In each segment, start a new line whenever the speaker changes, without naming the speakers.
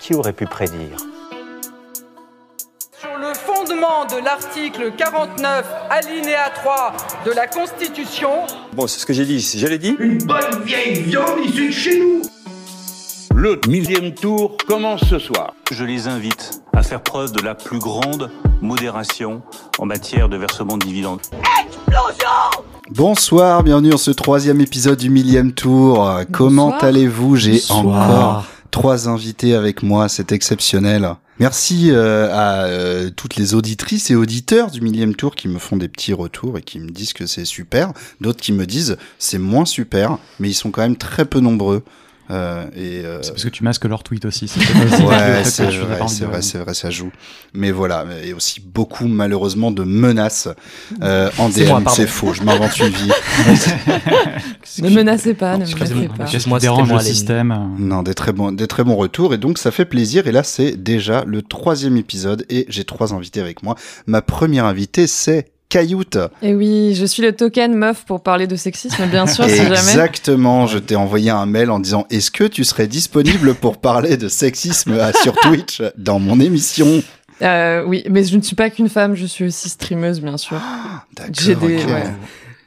qui aurait pu prédire
Sur le fondement de l'article 49, alinéa 3 de la Constitution,
Bon, c'est ce que j'ai dit, je l'ai dit.
Une bonne vieille viande issue de chez nous
Le millième tour commence ce soir.
Je les invite à faire preuve de la plus grande modération en matière de versement de dividendes.
Bonsoir, bienvenue dans ce troisième épisode du millième tour. Euh, Comment
Bonsoir.
allez-vous J'ai
Bonsoir.
encore trois invités avec moi, c'est exceptionnel. Merci euh, à euh, toutes les auditrices et auditeurs du millième tour qui me font des petits retours et qui me disent que c'est super. D'autres qui me disent c'est moins super, mais ils sont quand même très peu nombreux. Euh, et euh,
C'est parce que tu masques leur tweet aussi. c'est pas possible.
Ouais,
Je
c'est
je n'ai
vrai,
pas envie
c'est
de-
vrai, c'est vrai, ça joue. Mais voilà, et aussi beaucoup malheureusement de menaces euh, en
C'est moi,
DM,
pardon.
c'est faux, je m'invente une vie.
Ne menacez pas, ne
Excusez-moi,
menacez pas.
qu'est-ce qui moi, dérange
c'était moi,
le
Lénine.
système
Non, des très bons, des très bons retours et donc ça fait plaisir. Et là, c'est déjà le troisième épisode et j'ai trois invités avec moi. Ma première invitée, c'est Cayoute.
Et oui, je suis le token meuf pour parler de sexisme, bien sûr, si jamais.
Exactement. Je t'ai envoyé un mail en disant Est-ce que tu serais disponible pour parler de sexisme à- sur Twitch dans mon émission
Euh, oui, mais je ne suis pas qu'une femme, je suis aussi streameuse, bien sûr.
D'accord,
J'ai des-
ok.
ouais.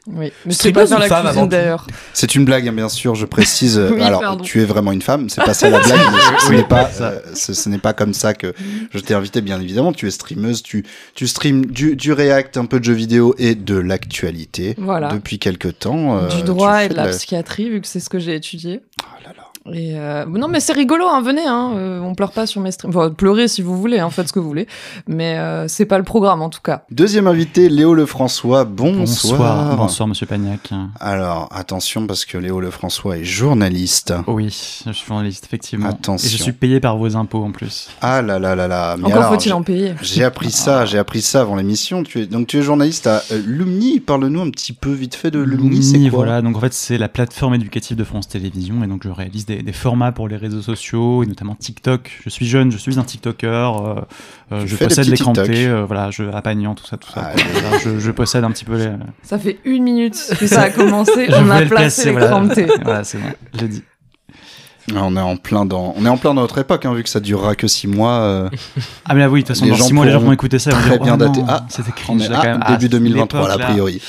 Oui, mais je sais
Streameuse
pas faire
ou
la
femme avant
cuisine
tout
d'ailleurs.
C'est une blague, hein, bien sûr. Je précise.
Oui,
Alors,
pardon.
tu es vraiment une femme. C'est pas ça la blague. mais ce
Oui,
n'est pas,
ça.
euh, ce, ce n'est pas comme ça que je t'ai invité. Bien évidemment, tu es streameuse. Tu tu streames du du React, un peu de jeux vidéo et de l'actualité.
Voilà.
Depuis quelque temps. euh,
du
tu
droit
fais
et de la
la-
psychiatrie, vu que c'est ce que j'ai étudié.
Oh là là.
Et euh, Non, mais c'est rigolo, hein, venez, hein, euh, on pleure pas sur mes streams. Enfin, pleurez si vous voulez, hein, faites ce que vous voulez. Mais euh, c'est pas le programme en tout cas.
Deuxième invité, Léo Lefrançois. Bonsoir.
Bonsoir, bonsoir Monsieur Pagnac.
Alors, attention parce que Léo Lefrançois est journaliste.
Oui, je suis journaliste, effectivement.
Attention.
Et je suis payé par vos impôts en plus.
Ah là là là là. Mais
Encore
alors,
faut-il
j'ai-
en payer.
J'ai appris
Ah.
ça, j'ai appris ça avant l'émission. Tu es donc tu es journaliste à euh, Lumni. Parle-nous un petit peu vite fait de Lumni. Euh, C'est quoi
voilà. Donc en fait, c'est la plateforme éducative de France Télévisions et donc je réalise des, des formats pour les réseaux sociaux et notamment TikTok. Je suis jeune, je suis un TikToker. euh, euh,
Tu
je
fais des
possède
petits
les crantés,
TikTok.
euh, voilà, je appagnant tout ça, tout ça.
Ah,
quoi. Voilà, je, je possède un petit peu les.
Ça fait une minute que ça a commencé,
Je
on a
voulais le
placé
placer,
les
voilà.
cramptés.
Voilà, c'est bon, j'ai dit.
Ah, On est en plein dans, on est en plein dans notre époque, hein, vu que ça durera que six mois. euh,
Ah mais là oui, de toute façon,
Les
dans
gens
six mois, les gens
pourront
vont écouter ça. ils vont
très
dire, oh
bien
non,
daté. Ah,
c'était
on
cringe,
est
là, quand
à
même. Ah,
début 2023 là, a
l'époque, là.
priori.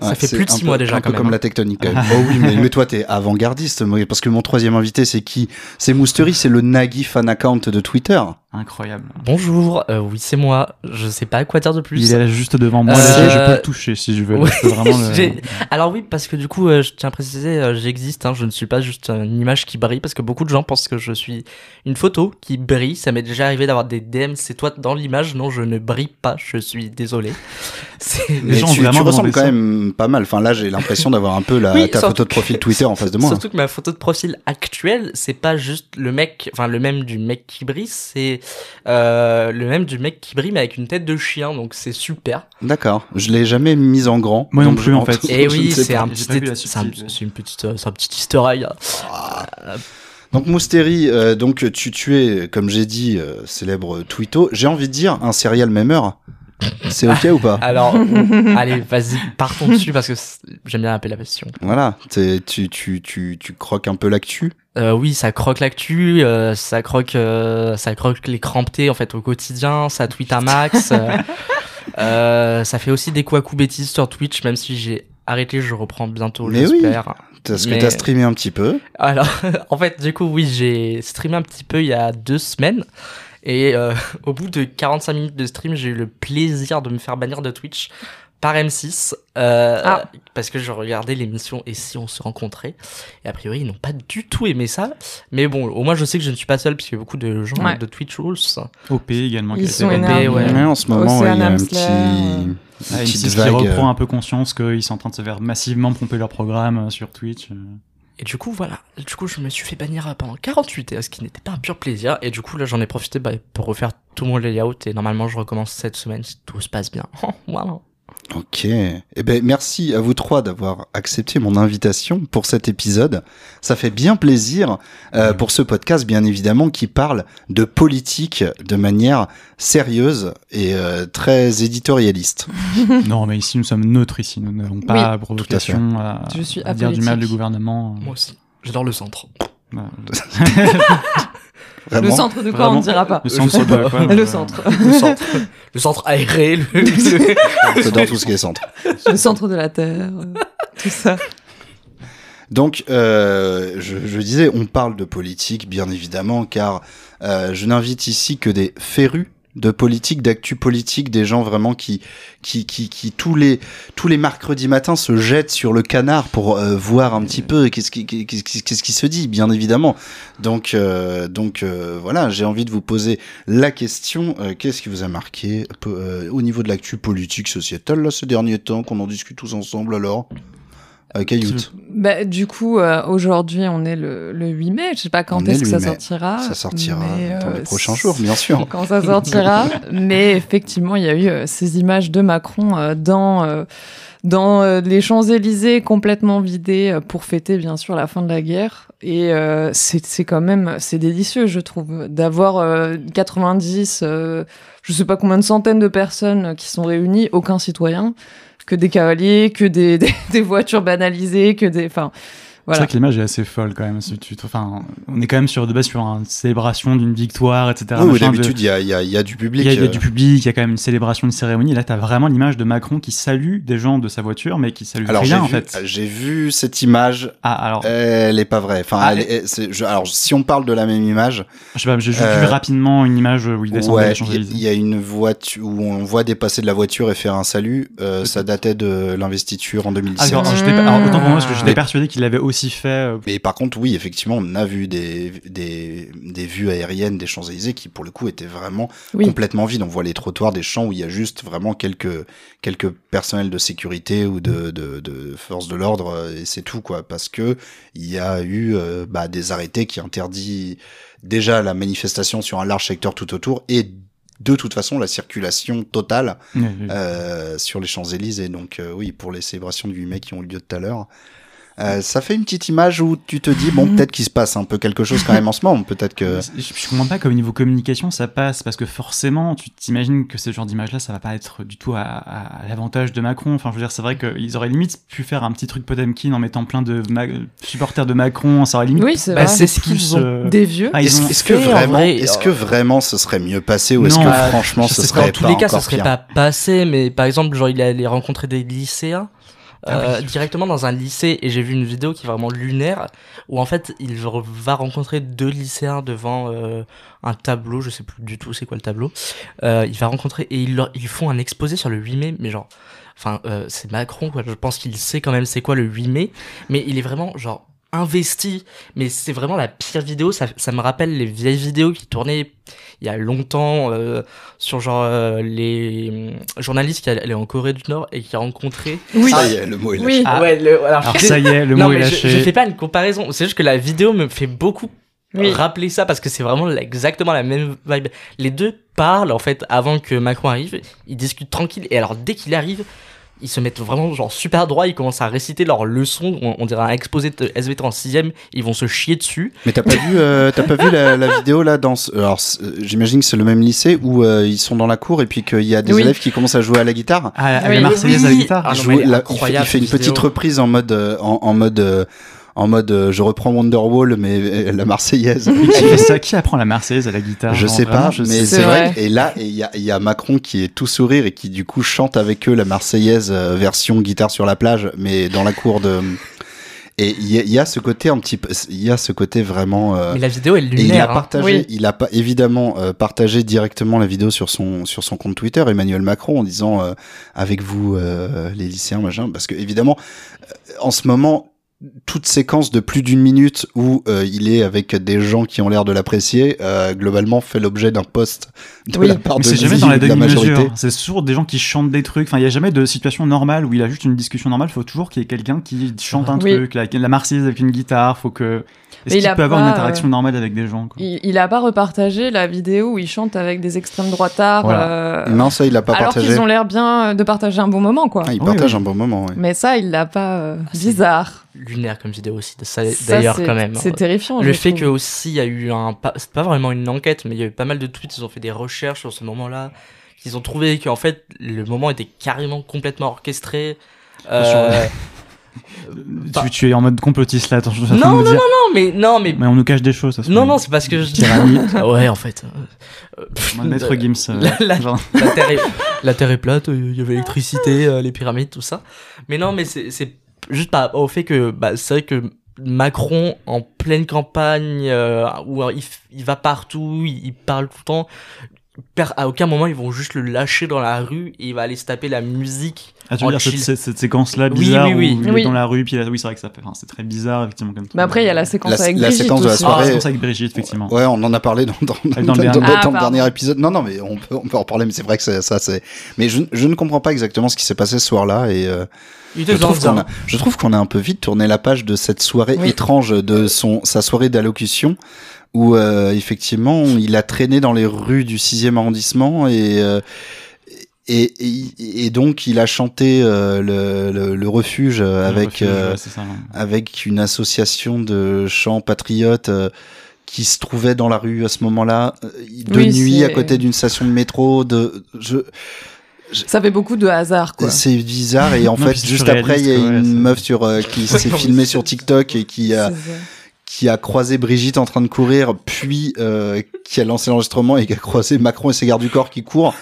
Ça
Ouais,
fait
c'est
plus de
un
six
peu-
mois déjà,
Un
quand
peu
même,
comme
hein.
la tectonique. quand même. oh oui, mais, mais toi t'es avant-gardiste, moi, parce que mon troisième invité c'est qui C'est Moustery, c'est le Nagui fan account de Twitter.
Incroyable.
Bonjour, euh, oui c'est moi, je sais pas quoi dire de plus.
Il est là juste devant moi, là,
Euh,
je, je peux le toucher si je veux. là,
ouais,
je peux vraiment le-
j'ai- Alors oui, parce que du coup, euh, je tiens à préciser, euh, j'existe, hein, je ne suis pas juste une image qui brille, parce que beaucoup de gens pensent que je suis une photo qui brille, ça m'est déjà arrivé d'avoir des DM, c'est toi dans l'image, non je ne brille pas, je suis désolé. C'est-
Les
Mais
gens ont
tu, tu
vraiment
ressembles
demandé
quand
ça.
même pas mal. Enfin là j'ai l'impression d'avoir un peu la,
Oui,
ta
surtout-
photo de profil Twitter en face de moi. hein.
Surtout que ma photo de profil actuelle, c'est pas juste le mec, enfin le même du mec qui brille, c'est euh, le même du mec qui brille mais avec une tête de chien, donc c'est super.
D'accord, je l'ai jamais mise en grand.
Moi non
donc
plus,
je-
en fait.
Et
je
Eh oui,
ne sais
c'est
pas.
un
J'ai
petit,
pas vu la
c'est un-
subtilité.
c'est une petite, euh, c'est un petit easter egg.
Donc Moustéri, euh, donc tu, tu es, comme j'ai dit, euh, célèbre twito. J'ai envie de dire un serial memeur. C'est ok ou pas
Alors, allez, vas-y, partons dessus parce que c'est- j'aime bien l'appellation.
Voilà, t'es- tu, tu, tu, tu croques un peu l'actu.
Euh, oui, ça croque l'actu, euh, ça croque, euh, ça croque les crampetés en fait au quotidien, ça tweet à max. euh, euh, ça fait aussi des couacou bêtises sur Twitch, même si j'ai arrêté, je reprends bientôt,
Mais oui.
j'espère.
Parce que
Mais-
t'as streamé un petit peu.
Alors, en fait, du coup, oui, j'ai streamé un petit peu il y a deux semaines. Et euh, au bout de 45 minutes de stream, j'ai eu le plaisir de me faire bannir de Twitch par M6. euh,
Ah.
Parce que je regardais l'émission Et si on se rencontrait Et a priori, ils n'ont pas du tout aimé ça. Mais bon, au moins, je sais que je ne suis pas seul, parce qu'il y a beaucoup de gens
Ouais.
de Twitch Rules.
OP également.
Ils
qui a été
sont
banni.
énormes. Ouais.
Ouais, en ce moment, ouais, il y a un
Océan
petit,
Hamster.
une
Ah, M6
petite
Ah, qui
vague. euh,
reprend un peu conscience qu'ils sont en train de se faire massivement pomper leur programme euh, sur Twitch. euh.
Et du coup, voilà. Du coup, je me suis fait bannir pendant 48 heures, ce qui n'était pas un pur plaisir. Et du coup, là, j'en ai profité bah, pour refaire tout mon layout. Et normalement, je recommence cette semaine si tout se passe bien. voilà.
euh, Ok. Eh ben, merci à vous trois d'avoir accepté mon invitation pour cet épisode. Ça fait bien plaisir euh, pour ce podcast, bien évidemment, qui parle de politique de manière sérieuse et euh, très éditorialiste.
non, mais ici, nous sommes neutres ici. Nous n'avons pas provocation à,
Je suis
à dire du euh, mal Mm.
apolitique.
du gouvernement.
Moi aussi. J'adore le centre.
Voilà.
Vraiment.
Le centre de quoi, on
Vraiment.
ne dira pas.
Le centre de
sais pas.
quoi euh,
Le centre.
Le centre, le centre aéré, le, le-
C'est dans tout ce qui est centre.
Le centre de la Terre. euh, Tout ça.
Donc, euh, je, je disais, on parle de politique, bien évidemment, car euh, je n'invite ici que des férus de politique, d'actu politique, des gens vraiment qui, qui, qui, qui tous les tous les mercredis matins se jettent sur le canard pour euh, voir un petit peu qu'est-ce qui qu'est-ce qui, qu'est-ce qui se dit, bien évidemment. Donc euh, donc euh, voilà, j'ai envie de vous poser la question euh, qu'est-ce qui vous a marqué euh, au niveau de l'actu politique sociétale là ces derniers temps qu'on en discute tous ensemble alors, euh, Cayoute.
Bah, du coup, euh, aujourd'hui, on est le, le 8 mai. Je sais pas quand
On est le
est-ce que ça
8 mai.
sortira.
Ah,
Ça sortira
mais,
dans
euh,
les prochains jours, bien sûr.
quand ça sortira. Mais effectivement, il y a eu euh, ces images de Macron euh, dans euh, dans euh, les Champs-Élysées complètement vidées euh, pour fêter bien sûr la fin de la guerre. Et euh, c'est c'est quand même c'est délicieux, je trouve, d'avoir euh, 90, euh, je sais pas combien de centaines de personnes qui sont réunies, aucun citoyen, que des cavaliers, que des des, des voitures banalisées, que des enfin
C'est
voilà.
vrai que l'image est assez folle quand même. Si tu- Enfin, on est quand même sur de base sur une célébration d'une victoire, etc.
Ah Oui, oui,
machin, de-
d'habitude, il y a, il y a- il y a du public.
Il y, a, il y a
euh,
du public, il y a quand même une célébration, une cérémonie. Là, t'as vraiment l'image de Macron qui salue des gens de sa voiture, mais qui salue
Alors, j'ai
rien en
vu, euh,
fait.
j'ai vu cette image.
Ah, alors,
Elle est pas vraie. Enfin,
Ah,
elle est- c'est- je- alors, si on parle de la même image,
je sais pas, j'ai juste
euh,
vu rapidement une image où il descendait
ouais,
des
il y a- il
Champs-Élysées.
y a une voiture où on voit dépasser de la voiture et faire un salut. euh, ça datait de l'investiture en
Ah,
2017.
alors,
c'est-
j'étais pas- alors, autant pour moi, parce que j'étais
Mais-
persuadé qu'il l'avait aussi fait. euh,
Mais par contre, oui, effectivement, on a vu des, des, des vues aériennes des Champs-Élysées qui, pour le coup, étaient vraiment
Oui.
complètement vides. On voit les trottoirs des champs où il y a juste vraiment quelques, quelques personnels de sécurité ou de, de, de forces de l'ordre, euh, et c'est tout, quoi. Parce que il y a eu euh, bah, des arrêtés qui interdit déjà la manifestation sur un large secteur tout autour et de toute façon la circulation totale
Mm.
euh, sur les Champs-Élysées. Donc euh, oui, pour les célébrations du 8 mai qui ont eu lieu tout à l'heure. Euh, ça fait une petite image où tu te dis, bon, peut-être qu'il se passe un peu quelque chose quand même en ce moment, peut-être que...
Je, je comprends pas comme niveau communication ça passe parce que forcément tu t'imagines que ce genre d'image là ça va pas être du tout à, à- à l'avantage de Macron. Enfin je veux dire c'est vrai qu'ils auraient limite pu faire un petit truc Potemkin en mettant plein de ma- supporters de Macron. Ça aurait limite.
Oui, c'est
Bah,
vrai.
c'est ce qu'ils
plus,
ont.
euh,
Des vieux.
ah, ils
Est-ce
ont-
est-ce que,
fait, en
vraiment,
vrai,
est-ce
euh,
que vraiment ce serait mieux passé ou est-ce
Non,
que
euh,
franchement
je
ce
sais
serait
dans tous
pas
les cas, ça
encore
serait
pire
pas passé, mais par exemple, genre, il est allé rencontrer des lycéens.
Ah
euh,
oui.
directement dans un lycée et j'ai vu une vidéo qui est vraiment lunaire où en fait il re- va rencontrer deux lycéens devant euh, un tableau je sais plus du tout c'est quoi le tableau Euh, il va rencontrer et ils, leur- ils font un exposé sur le 8 mai mais genre enfin euh, c'est Macron quoi je pense qu'il sait quand même c'est quoi le 8 mai mais il est vraiment genre investi mais c'est vraiment la pire vidéo ça, ça me rappelle les vieilles vidéos qui tournaient il y a longtemps euh, sur genre euh, les hum, journalistes qui allaient en Corée du Nord et qui rencontraient
Oui.
Ah, yeah, le mot est lâché.
Oui.
ah, ouais le- alors,
Alors
je-
ça y est le
non,
mot est
mais je,
lâché.
je fais pas une comparaison c'est juste que la vidéo me fait beaucoup rappeler ça parce que c'est vraiment la- exactement la même vibe les deux parlent en fait avant que Macron arrive ils discutent tranquille et alors dès qu'il arrive ils se mettent vraiment genre super droit, ils commencent à réciter leurs leçons, on, on dirait un exposé de SVT en 6ème, ils vont se chier dessus.
Mais t'as pas vu, euh, t'as pas vu la, la vidéo là dans ce- Alors c'est- euh, j'imagine que c'est le même lycée où euh, ils sont dans la cour et puis qu'il y a des
Oui.
élèves qui commencent à jouer à la guitare.
Ah, la- la
Oui,
Marseillaise à la
oui.
guitare.
Ah non,
Il
mais
jouait la- il, fait, il
incroyable,
fait une
vidéo.
petite reprise en mode, euh, en, en mode, euh, en mode, euh, je reprends Wonderwall mais euh, la Marseillaise.
Mais qui fait ça Qui apprend la Marseillaise à la guitare
Je
Genre,
sais
vraiment,
pas,
je
mais
sais-
c'est
C'est
vrai.
vrai.
que- Et là, et il y a, il y a Macron qui est tout sourire et qui du coup chante avec eux la Marseillaise euh, version guitare sur la plage, mais dans la cour de. Et il y, a- il y a ce côté un petit, peu- il y a ce côté vraiment. euh,
Bah.
Mais la vidéo est
et il a
lunaire. hein.
partagé,
Oui.
il a pas évidemment euh, partagé directement la vidéo sur son sur son compte Twitter Emmanuel Macron en disant euh, avec vous euh, les lycéens machin parce que évidemment euh, en ce moment toute séquence de plus d'une minute où euh, il est avec des gens qui ont l'air de l'apprécier euh, globalement fait l'objet d'un post de
Oui.
la part
Mais
de,
c'est jamais
lui,
dans la
de la majorité.
demi-mesure. C'est toujours des gens qui chantent des trucs. Enfin, il y a jamais de situation normale où il a juste une discussion normale. Il faut toujours qu'il y ait quelqu'un qui chante un
Oui.
truc, la, la Marseillaise avec une guitare. Faut que. Est-ce
Mais il
qu'il
a
peut avoir
pas, euh,
une interaction normale avec des gens quoi
Il, il a pas repartagé la vidéo où il chante avec des extrêmes droitards. euh,
Non, ça il l'a pas
alors
partagé.
qu'ils ont l'air bien euh, de partager un bon moment, quoi.
Ah, il
Oui,
partage
oui.
un bon moment. ouais.
Mais ça, il l'a pas euh,
Ah, c'est-
bizarre.
Lunaire comme vidéo aussi, ça,
Ça,
d'ailleurs
c'est-
quand même.
C'est terrifiant.
Le
je
fait
trouve.
que aussi il y a eu un pas- c'est pas vraiment une enquête mais il y a eu pas mal de tweets ils ont fait des recherches sur ce moment-là qu'ils ont trouvé qu'en fait le moment était carrément complètement orchestré euh, Bah.
Tu, tu es en mode complotiste là, attention, je suis en train de
Non,
me
non,
dire.
non, non, mais non, mais
Mais on nous cache des choses, ça se
non,
trouve.
non, c'est parce que je dis.
Pyramide.
Ah ouais, en fait. Euh,
Moi, Maître Gims. euh,
La- la-
genre.
la terre est, la terre est plate, euh, il y avait l'électricité, euh, les pyramides, tout ça. Mais non, mais c'est c'est juste par rapport au fait que bah, c'est vrai que Macron en pleine campagne euh, où il, f- il va partout, il, il parle tout le temps. per- À aucun moment ils vont juste le lâcher dans la rue et il va aller se taper la musique.
Ah, tu veux
en
dire cette,
chill.
cette- cette séquence-là
Oui,
bizarre
oui, oui.
où il est
Oh, Oui.
dans la rue, puis là, oui, c'est vrai que ça fait. Enfin, c'est très bizarre, effectivement. Comme
Mais après, il y a la séquence
La-
avec
la
Brigitte
séquence de la
aussi.
Ah,
soirée.
c'est pour ça avec Brigitte, effectivement.
Ouais, on en a parlé dans, dans,
Ah,
dans-
dans le
dans-
dernier.
dans
Ah,
ton
pardon.
dernier épisode. Non, non, mais on peut, on peut en reparler, mais c'est vrai que ça, ça, c'est. Mais je, je ne comprends pas exactement ce qui s'est passé ce soir-là et euh,
Il
je,
était dans
trouve qu'on
un.
a, je trouve qu'on a un peu vite tourné la page de cette soirée
Oui.
étrange de son sa soirée d'allocution où euh, effectivement il a traîné dans les rues du 6e arrondissement et euh, et, et, et donc il a chanté euh, le, le, le refuge euh,
Le
avec
refuge,
euh,
ouais, c'est ça, ouais.
avec une association de chants patriotes euh, qui se trouvait dans la rue à ce moment-là, euh, de
Oui,
nuit
c'est-
à côté d'une station de métro. De, je,
hein. Ça fait beaucoup de hasard, quoi.
c'est bizarre et
Non,
en fait
puis c'est
juste
surréaliste,
après il y a
quoi, ouais,
une
c'est-
meuf sur euh, qui s'est
non, mais
filmée
c'est-
sur TikTok et qui a
C'est ça.
qui a croisé Brigitte en train de courir, puis euh, qui a lancé l'enregistrement et qui a croisé Macron et ses gardes du corps qui courent.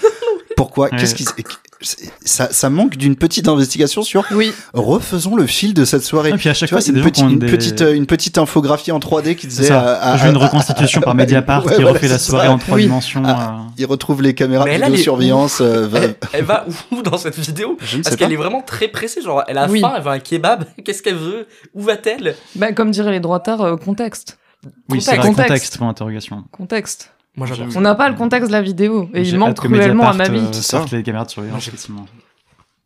Pourquoi
Ouais.
Qu'est-ce qui s- c'est- ça, ça manque d'une petite investigation sur
Oui,
refaisons le fil de cette soirée.
Ah, puis à chaque
Tu vois,
fois, c'est
une,
des gens qui
petite,
ont
une,
des-
petite, euh, une petite infographie en 3D qui
C'est
disait
ça.
ah, ah,
Je veux une
ah,
reconstitution par
bah,
Mediapart
ouais,
qui
voilà,
refait la
c'est
soirée
ça.
en trois
Oui.
dimensions.
Ah.
euh.
il retrouve les caméras
Mais
de
là, les-
vidéosurveillance. euh, va-
Elle, elle va où dans cette vidéo
je ne sais
Parce
pas.
qu'elle est vraiment très pressée. Genre, elle a
Oui.
faim, elle veut un kebab. Qu'est-ce qu'elle veut Où va-t-elle
bah, comme diraient les droitards, euh, contexte.
Oui, c'est vrai,
Contexte.
contexte, pour interrogation.
Contexte.
Moi, j'adore.
On n'a pas le contexte de la vidéo, et
Ah J'ai
il
hâte
manque
que
cruellement à ma
Mediapart,
vie.
euh,
C'est
sorte
ça.
les caméras de surveillance, effectivement.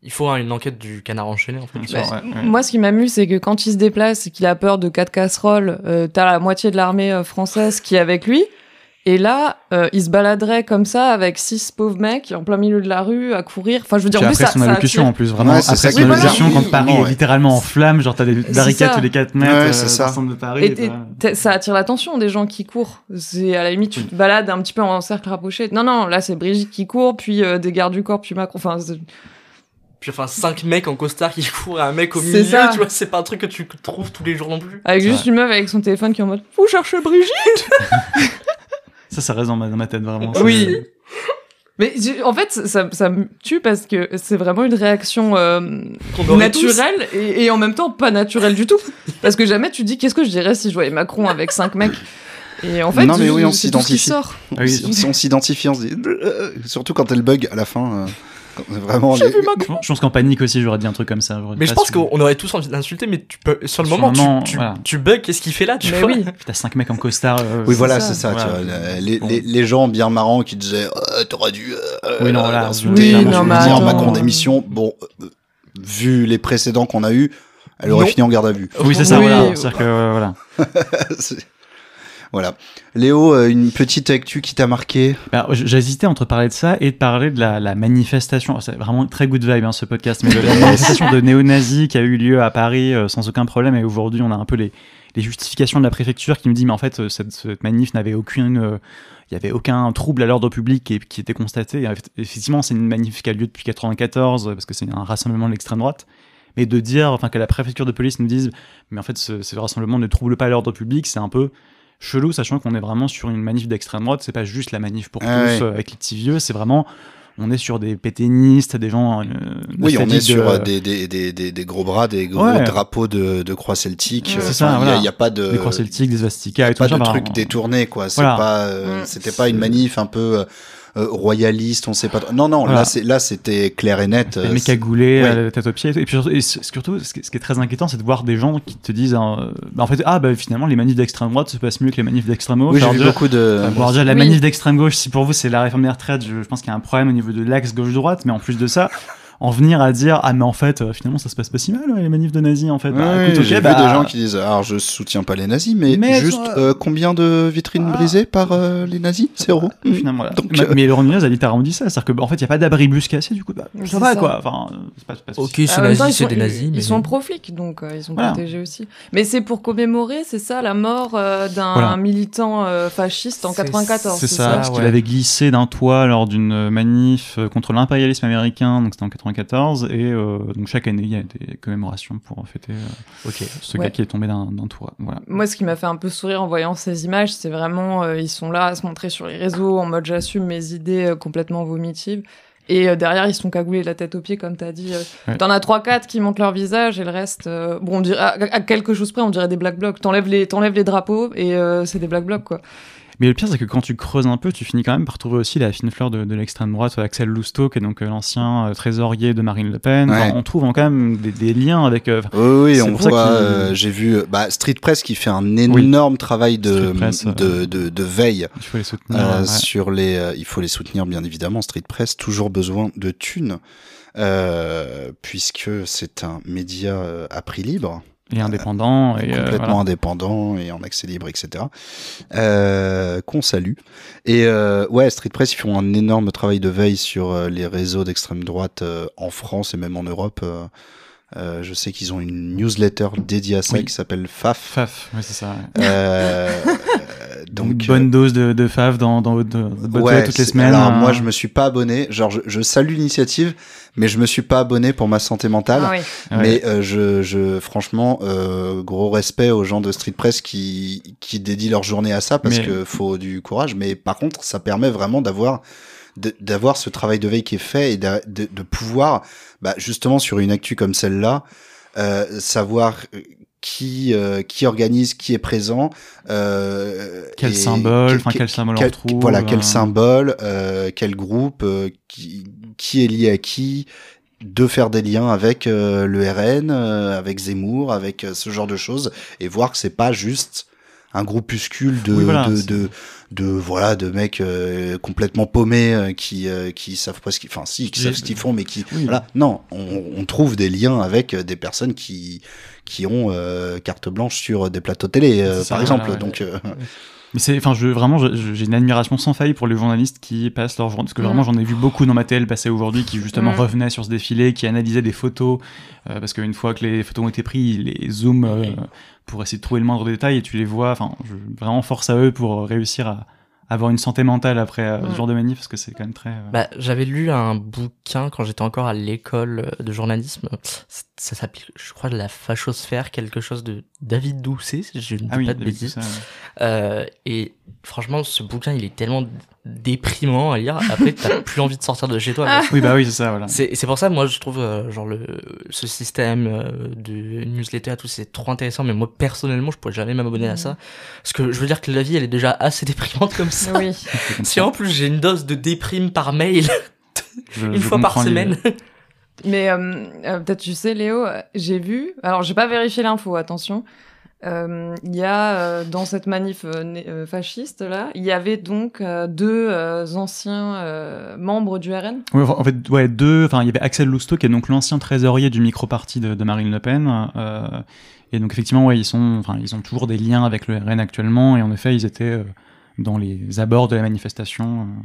Il faut hein, une enquête du canard enchaîné en fait.
Bien
Bah,
sûr, ouais, ouais.
Moi, ce qui m'amuse, c'est que quand il se déplace et qu'il a peur de quatre casseroles, euh, t'as la moitié de l'armée euh, française qui est avec lui. Et là, euh, il se baladerait comme ça avec six pauvres mecs en plein milieu de la rue à courir. Enfin, je veux dire,
Puis
en plus,
après
ça,
son
ça
allocution
attire.
en plus, vraiment,
Ouais, c'est
après
ça
son
qui est
allocution,
bizarre.
quand Paris
Ouais.
est littéralement en flammes, genre t'as des barricades
ça.
tous les 4
Ouais,
mètres,
c'est
euh,
ça.
dans le centre de Paris. bah.
Et,
et
et
voilà.
t'as- ça attire l'attention des gens qui courent. C'est à la limite, tu te balades un petit peu en cercle rapproché. Non, non, là c'est Brigitte qui court, puis euh, des gardes du corps, puis Macron. Enfin, c'est-
Puis enfin, 5 mecs en costard qui courent à un mec au
C'est
milieu,
ça.
tu vois, c'est pas un truc que tu trouves tous les jours non plus.
avec
C'est
juste une meuf avec son téléphone qui est en mode Vous cherchez Brigitte
Ça, ça reste dans ma, dans ma tête vraiment.
Oui.
c'est-
Mais j'ai- en fait, ça, ça me tue parce que c'est vraiment une réaction euh,
Qu'on aurait
naturelle et, et en même temps pas naturelle du tout. Parce que jamais tu dis qu'est-ce que je dirais si je voyais Macron avec cinq mecs. Et en fait,
Non, mais
je-
oui, on
c'est tout ce qui
s'identifie.
sort.
Ah oui.
Si si on s'identifie, on se dit euh, surtout quand elle bug à la fin. euh, quand- vraiment.
J'ai
les-
vu Macron.
Je pense- je pense qu'en panique aussi, j'aurais dit un truc comme ça. j'aurais
Mais je
pas
pense
su-
qu'on aurait tous envie d'insulter, mais tu peux, sur le
Sur
moment,
le
tu-
moment,
tu,
voilà.
tu bugs, qu'est-ce qu'il fait là, tu
Mais
vois
oui.
T'as 5 mecs en costard. euh,
Oui, voilà,
ça.
c'est ça. tu
Voilà.
vois, euh, les,
Bon.
les, les gens bien marrants qui disaient Euh, T'aurais dû. euh,
Oui, non, voilà.
l'insulter,
Oui,
l'insulter,
non, mais
dire
attends.
Macron démission. Bon, euh, vu les précédents qu'on a eus, elle aurait
Non.
fini en garde à vue.
Oui, c'est ça,
Oui.
voilà. C'est-à-dire que, euh, voilà.
C'est- voilà. Léo, euh, une petite actu qui t'a marqué
Bah, j- J'hésitais entre parler de ça et de parler de la, la manifestation. Oh, C'est vraiment très good vibe hein, ce podcast, mais de la manifestation de néo-nazis qui a eu lieu à Paris euh, sans aucun problème. Et aujourd'hui, on a un peu les, les justifications de la préfecture qui nous dit mais en fait, euh, cette, cette manif n'avait aucune. euh, Il n'y avait aucun trouble à l'ordre public qui, qui était constaté. Et eff- Effectivement, c'est une manif qui a lieu depuis 94 euh, parce que c'est un rassemblement de l'extrême droite. Mais de dire, enfin, que la préfecture de police nous dise, mais en fait, ce, ce rassemblement ne trouble pas l'ordre public, c'est un peu chelou, sachant qu'on est vraiment sur une manif d'extrême droite. C'est pas juste la manif pour
Ah
tous
ouais.
euh, avec les petits vieux, c'est vraiment, on est sur des pétainistes, des gens. euh,
Oui, on est
nostalgiques
sur
de-
euh, des, des, des, des, des gros bras, des gros
Ouais.
drapeaux de, de croix celtique.
Ouais,
Euh,
c'est ça,
enfin, Il n'y
voilà.
a, il y a pas de.
des croix celtiques, des swastikas et tout
euh, pas
ça.
de
Enfin,
truc
on-
détourné quoi c'est
Voilà.
pas euh,
Mm.
c'était pas une manif un peu euh, euh, royaliste on sait pas trop. non non là
Voilà.
c'est là c'était clair et net
Les
euh,
mecs
c'est-
à gouler,
oui.
euh, tête aux pieds. Et tout. Et puis surtout, et ce- surtout, ce qui ce qui est très inquiétant, c'est de voir des gens qui te disent, hein, euh, bah, en fait, ah bah finalement, les manifs d'extrême droite se passent mieux que les manifs d'extrême gauche.
oui j'ai
Alors
vu
déjà,
beaucoup de
Enfin, pour dire, la
Oui.
manif d'extrême gauche, si pour vous c'est la réforme des retraites, je, je pense qu'il y a un problème au niveau de l'axe gauche-droite, mais en plus de ça, en venir à dire ah mais en fait euh, finalement ça se passe pas si mal ouais, les manifs de nazis en fait. Bah,
Oui,
écoute, ok,
j'ai
bah,
vu des gens qui disent alors je soutiens pas les nazis mais,
Mais
juste
toi-
euh, combien de vitrines
Ah.
brisées par euh, les nazis zéro Mm.
Finalement, voilà.
Donc,
Ma-
euh,
Mais Laurent Nunez a littéralement dit ça, c'est-à-dire que bah, en fait il y a pas d'abribus cassé du coup bah,
C'est
ça va
ça.
quoi. Enfin euh, c'est pas, c'est pas-
Ok, c'est
Ah, En même temps, ils
nazi, c'est
sont-
des nazis.
Ils,
mais...
ils sont pro-flics, donc euh, ils sont
Voilà.
protégés aussi. Mais c'est pour commémorer, c'est ça, la mort euh, d'un
Voilà.
militant euh, fasciste en
C'est-
94.
C'est ça, parce qu'il
ouais.
avait glissé d'un toit lors d'une manif euh, contre l'impérialisme américain, donc c'était en 1994 et euh, donc chaque année il y a des commémorations pour fêter euh,
Ok.
ce
Ouais.
gars qui est tombé d'un d'un toit. Voilà.
Moi, ce qui m'a fait un peu sourire en voyant ces images, c'est vraiment, euh, ils sont là à se montrer sur les réseaux en mode j'assume mes idées euh, complètement vomitives. Et euh, derrière, ils sont cagoulés de la tête aux pieds, comme t'as dit. euh.
Ouais.
T'en as trois, quatre qui montent leur visage et le reste, euh, bon, on dirait, à, à quelque chose près, on dirait des black blocs. T'enlèves les, t'enlèves les drapeaux et euh, c'est des black blocs, quoi.
Mais le pire, c'est que quand tu creuses un peu, tu finis quand même par trouver aussi la fine fleur de, de l'extrême droite, euh, Axel Lousteau, qui est donc euh, l'ancien euh, trésorier de Marine Le Pen.
Ouais.
Enfin, on trouve quand même des, des liens avec. euh,
Oui, oui,
C'est
on
pour ça
voit.
qu'il-
euh, J'ai vu euh, bah, Street Press qui fait un énorme travail de,
Street Press, euh,
de, de, de veille
il faut les soutenir.
euh,
Ah, ouais.
sur les. euh, il faut les soutenir bien évidemment. Street Press toujours besoin de thunes euh, puisque c'est un média euh, à prix libre.
Et indépendant. Et, euh,
complètement
voilà.
indépendant et en accès libre, etc. Euh, Qu'on salue. Et euh, ouais, Street Press, ils font un énorme travail de veille sur euh, les réseaux d'extrême droite euh, en France et même en Europe. Euh, euh, je sais qu'ils ont une newsletter dédiée à ça
Oui.
qui s'appelle FAF.
Faf, oui, c'est ça. ouais.
Euh,
Une
donc,
bonne dose de, de fave dans, dans votre dans votre
euh,
boîte aux
ouais,
lettres toutes les
c'est-
semaines.
Alors
hein.
moi, je me suis pas abonné. Genre, je, je salue l'initiative, mais je me suis pas abonné pour ma santé mentale.
Ah oui.
Ouais.
Mais euh, je, je, franchement, euh, gros respect aux gens de Street Press qui, qui dédient leur journée à ça parce
Mais-
que faut du courage. Mais par contre, ça permet vraiment d'avoir de- d'avoir ce travail de veille qui est fait et d'a- de, de pouvoir, bah, justement, sur une actu comme celle-là, euh, savoir euh, qui euh, qui organise, qui est présent, euh,
Quel
et
symbole, enfin, quel symbole on
quel-
retrouve,
Voilà,
euh.
quel symbole, euh, quel groupe, euh, qui, qui est lié à qui, de faire des liens avec euh, le RN, euh, avec Zemmour, avec euh, ce genre de choses, et voir que c'est pas juste un groupuscule de
Oui, voilà,
de,
c'est-
de, de- voilà de mecs euh, complètement paumés euh, qui euh, qui savent pas ce qu'ils enfin si qui
Qui-
savent ce qu'ils font mais qui
Oui.
voilà non on, on trouve des liens avec euh, des personnes qui qui ont euh, carte blanche sur des plateaux télé euh,
C'est ça,
par
voilà,
exemple
ouais.
donc euh,
Mais c'est, enfin, je vraiment, je- je- j'ai une admiration sans faille pour les journalistes qui passent leur journée, parce que
Mm.
vraiment, j'en ai vu beaucoup dans ma TL passer aujourd'hui, qui justement
Mm.
revenaient sur ce défilé, qui analysaient des photos, euh, parce qu'une fois que les photos ont été prises, ils les zooment euh, pour essayer de trouver le moindre détail, et tu les vois. Enfin, je, vraiment force à eux pour réussir à avoir une santé mentale après euh,
Mm.
ce genre de manif, parce que c'est quand même très. euh,
Bah, j'avais lu un bouquin quand j'étais encore à l'école euh, de journalisme. Ça, ça s'appelle, je crois, la fachosphère, quelque chose de David Doucet, si je ne dis
ah oui,
pas de
avec tout
bêtises.
ça, ouais.
Euh, et franchement, ce bouquin, il est tellement déprimant à lire. Après, t'as plus envie de sortir de chez toi. quoi.
oui, bah oui, c'est ça,
Ah.
voilà.
C'est c'est pour ça, moi, je trouve euh, genre le ce système euh, de newsletter à tout, c'est trop intéressant. Mais moi, personnellement, je pourrais jamais m'abonner à ça, parce que je veux dire que la vie, elle est déjà assez déprimante comme ça.
Oui.
Si en plus j'ai une dose de déprime par mail
Je-
une
je
fois par
comprends l'idée.
semaine,
Mais euh, euh, peut-être tu sais, Léo, euh, j'ai vu. Alors, j'ai pas vérifié l'info, attention. Euh, Il y a euh, dans cette manif euh, né- euh, fasciste là, il y avait donc euh, deux euh, anciens euh, membres du RN.
Ouais, en fait, ouais, deux. Enfin, il y avait Axel Lousteau qui est donc l'ancien trésorier du micro-parti de, de Marine Le Pen. euh, et donc effectivement, ouais, ils sont, enfin, ils ont toujours des liens avec le RN actuellement. Et en effet, ils étaient euh, dans les abords de la manifestation. euh.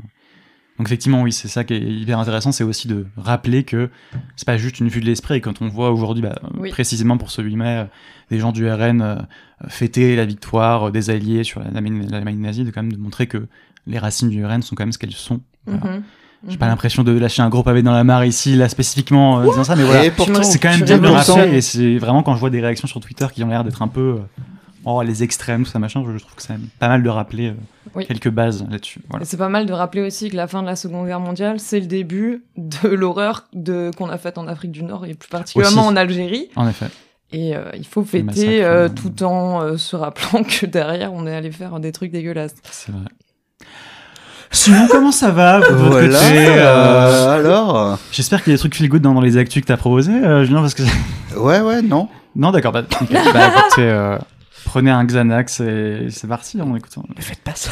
Donc effectivement, oui, c'est ça qui est hyper intéressant, c'est aussi de rappeler que c'est pas juste une vue de l'esprit. Et quand on voit aujourd'hui, bah,
Oui.
précisément pour ce 8 mai, euh, des gens du RN euh, fêter la victoire euh, des Alliés sur la- l'Allemagne l'Allemagne nazie, de quand même de montrer que les racines du RN sont quand même ce qu'elles sont. Voilà.
Mhm.
Ah. J'ai
Mhm.
pas l'impression de lâcher un gros pavé dans la mare ici, là spécifiquement euh, en disant ça, mais voilà.
et pourtant
C'est quand
je
même
suis
bien de le
révoltant.
rappeler, et c'est vraiment quand je vois des réactions sur Twitter qui ont l'air d'être un peu euh, oh les extrêmes, tout ça machin, je je trouve que c'est pas mal de rappeler euh,
Oui.
quelques bases là-dessus.
Et
Voilà.
C'est pas mal de rappeler aussi que la fin de la Seconde Guerre mondiale, c'est le début de l'horreur de qu'on a faite en Afrique du Nord et plus particulièrement
Aussi.
en Algérie.
En effet.
Et euh, il faut fêter
massacre,
euh,
euh,
tout en euh, se rappelant que derrière, on est allé faire des trucs dégueulasses.
C'est vrai. Sinon, comment ça va de votre
voilà
côté Euh,
euh, alors
J'espère qu'il y a des trucs feel good dans, dans les actus que t'as proposé, euh, Julien, parce que
ouais ouais non
non, d'accord, bah, nickel. Bah, écoutez, euh, prenez un Xanax et c'est parti en écoutant.
ne faites pas ça.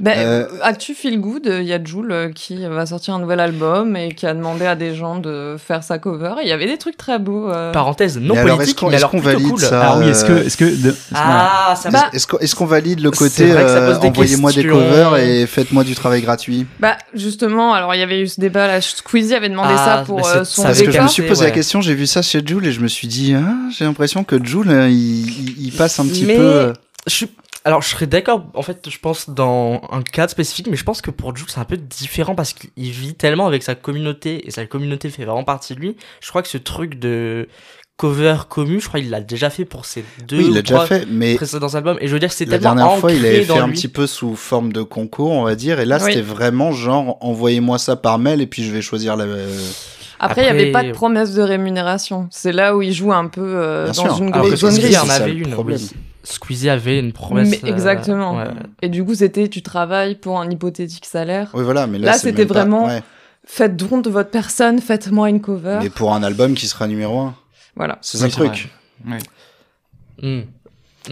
Ben,
Euh,
Actu Feel Good, il y a Jules euh, qui va sortir un nouvel album et qui a demandé à des gens de faire sa cover. Et Il y avait des trucs très beaux. euh.
Parenthèse non
Mais alors, est-ce
politique,
qu'on-
mais
est-ce
alors
qu'on
plutôt
valide
cool.
ça
Ah oui, est-ce que, est-ce que de-
Ah, ça
Bah,
Euh, Est-ce qu'on est-ce qu'on valide le
C'est
côté
vrai que ça pose
euh,
des
envoyez-moi des
questions.
covers et faites-moi du travail gratuit
Bah, justement, alors il y avait eu ce débat là. Squeezie avait demandé
Ah,
ça pour
bah,
euh,
c'est-
son
ça,
Parce que je
décor.
me suis
C'est-
posé la
ouais.
question, j'ai vu ça chez hein, Jules et je me suis dit, ah, j'ai l'impression que Jules, euh, hein, il, il- il passe un petit
Mais-
peu. euh,
Je suis- Alors, je serais d'accord, en fait, je pense, dans un cadre spécifique, mais je pense que pour Jules, c'est un peu différent parce qu'il vit tellement avec sa communauté et sa communauté fait vraiment partie de lui. Je crois que ce truc de cover commu, je crois qu'il l'a déjà fait pour ses deux
oui, il
ou
l'a
trois
déjà fait, mais
précédents albums. Et je veux dire, c'est
la
tellement
dernière fois,
ancré
il avait fait
dans
un
lui.
petit peu sous forme de concours, on va dire. Et là,
Oui.
c'était vraiment genre, envoyez-moi ça par mail et puis je vais choisir la. euh,
Après, il n'y
Après-
avait pas de promesse de rémunération. C'est là où il joue un peu euh,
Bien
dans
sûr.
une
Alors
grosse
que
zone
Squeezie,
grise.
c'est
en
ça
avait
le
une.
problème.
oui. Squeezie avait une promesse.
Mais
euh,
exactement.
ouais.
Et du coup, c'était tu travailles pour un hypothétique salaire.
Oui, voilà, mais là,
Là,
c'est
c'était
même pas-
vraiment- Ah.
ouais.
Faites don de votre personne, faites-moi une cover.
Mais pour un album qui sera numéro un,
Voilà.
c'est ça le
Oui, c'est
truc.
Ouais.
Mm. vrai.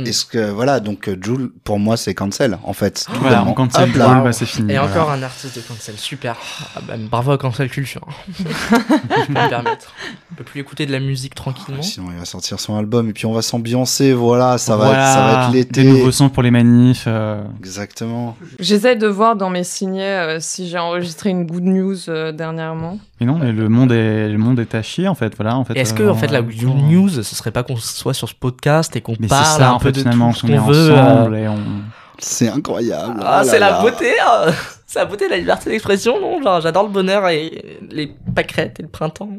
Est-ce que voilà, donc euh, Jules, pour moi, c'est cancel en fait. tout
Voilà, Ah,
bonnement.
on cancel
Hop
Jules,
là.
bah, c'est
Mm.
fini.
Et
voilà.
encore un artiste de cancel, super. Ah bah, bravo à cancel culture. hein. je peux me permettre. On peut plus écouter de la musique tranquillement.
Sinon, il va sortir son album et puis on va s'ambiancer. Voilà, ça va,
Voilà,
être, ça va être l'été.
Des nouveaux sons pour les manifs. euh,
Exactement.
J'essaie de voir dans mes signets euh, si j'ai enregistré une good news euh, dernièrement.
Mais non, mais le monde est, le monde est à chier en fait. Voilà, en fait.
Et Est-ce que
euh,
en fait la
on-
good news, ce serait pas qu'on soit sur ce podcast et qu'on
Mais c'est
parle
ça
un
en
peu
fait
de
finalement,
tout
on
ce
est
qu'on veut euh,
ensemble et on.
C'est incroyable.
Ah,
Oh là
c'est la
là.
beauté, hein. c'est la beauté de la liberté d'expression, non Genre, j'adore le bonheur et les pâquerettes et le printemps.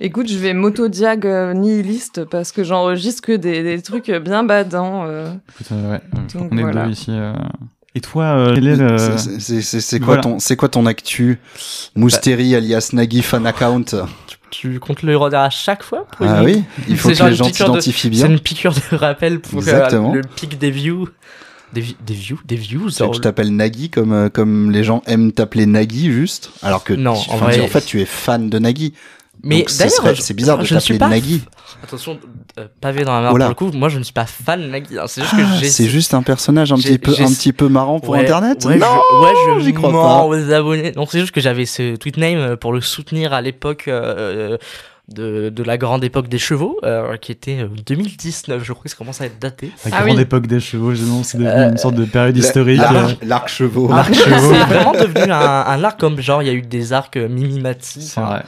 Écoute, je vais m'autodiag euh, nihiliste parce que j'enregistre que des, des trucs bien badants. euh.
Écoute, euh, ouais, euh, je crois
Donc,
qu'on est
voilà.
deux ici. euh. Et toi, euh, quel est le-
C'est- C'est c'est- c'est quoi
Voilà.
ton c'est quoi ton actu Mousteri alias Nagui fan account.
Tu comptes le redire à chaque fois pour
Ah
une-
oui, il faut
C'est
que
genre
les
une
gens
piqûre de-
t'identifient
C'est
bien.
une piqûre de rappel pour euh,
Exactement.
le pic des views. Des, vi- des views Des views
Tu
genre-
tu t'appelles Nagui comme euh, comme les gens aiment t'appeler Nagui juste, alors que
Non,
tu-
en
enfin,
vrai-
tu- en fait tu es fan de Nagui.
Mais
Donc, ce serait-
d'ailleurs, je-
c'est bizarre de
je ne suis
t'appeler
pas
Nagui.
Attention, euh, pavé dans la mare
Voilà.
pour le coup. Moi, je ne suis pas fan de Nagui. hein. C'est juste que j'ai.
Ah, C'est juste un personnage un
j'ai-
petit peu
j'ai-
un petit peu marrant pour
Ouais,
internet.
ouais,
non,
je, ouais, je
j'y crois
mens
pas.
aux abonnés. Non, c'est juste que j'avais ce tweet name euh, pour le soutenir à l'époque euh, de, de la grande époque des chevaux, euh, qui était euh, 2019. Je crois que ça commence à être daté.
La
Ah
grande
oui.
époque des chevaux, justement, c'est devenu
Euh, Ah,
une sorte de période
La-
historique. euh,
l'arc- L'arc chevaux.
L'arc chevaux.
C'est vraiment devenu un, un arc comme genre, il y a eu des arcs euh, Mimimati.
C'est vrai.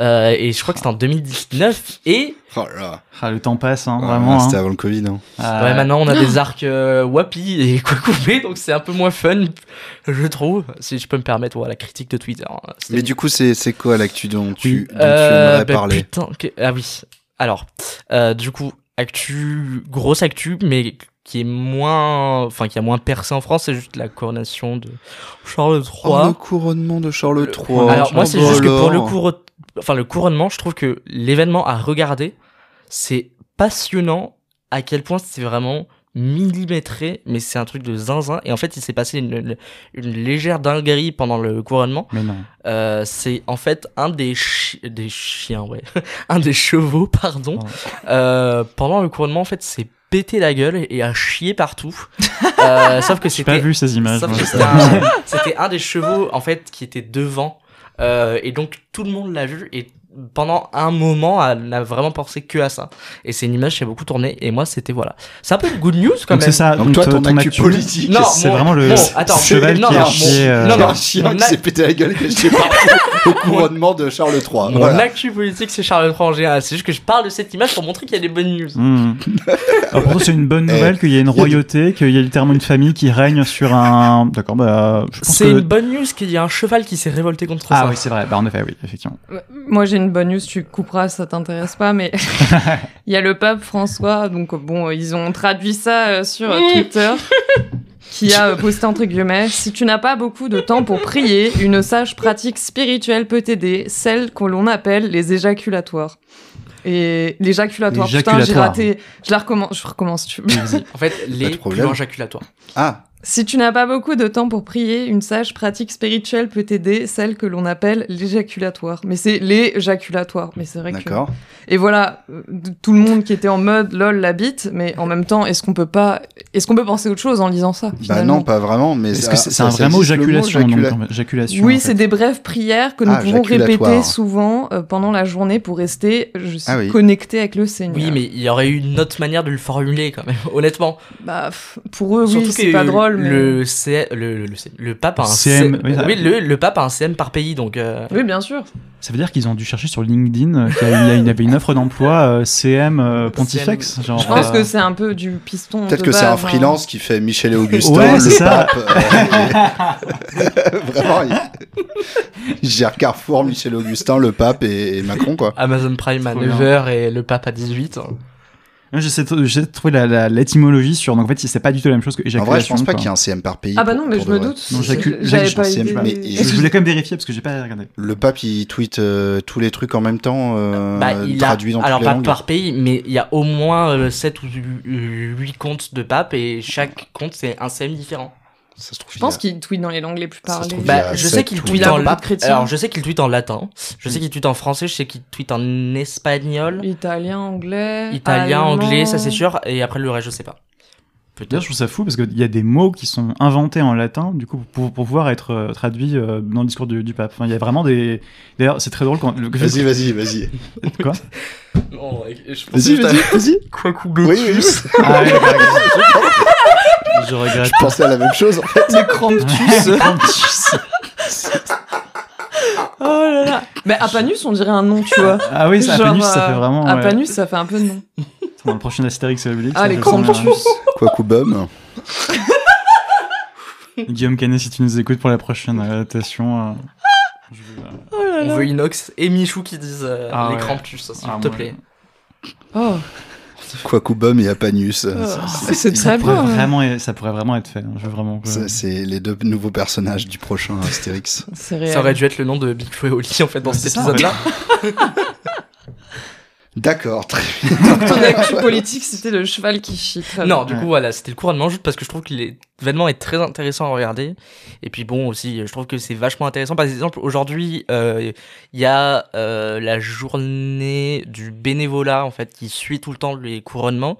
Euh, et je crois que c'était en 2019. Et
Oh là.
Ah, le temps passe, hein,
Ouais,
vraiment.
C'était
hein.
avant le Covid. hein.
Ah,
ouais, maintenant on a des arcs euh, Wapi et quoi couper, donc c'est un peu moins fun, je trouve. Si je peux me permettre, voilà, la critique de Twitter. hein. C'était-
Mais du coup, c'est c'est quoi l'actu dont tu dont tu
Euh,
aimerais
bah,
parler
putain, que- Ah oui. Alors, euh, du coup, actu, grosse actu, mais qui est moins, enfin, qui a moins percé en France, c'est juste la coronation de Charles
Oh, le
III.
couronnement de Charles
Le-
III.
Alors moi, c'est
Oh
juste que pour
là.
le cour- enfin, le couronnement, je trouve que l'événement à regarder, c'est passionnant à quel point c'est vraiment millimétré, mais c'est un truc de zinzin. Et en fait, il s'est passé une- une, une légère dinguerie pendant le couronnement.
Mais non.
Euh, c'est en fait un des, chi- des chiens, ouais, un des chevaux, pardon.
Pardon.
Euh, pendant le couronnement, en fait, s'est pété la gueule et a chié partout. Euh, sauf que
J'ai pas
c'était,
vu ces images.
sauf
moi.
que c'était un, c'était un des chevaux en fait qui était devant. Euh, et donc tout le monde l'a vu et pendant un moment, elle n'a vraiment pensé que à ça. Et c'est une image qui a beaucoup tourné. Et moi, c'était voilà. C'est un peu une good news quand
Donc
même.
c'est ça.
Donc toi,
t-
ton actu politique.
Non,
c'est
mon-
vraiment le
mon- attends,
cheval
non,
qui a
non,
chié.
mon-
euh,
non, non,
un chien
mon
qui
a-
s'est pété la gueule et qui a partout au couronnement de Charles III.
Mon
Ah, Voilà.
actu politique, c'est Charles III en général. C'est juste que je parle de cette image pour montrer qu'il y a des bonnes news.
hmm. Alors, pour toi, c'est une bonne
Eh,
nouvelle qu'il y ait une
il y a du-
royauté, qu'il y ait littéralement une famille qui règne sur un. D'accord, bah. Je pense
C'est
que.
une bonne news qu'il y a un cheval qui s'est révolté contre ça.
Ah oui, c'est vrai. Bah en effet, oui, effectivement.
Ouais, Moi, j'ai une bonne news, tu couperas, ça t'intéresse pas, mais il y a le pape François, donc euh, bon, euh, ils ont traduit ça euh, sur euh, Twitter, qui a euh, posté entre guillemets Si tu n'as pas beaucoup de temps pour prier, une sage pratique spirituelle peut t'aider, celle que l'on appelle les éjaculatoires. Et l'éjaculatoire,
Les
putain, j'ai
jaculatoires.
raté. Je la recommence, je recommence. Tu...
En fait, les
de problème.
plans jaculatoires.
Ah,
Si tu n'as pas beaucoup de temps pour prier, une sage pratique spirituelle peut t'aider, celle que l'on appelle l'éjaculatoire. Mais c'est l'éjaculatoire. Mais c'est vrai que.
d'accord. Bah,
Et voilà, euh, de- tout le monde qui était en mode lol la bite, mais en même temps, est-ce qu'on peut pas, est-ce qu'on peut penser autre chose en lisant ça
Bah
finalement
non, pas vraiment. Mais
Est-ce
ça-
que c'est c'est
ça-
un
ça
vrai mot
existe, le
jaculation
jacula-
donc, jaculation, en
Oui,
fait.
c'est des brèves prières que nous
Ah,
pouvons
jaculatoire.
répéter souvent euh, pendant la journée pour rester je sais,
Ah oui.
connecté avec le Seigneur.
Oui, mais il y aurait eu une autre manière de le formuler quand même, honnêtement.
Bah, pff, pour eux, oui,
Surtout
c'est
que
pas drôle, parole, mais.
Le, C- le, le, le C- le pape a un
CM,
C-
oui, ça-
oui, le, le pape a un CM par pays, donc euh,
Oui, bien sûr.
Ça veut dire qu'ils ont dû chercher sur LinkedIn euh, qu'il y a- il y avait une offre d'emploi euh, CM euh, Pontifex. Genre,
Je
Ah.
pense
euh,
que c'est un peu du piston.
Peut-être
de
que c'est un
base, hein.
freelance qui fait Michel et Augustin,
Ouais,
le
c'est ça.
pape. euh, et- Vraiment, il... il gère Carrefour, Michel et Augustin, le pape et, et Macron, quoi.
Amazon Prime à
Trop bien.
9h et le pape à 18.
Euh,
hein.
Moi, J'essaie de j'essaie de trouver la- la- l'étymologie sur. Donc en fait, c'est pas du tout la même chose que
En
éjaculation.
vrai, je pense pas
quoi.
qu'il y ait un CM par pays.
Ah bah
pour-
non, mais
pour
je
de
me
vrai.
doute.
Non, j'accuse-
J'avais
j'accuse
pas
un CM,
idée.
mais-
Je,
Est-ce
je
que-
voulais quand même vérifier parce que j'ai pas regardé.
Le pape, il tweet euh, tous les trucs en même temps, euh,
Bah, il a,
traduit dans
alors
toutes les
pas
langues.
par pays, mais il y a au moins 7 ou 8 comptes de pape et chaque compte c'est un CM différent.
Ça se trouve,
Je pense qu'il tweet dans les langues les plus
Ça se
parlées.
trouve, Il y a
Bah, je sais
sept
qu'il
ou
tweet
huit
en
papes
latin.
chrétiens.
Alors je sais qu'il tweet en latin, je sais qu'il tweet en français, je sais qu'il tweet en espagnol,
Italien, anglais.
italien,
Mm. allemand.
anglais, ça c'est sûr, et après le reste je sais pas.
D'ailleurs, je trouve ça fou parce qu'il y a des mots qui sont inventés en latin, du coup, pour, pour pouvoir être euh, traduits euh, dans le discours du, du pape. Enfin, il y a vraiment des. D'ailleurs, c'est très drôle quand. le-
Vas-y, vas-y, vas-y.
Quoi
Non, je
Vas-y, vas-y, vas-y.
Quoi coup
Oui, oui, oui.
Ah, ouais, je regrette. je regrette.
Je pensais à la même chose. en fait.
Le cramptus
Oh là là. Mais Apanus, on dirait un nom, tu vois.
Ah oui, ça,
Genre,
Apanus, ça
euh,
fait vraiment. ouais.
Apanus, ça fait un peu de nom.
Dans le prochain Astérix et Obélix.
Ah,
ça
les
fait ressemble à-
crampus.
Quoi qu'au bum.
Guillaume Canet, si tu nous écoutes pour la prochaine adaptation. euh, je veux, euh,
Oh là
On
là.
veut Inox et Michou qui disent euh,
Ah
les
ouais.
cramptus, s'il
ah,
te
moi,
plaît.
Oh,
Quoi qu'au bum et Apanus. euh,
oh,
ça-
c'est
Ça
très beau.
pourrait,
hein.
vraiment, être- ça pourrait vraiment être fait. hein, Je veux vraiment. que-
ça, C'est les deux nouveaux personnages du prochain Astérix.
C'est
Ça aurait
réel.
dû être le nom de Big Flo et Oli en fait dans
C'est
cet
ça,
épisode là.
D'accord, très
Ton actu politique, c'était le cheval qui chie. Très bien.
Non, du
Ouais.
coup, voilà, c'était le courant de manche parce que je trouve que l'événement est très intéressant à regarder. Et puis bon, aussi, je trouve que c'est vachement intéressant. Par exemple, aujourd'hui, euh, il y a euh, la journée du bénévolat, en fait, qui suit tout le temps les couronnements.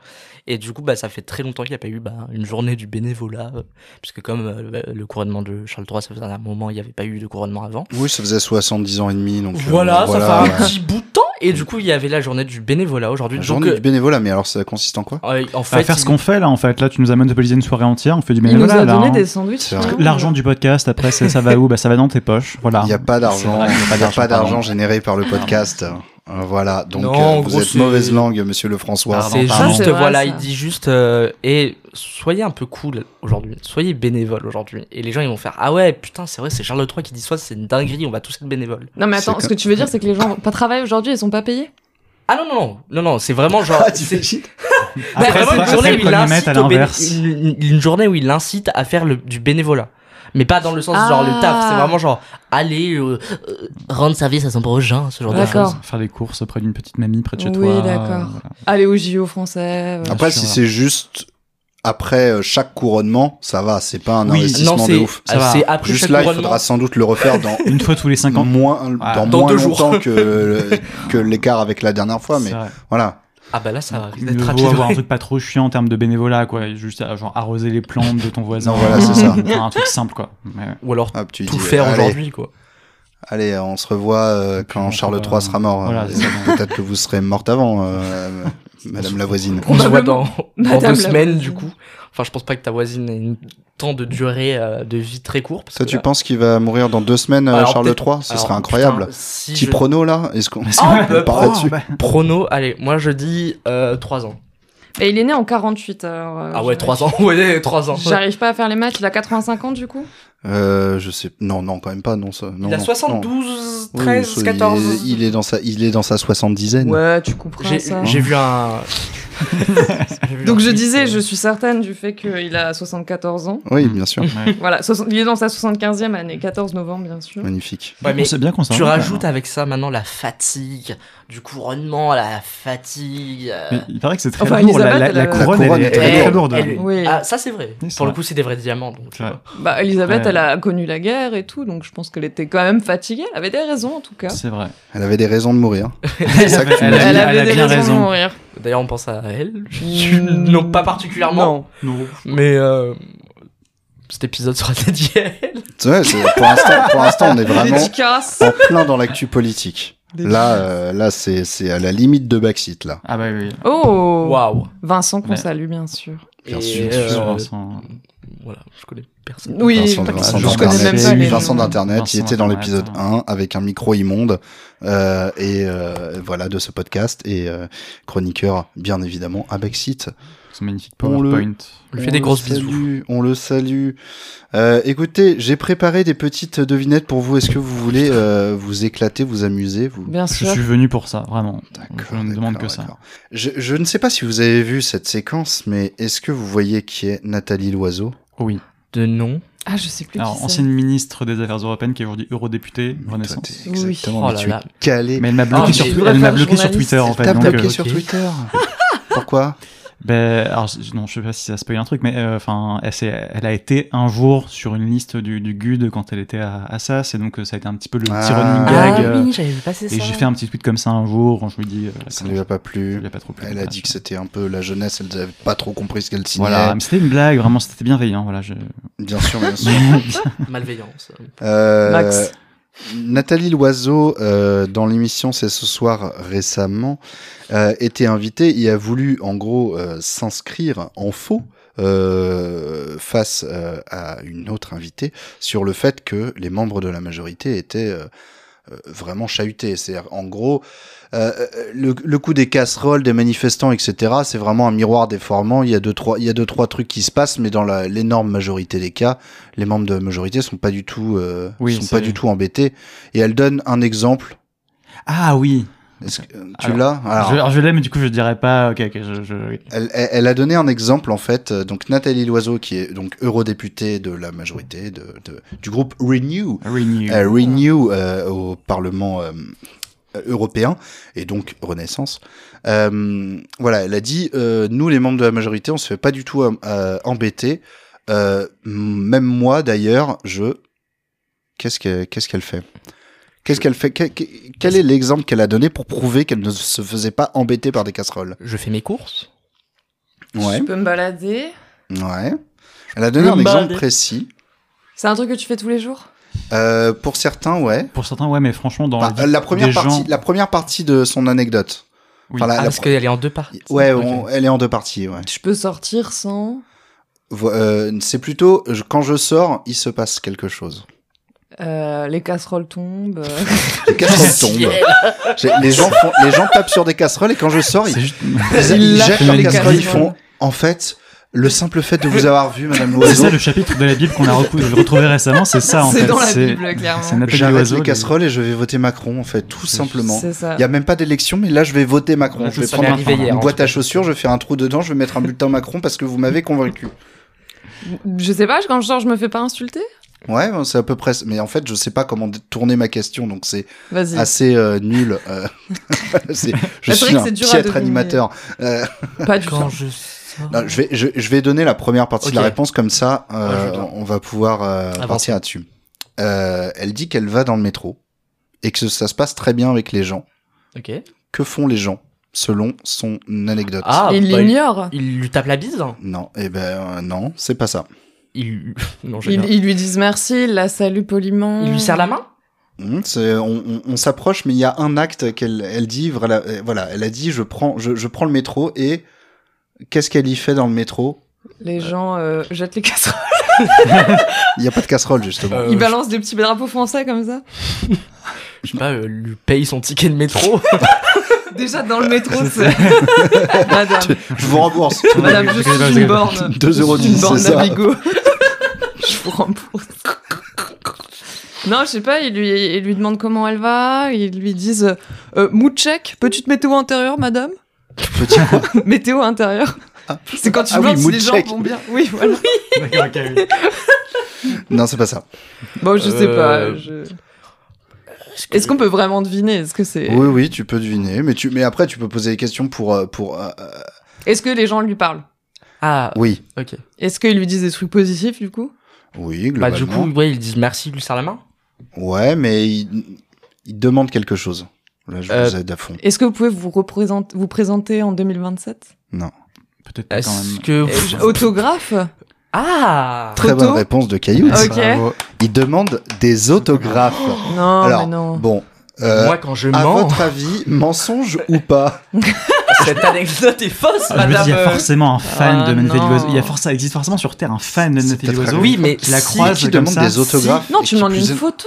Et du coup, bah, ça fait très longtemps qu'il n'y a pas eu bah, une journée du bénévolat. euh, puisque comme euh, bah, le couronnement de Charles III, ça faisait un moment, il n'y avait pas eu de couronnement avant.
Oui, ça faisait 70 ans et demi. Donc, euh,
Voilà, ça fait un
ouais.
petit bout de temps. Et du coup, il y avait la journée du bénévolat aujourd'hui.
La
Donc,
journée
euh,
du bénévolat, mais alors ça consiste en quoi
euh, en
Enfin,
fait,
faire ce
il-
qu'on fait là, en fait. Là, tu nous as monopolisé une soirée entière, on fait du
Il nous
bénévolat.
a
là,
donné
hein.
des sandwichs.
C'est vrai.
finalement.
L'argent du podcast, après, ça, ça va où Bah, ça va dans tes poches. Voilà.
Il n'y a pas d'argent,
vrai,
il n'y a pas d'argent
pardon.
généré par le podcast. Euh, Voilà, donc
Non,
euh,
en
vous
gros,
êtes
c'est-
mauvaise langue, monsieur Lefrançois.
Pardon,
C'est
pardon.
juste,
Ça, c'est vrai,
voilà,
ça.
il dit juste, euh, et soyez un peu cool aujourd'hui, soyez bénévole aujourd'hui. Et les gens, ils vont faire, ah ouais, putain, c'est vrai, c'est Charles III qui dit soit c'est une dinguerie, on va tous être bénévoles.
Non, mais attends,
C'est
ce que tu veux dire, c'est que les gens n'ont pas travaillé aujourd'hui et sont pas payés
Ah non, non, non, non, non, c'est vraiment genre. c'est-
Après,
Bah,
Ah, c'est
vraiment
pas-
une
c'est
journée
le
où il
premier mètre
incite
à
au béné-
l'inverse.
une, une- une journée où il incite à faire le- du bénévolat. Mais pas dans le sens
Ah.
genre le taf, c'est vraiment genre aller euh, euh, rendre service à son prochain, ce genre de
D'accord.
choses.
Faire des courses auprès d'une petite mamie près de chez
Oui,
toi. euh,
d'accord.
voilà.
Allez au JO français. euh.
Après,
sûr.
si c'est juste après euh, chaque couronnement, ça va, c'est pas un
Oui,
investissement
non,
de
c'est-
ouf.
Ça va.
C'est après
Juste
chaque
là, il
couronnement.
faudra sans doute le refaire dans
Une fois tous les 50
moins,
Ah,
dans
dans
moins
deux jours.
longtemps que, que l'écart avec la dernière fois, mais
C'est vrai.
voilà.
Ah bah là, ça va risque
Mieux
d'être
vaut
rapide.
avoir un truc pas trop chiant en termes de bénévolat, quoi. Juste euh, genre arroser les plantes de ton voisin.
Non, voilà, c'est ça.
Enfin, un truc simple, quoi. Ouais, ouais.
Ou alors
Hop, tu
tout
dis,
faire
allez,
aujourd'hui, quoi.
Allez, on se revoit euh, quand
on se
Charles
revoit.
III sera mort.
Voilà,
Euh,
c'est ça.
Peut-être que vous serez morte avant, euh, Madame la voisine.
On se voit
Probablement.
dans, dans
Madame
deux
la
semaines, du
voisine.
coup. Enfin, je pense pas que ta voisine ait une temps de durée euh, de vie très court. Parce
Toi,
que
tu
là-
penses qu'il va mourir dans deux semaines, euh,
Alors,
Charles
peut-être-
III Ce
alors,
serait incroyable.
putain, si
Petit
je-
prono là Est-ce qu'on
Mais
est-ce
c'est
qu'on
vrai.
peut
bah,
parler dessus
bah,
Prono, allez, moi je dis 3 ans.
Et il est né en 48, alors. euh,
Ah ouais,
j'arrive-
3 ans, ouais, 3 ans.
J'arrive pas à faire les matchs, il a 85 ans du coup
euh, Je sais. Non, non, quand même pas. Non, ça... non,
Il a
non,
72,
non. Oui,
13,
il est-
14.
Il est dans sa, il est dans sa soixante-dizaine.
Ouais, tu comprends
J'ai-
ça.
J'ai vu un. J'ai vu un
Donc je
tweet, euh,
disais, je suis certaine du fait qu'il a 74 ans.
Oui,
Mm.
bien sûr.
Voilà, soixante- il est dans sa 75e année, 14 novembre bien sûr.
Magnifique.
Ouais, mais
on sait bien qu'on s'en
tu
rend compte,
rajoutes avec ça maintenant la fatigue du couronnement, la fatigue. euh,
Mais il paraît que c'est très
Enfin,
lourd. La,
Elisabeth,
la-
elle
la
a-
couronne,
La
elle,
couronne
est-
est
elle est
très
très lourde.
elle-
Oui.
Ah, ça c'est vrai.
Oui, c'est
Pour le
vrai.
coup, c'est des vrais diamants. Donc, tu
Ouais.
vois.
Bah Elisabeth,
Ouais.
elle a connu la guerre et tout, donc je pense qu'elle était quand même fatiguée. Elle avait des raisons en tout cas.
C'est vrai.
Elle avait des raisons de mourir.
C'est ça que tu
Elle,
m'as dit,
avait des
bien
raisons de
raison.
mourir.
D'ailleurs, on pense à elle.
Mm.
Mmh. Non, pas particulièrement.
Non.
Mais euh, cet épisode sera dédié à elle.
C'est vrai, c'est- pour l'instant, pour l'instant, on est
Ah
vraiment
Dédicace.
en plein dans l'actu politique. Là, euh, là, c'est, c'est à la limite de Brexit là.
Ah bah oui, oui.
Oh
Waouh.
Vincent qu'on
Ouais.
salue bien sûr.
Bien
Et,
sûr,
euh,
Sur Vincent.
voilà, je connais personne.
Oui,
Vincent,
t'inquiète,
Vincent
je connais même
d'Internet.
pas les
Vincent
noms.
d'Internet, hein. il
Vincent
était dans
d'Internet,
l'épisode 1 avec un micro immonde euh, et euh, voilà de ce podcast et euh, chroniqueur bien évidemment à Backseat.
Ce magnifique
On le-
PowerPoint.
On lui fait des grosses bisous.
salue, On le salue. Euh, écoutez, j'ai préparé des petites devinettes pour vous. Est-ce que vous voulez euh, vous éclater, vous amuser vous...
Bien
Je
sûr.
suis venu pour ça, vraiment.
D'accord,
Je ne demande
d'accord,
que ça.
d'accord. Je, je ne sais pas si vous avez vu cette séquence, mais est-ce que vous voyez qui est Nathalie Loiseau
Oui.
De nom.
Ah, je sais plus qui
Alors,
c'est.
ancienne ministre des Affaires européennes qui est aujourd'hui eurodéputée,
Toi,
Renaissance.
t'es
Oui.
Exactement.
Oh
mais
là
tu es
là.
calé.
Mais elle m'a
Ah, mais
bloqué, sur,
tu
Twi-
devrais
elle m'a
faire
bloqué sur
journaliste.
Twitter, en fait.
T'as
donc,
bloqué
euh,
sur
ok.
Twitter. Pourquoi
Ben, alors, je- non, je sais pas si ça spoil un truc, mais euh, enfin, elle, s'est- elle a été un jour sur une liste du, du GUD quand elle était à, à SAS, et donc euh, ça a été un petit peu le petit
Ah.
running
Ah
gag. euh,
oui, j'avais vu passer ça.
et j'ai fait un petit tweet comme ça un jour, je me dis, euh,
Ça
quand
lui a
je-
pas
ça
plu.
lui a pas trop plu.
Elle a
Voilà,
dit que
je-
c'était un peu la jeunesse, elle n'avait pas trop compris ce qu'elle signait.
Voilà, mais c'était une blague, vraiment, c'était bienveillant. Voilà, je...
Bien sûr, bien sûr.
Malveillance.
Euh,
Max.
Nathalie Loiseau, euh, dans l'émission C'est ce soir récemment, euh, était invitée et a voulu en gros euh, s'inscrire en faux. euh, face euh, à une autre invitée sur le fait que les membres de la majorité étaient euh, euh, vraiment chahutés. C'est-à-dire, en gros, euh, euh, le, le coup des casseroles, des manifestants, etc., c'est vraiment un miroir déformant. Il y a deux, trois, il y a deux, trois trucs qui se passent, mais dans la- l'énorme majorité des cas, les membres de la majorité sont pas du tout, euh,
Oui,
sont
c'est-
pas du tout embêtés. Et elle donne un exemple.
Ah oui
Est-ce que- euh, tu
Alors,
l'as Alors,
Je, alors, je l'ai, mais du coup, je dirais pas. Ok, ok, je. je- oui.
elle, elle- elle a donné un exemple en fait. euh, Donc Nathalie Loiseau, qui est donc eurodéputée de la majorité de, de- du groupe Renew,
Renew.
euh, Renew euh, au Parlement euh, européen et donc Renaissance. Euh, voilà, elle a dit euh, nous les membres de la majorité, on se fait pas du tout euh, embêter. Euh, m- même moi d'ailleurs, je qu'est-ce que qu'est-ce qu'elle fait Qu'est-ce qu'elle fait Que- que- Quel est l'exemple qu'elle a donné pour prouver qu'elle ne se faisait pas embêter par des casseroles
Je fais mes courses.
Ouais,
Je peux me balader.
ouais. Elle a donné un
Lumbar
exemple
des-
précis.
C'est un truc que tu fais tous les jours
Euh, pour certains, ouais.
Pour certains, ouais, mais franchement, dans
Enfin,
la,
euh,
vie
la première
des gens-
partie, la première partie de son anecdote.
Oui.
Enfin, la-
Ah,
la
parce
pre-
qu'elle est en deux parties.
Ouais,
Ok.
on- elle est en deux parties, ouais.
Je peux sortir sans.
Vo- euh, c'est plutôt je- quand je sors, il se passe quelque chose.
euh, les casseroles tombent. euh,
Les casseroles tombent. J'ai- Les gens, font, les gens tapent sur des casseroles et quand je sors,
C'est
ils,
juste-
ils- ils
lâchent
jettent leurs
les
casseroles. Ils font
casseroles.
en fait le simple fait de vous avoir vu, Madame
C'est
Loiseau.
ça le chapitre de la Bible qu'on a recou- retrouvé récemment, c'est ça en fait.
c'est dans la Bible, clairement.
c'est Nathalie
J'arrête
Loiseau,
les
les-
casseroles et je vais voter Macron, en fait, tout
C'est-
simplement.
C'est ça.
Il y a même pas d'élection, mais là je vais voter Macron.
Là,
Je vais
ça
m'est
prendre
arrivé hier, hein,
une
en
boîte
tout
à chaussures, je vais faire un trou dedans, je vais mettre un bulletin Macron parce que vous m'avez convaincu.
Je sais pas, quand je sors, je me fais pas insulter
Ouais, bon, c'est à peu près. Mais en fait, je sais pas comment d- tourner ma question, donc c'est
Vas-y. Bah,
assez euh, nul. euh, c'est- je
C'est vrai
suis
que
un
c'est dur à
piètre
deviner.
animateur. Euh,
pas du
Quand
tout.
je sors.
non, je vais, je, je vais donner la première partie de la
Ok.
réponse comme ça, euh,
Ouais, je veux bien.
on va pouvoir euh,
Avancer.
partir là-dessus. Euh, elle dit qu'elle va dans le métro et que ça se passe très bien avec les gens.
Ok.
Que font les gens selon son anecdote
Ah,
Il
bah,
l'ignore.
Il lui tape la bise hein.
Non, eh ben euh, non, c'est pas ça.
Il non, j'ai
Ils,
bien.
ils lui disent merci, ils la saluent poliment.
Il lui serre la main
Hum, c'est- on on- on s'approche, mais il y a un acte qu'elle elle dit. Voilà, euh, voilà, elle a dit je prends, je, je prends le métro et qu'est-ce qu'elle y fait dans le métro
Les gens euh, jettent les casseroles.
Il y a pas de casserole justement.
Euh,
ils balancent des petits drapeaux français comme ça.
Je sais pas, euh, lui paye son ticket de métro.
Déjà dans le métro, c'est. Madame,
je vous rembourse.
Madame, je suis une borne.
2,10 euros,
Je suis une borne
c'est ça.
Navigo. Je vous rembourse. Non, je sais pas, il lui, il lui demande comment elle va, ils lui disent euh, euh, mood check, petite météo intérieure, madame
Petit quoi
Météo intérieure. C'est quand tu
Ah oui,
demandes si
mood
les gens
check.
vont bien. Oui, voilà.
D'accord, ok, oui.
Non, c'est pas ça.
Bon, je sais
Euh,
pas. je- Est-ce qu'on peut vraiment deviner Est-ce que c'est
Oui, oui, tu peux deviner, mais tu, mais après tu peux poser des questions pour, euh, pour. euh, euh,
Est-ce que les gens lui parlent
Ah,
oui,
ok.
Est-ce qu'ils lui disent des trucs positifs du coup
oui, globalement.
Bah du coup, ouais, ils disent merci, il lui serre la main.
Ouais, mais il, il demande quelque chose. Là, je
Euh,
vous aide à fond.
Est-ce que vous pouvez vous représenter, vous présenter en 2027
Peut-être pas quand
Est-ce
même.
que
Autographe
Ah
Très bonne
tôt
réponse de Caillou.
Ok.
Bravo. Il demande des autographes.
Non,
Alors,
mais non.
Bon, euh,
Moi quand je
à
mens, Euh,
votre avis, mensonge ou pas
Cette anecdote est fausse,
Ah, Je me dis,
madame.
il y a
euh,
forcément un fan
Ah,
de Manfred
non.
Loiseau. Il y a forcément, ça existe forcément sur Terre un fan de
C'est
Manfred
peut-être
Loiseau.
Oui, mais
qui la
si-
croise
qui
comme
demande
ça.
des autographes.
Non,
et
tu
qui
demandes
plus
une
est-
photo.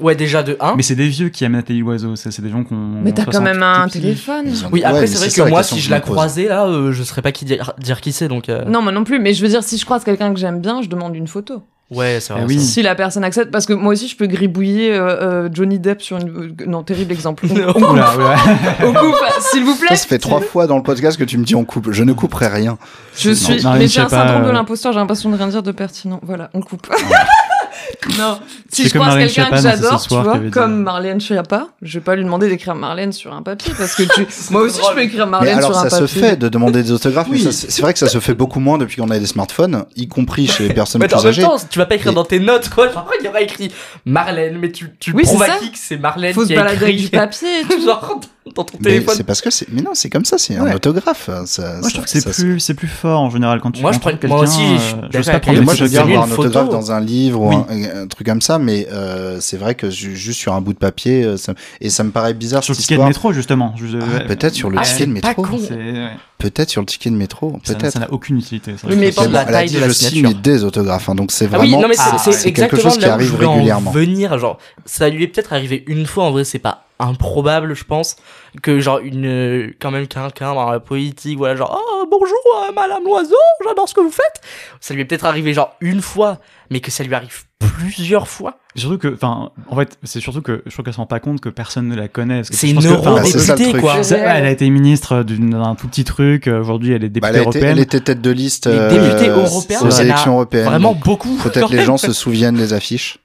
Ouais, déjà de 1.
Mais c'est des vieux qui aiment Nathalie Loiseau. ça, C'est des gens qui ont.
Mais t'as quand
60
même un
tout petits.
téléphone.
Oui, après,
Ouais, mais
c'est vrai
ça,
que moi,
question
si je la
me pose.
croisais là, euh, je saurais pas qui dire, dire qui c'est donc. euh,
Non, moi non plus. Mais je veux dire, si je croise quelqu'un que j'aime bien, je demande une photo.
Ouais, c'est vrai.
Eh
Hmm.
oui.
ça.
Si la personne accepte, parce que moi aussi, je peux gribouiller euh, euh, Johnny Depp sur une. euh, non, terrible exemple.
Non.
On- on coupe,
Oula, oula.
on coupe, s'il vous plaît.
Ça se fait trois fois dans le podcast que tu me dis on coupe. Je ne couperai rien.
Je suis.
Non, non,
mais
je
j'ai
sais
un syndrome
pas,
de
euh,
l'imposteur, j'ai l'impression de rien dire de pertinent. Voilà, on coupe. non. Si
C'est
je
comme
croise
Marlène
quelqu'un
Schiappa,
que
non, c'est ce
j'adore, tu
soir
vois,
qu'elle avait dit.
comme Marlène Schiappa, je vais pas lui demander d'écrire Marlène sur un papier parce que tu... moi aussi je peux écrire
Mais
Marlène
alors
Ah, sur un
ça
papier.
se fait de demander des autographes. mais
Oui.
ça, c'est c'est vrai que ça se fait beaucoup moins depuis qu'on a des smartphones, y compris chez les personnes
Mais en
plus
même
âgées.
temps, tu vas pas écrire
Et-
dans tes notes quoi. Genre, il y aura écrit Marlène, mais tu, tu
Oui, c'est
prouves à
ça.
qui que c'est Marlène
Faut se
qui a
balader avec du
écrit.
papier et tout.
Genre, dans ton
Mais
téléphone.
c'est parce que c'est. Mais non, c'est comme ça. C'est un
Ouais.
autographe. hein, Ça,
Moi,
ça-
je trouve que c'est
ça-
plus, c'est plus fort en général quand tu
Moi, je
rencontres
prends- moi
quelqu'un,
aussi, je suis
euh,
d'accord
j'ose pas
avec
prendre
elle.
Et
des
moi, je veux
photos.
bien
c'est
avoir
une
un
photo.
autographe dans un livre ou un, un truc comme ça, mais euh, c'est vrai que ju- juste sur un bout de papier, euh, ça- et ça me paraît bizarre
Sur le
cette
ticket de
histoire.
métro, justement. Je-
Ah,
ouais.
peut-être sur le
Ah,
ticket de
c'est pas
métro.
con.
C'est- ouais.
Peut-être sur le ticket de métro.
Ça-
Peut-être.
Ça n'a aucune utilité. c'est
Oui,
vrai.
mais
Mais
dépend de la
elle a
taille
dit,
de la
je signe
signature.
des autographes, hein, donc c'est
Ah
vraiment.
oui, non mais c'est-
ah,
c'est
c'est quelque
exactement
chose qui
là où
arrive
je voulais en
régulièrement.
venir, genre ça lui est peut-être arrivé une fois en vrai, c'est pas improbable, je pense que genre une euh, quand même quelqu'un dans la politique voilà genre oh bonjour euh, madame Loiseau, j'adore ce que vous faites. Ça lui est peut-être arrivé genre une fois, mais que ça lui arrive plusieurs fois.
Surtout que, enfin, en fait, c'est surtout que je crois qu'elle se rend pas compte que personne ne la connaît. parce que
C'est
je
une
pense que, enfin,
Bah, c'est ça le
eurodéputée
truc.
quoi.
ça- ouais, elle a été ministre d'une- d'un tout petit truc. euh, Aujourd'hui, elle est
Bah,
députée
elle, a été- elle
européenne.
était tête de liste
Mais députée
euh,
européenne,
aux
elle a
élections européennes.
Vraiment
donc
beaucoup.
Peut-être les gens se souviennent des affiches.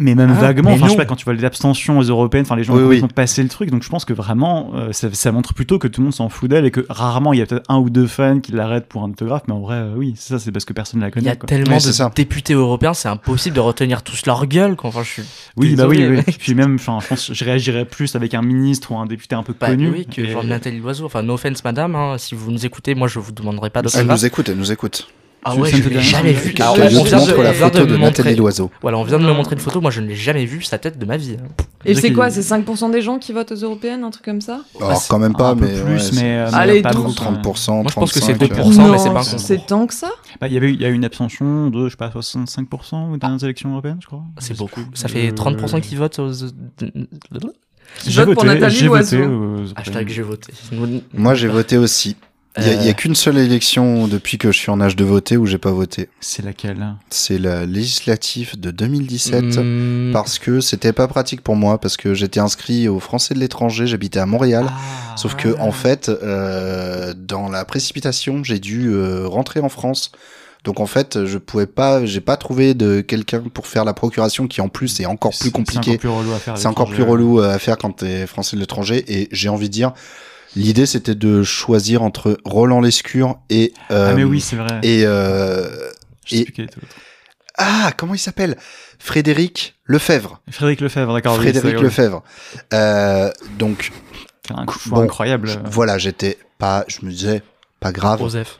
Mais même
Ah,
vaguement,
mais
enfin, je sais
non.
pas, quand tu vois les abstentions aux européennes, enfin, les gens
Oui, oui.
ont passé le truc, donc je pense que vraiment, euh, ça, ça montre plutôt que tout le monde s'en fout d'elle et que rarement il y a peut-être un ou deux fans qui l'arrêtent pour un autographe, mais en vrai, euh, oui, ça, c'est parce que personne ne la
Il y a
connaît. quoi.
tellement
Oui, c'est ça.
de députés européens, c'est impossible de retenir tous leur gueule quoi. Enfin je suis
Oui, bah oui,
désolé,
oui.
mais-
Puis même, enfin, je pense que je réagirais plus avec un ministre ou un député un peu
Bah
connu.
oui, que
Et-
genre Nathalie Loiseau, enfin no offense madame, hein, si vous nous écoutez, moi je vous demanderai pas
Elle
d'autographe.
nous écoute, elle nous écoute.
Ah
Tu-
ouais,
ça
je
me fait
l'ai
bien
jamais
envie.
vu.
Ah
on
Qu'elle
ouais,
juste
vient de-
montre
on
la
vient
photo
me
de
montrer-
Nathalie Loiseau.
Voilà, on vient de me montrer une photo, moi je ne l'ai jamais vue, sa tête de ma vie. hein.
Et
Déjà
c'est
qu'il-
quoi C'est 5% des gens qui votent aux européennes, un truc comme ça
Alors quand même pas,
un peu
mais ouais,
plus,
c'est-
mais, euh, mais
Allez,
pas
douze.
beaucoup,
30%,
ouais.
35%.
Moi, je pense que c'est
euh,
2%. Non, mais c'est
Non,
pas un
c'est
concours.
tant que ça
Bah, il y avait, il y a eu une abstention de, je sais pas, 65% aux dernières élections européennes, je crois.
C'est beaucoup. Ça fait 30% qui votent aux.
J'ai
votent pour
voté,
Nathalie
j'ai voté
Loiseau.
aux
Hashtag
européennes.
j'ai voté.
Moi j'ai voté aussi. Il y a, il y a
Euh,
qu'une seule élection depuis que je suis en âge de voter où j'ai pas voté.
C'est laquelle
C'est la législative de 2017.
Mm.
hmm,
Parce que c'était pas pratique pour moi, parce que j'étais inscrit aux Français de l'étranger, j'habitais à Montréal.
Ah.
Sauf que en fait, euh, dans la précipitation, j'ai dû euh, rentrer en France. Donc en fait, je pouvais pas, j'ai pas trouvé de quelqu'un pour faire la procuration qui en plus est encore
C'est-
plus
C'est encore
compliqué.
plus relou à faire. à
C'est encore plus
l'étranger.
relou à faire quand t'es français de l'étranger. Et j'ai envie de dire, l'idée c'était de choisir entre Roland Lescure et
Ah,
euh,
mais oui, c'est vrai.
et euh,
Je sais
et-
plus quel était l'autre.
ah comment il s'appelle Frédéric Lefebvre.
Frédéric Lefebvre, d'accord. oui, c'est-
Frédéric
oui.
Lefebvre. Euh, donc
C'est un choix
Bon,
incroyable.
je- voilà, j'étais pas, je me disais pas grave.
Joseph.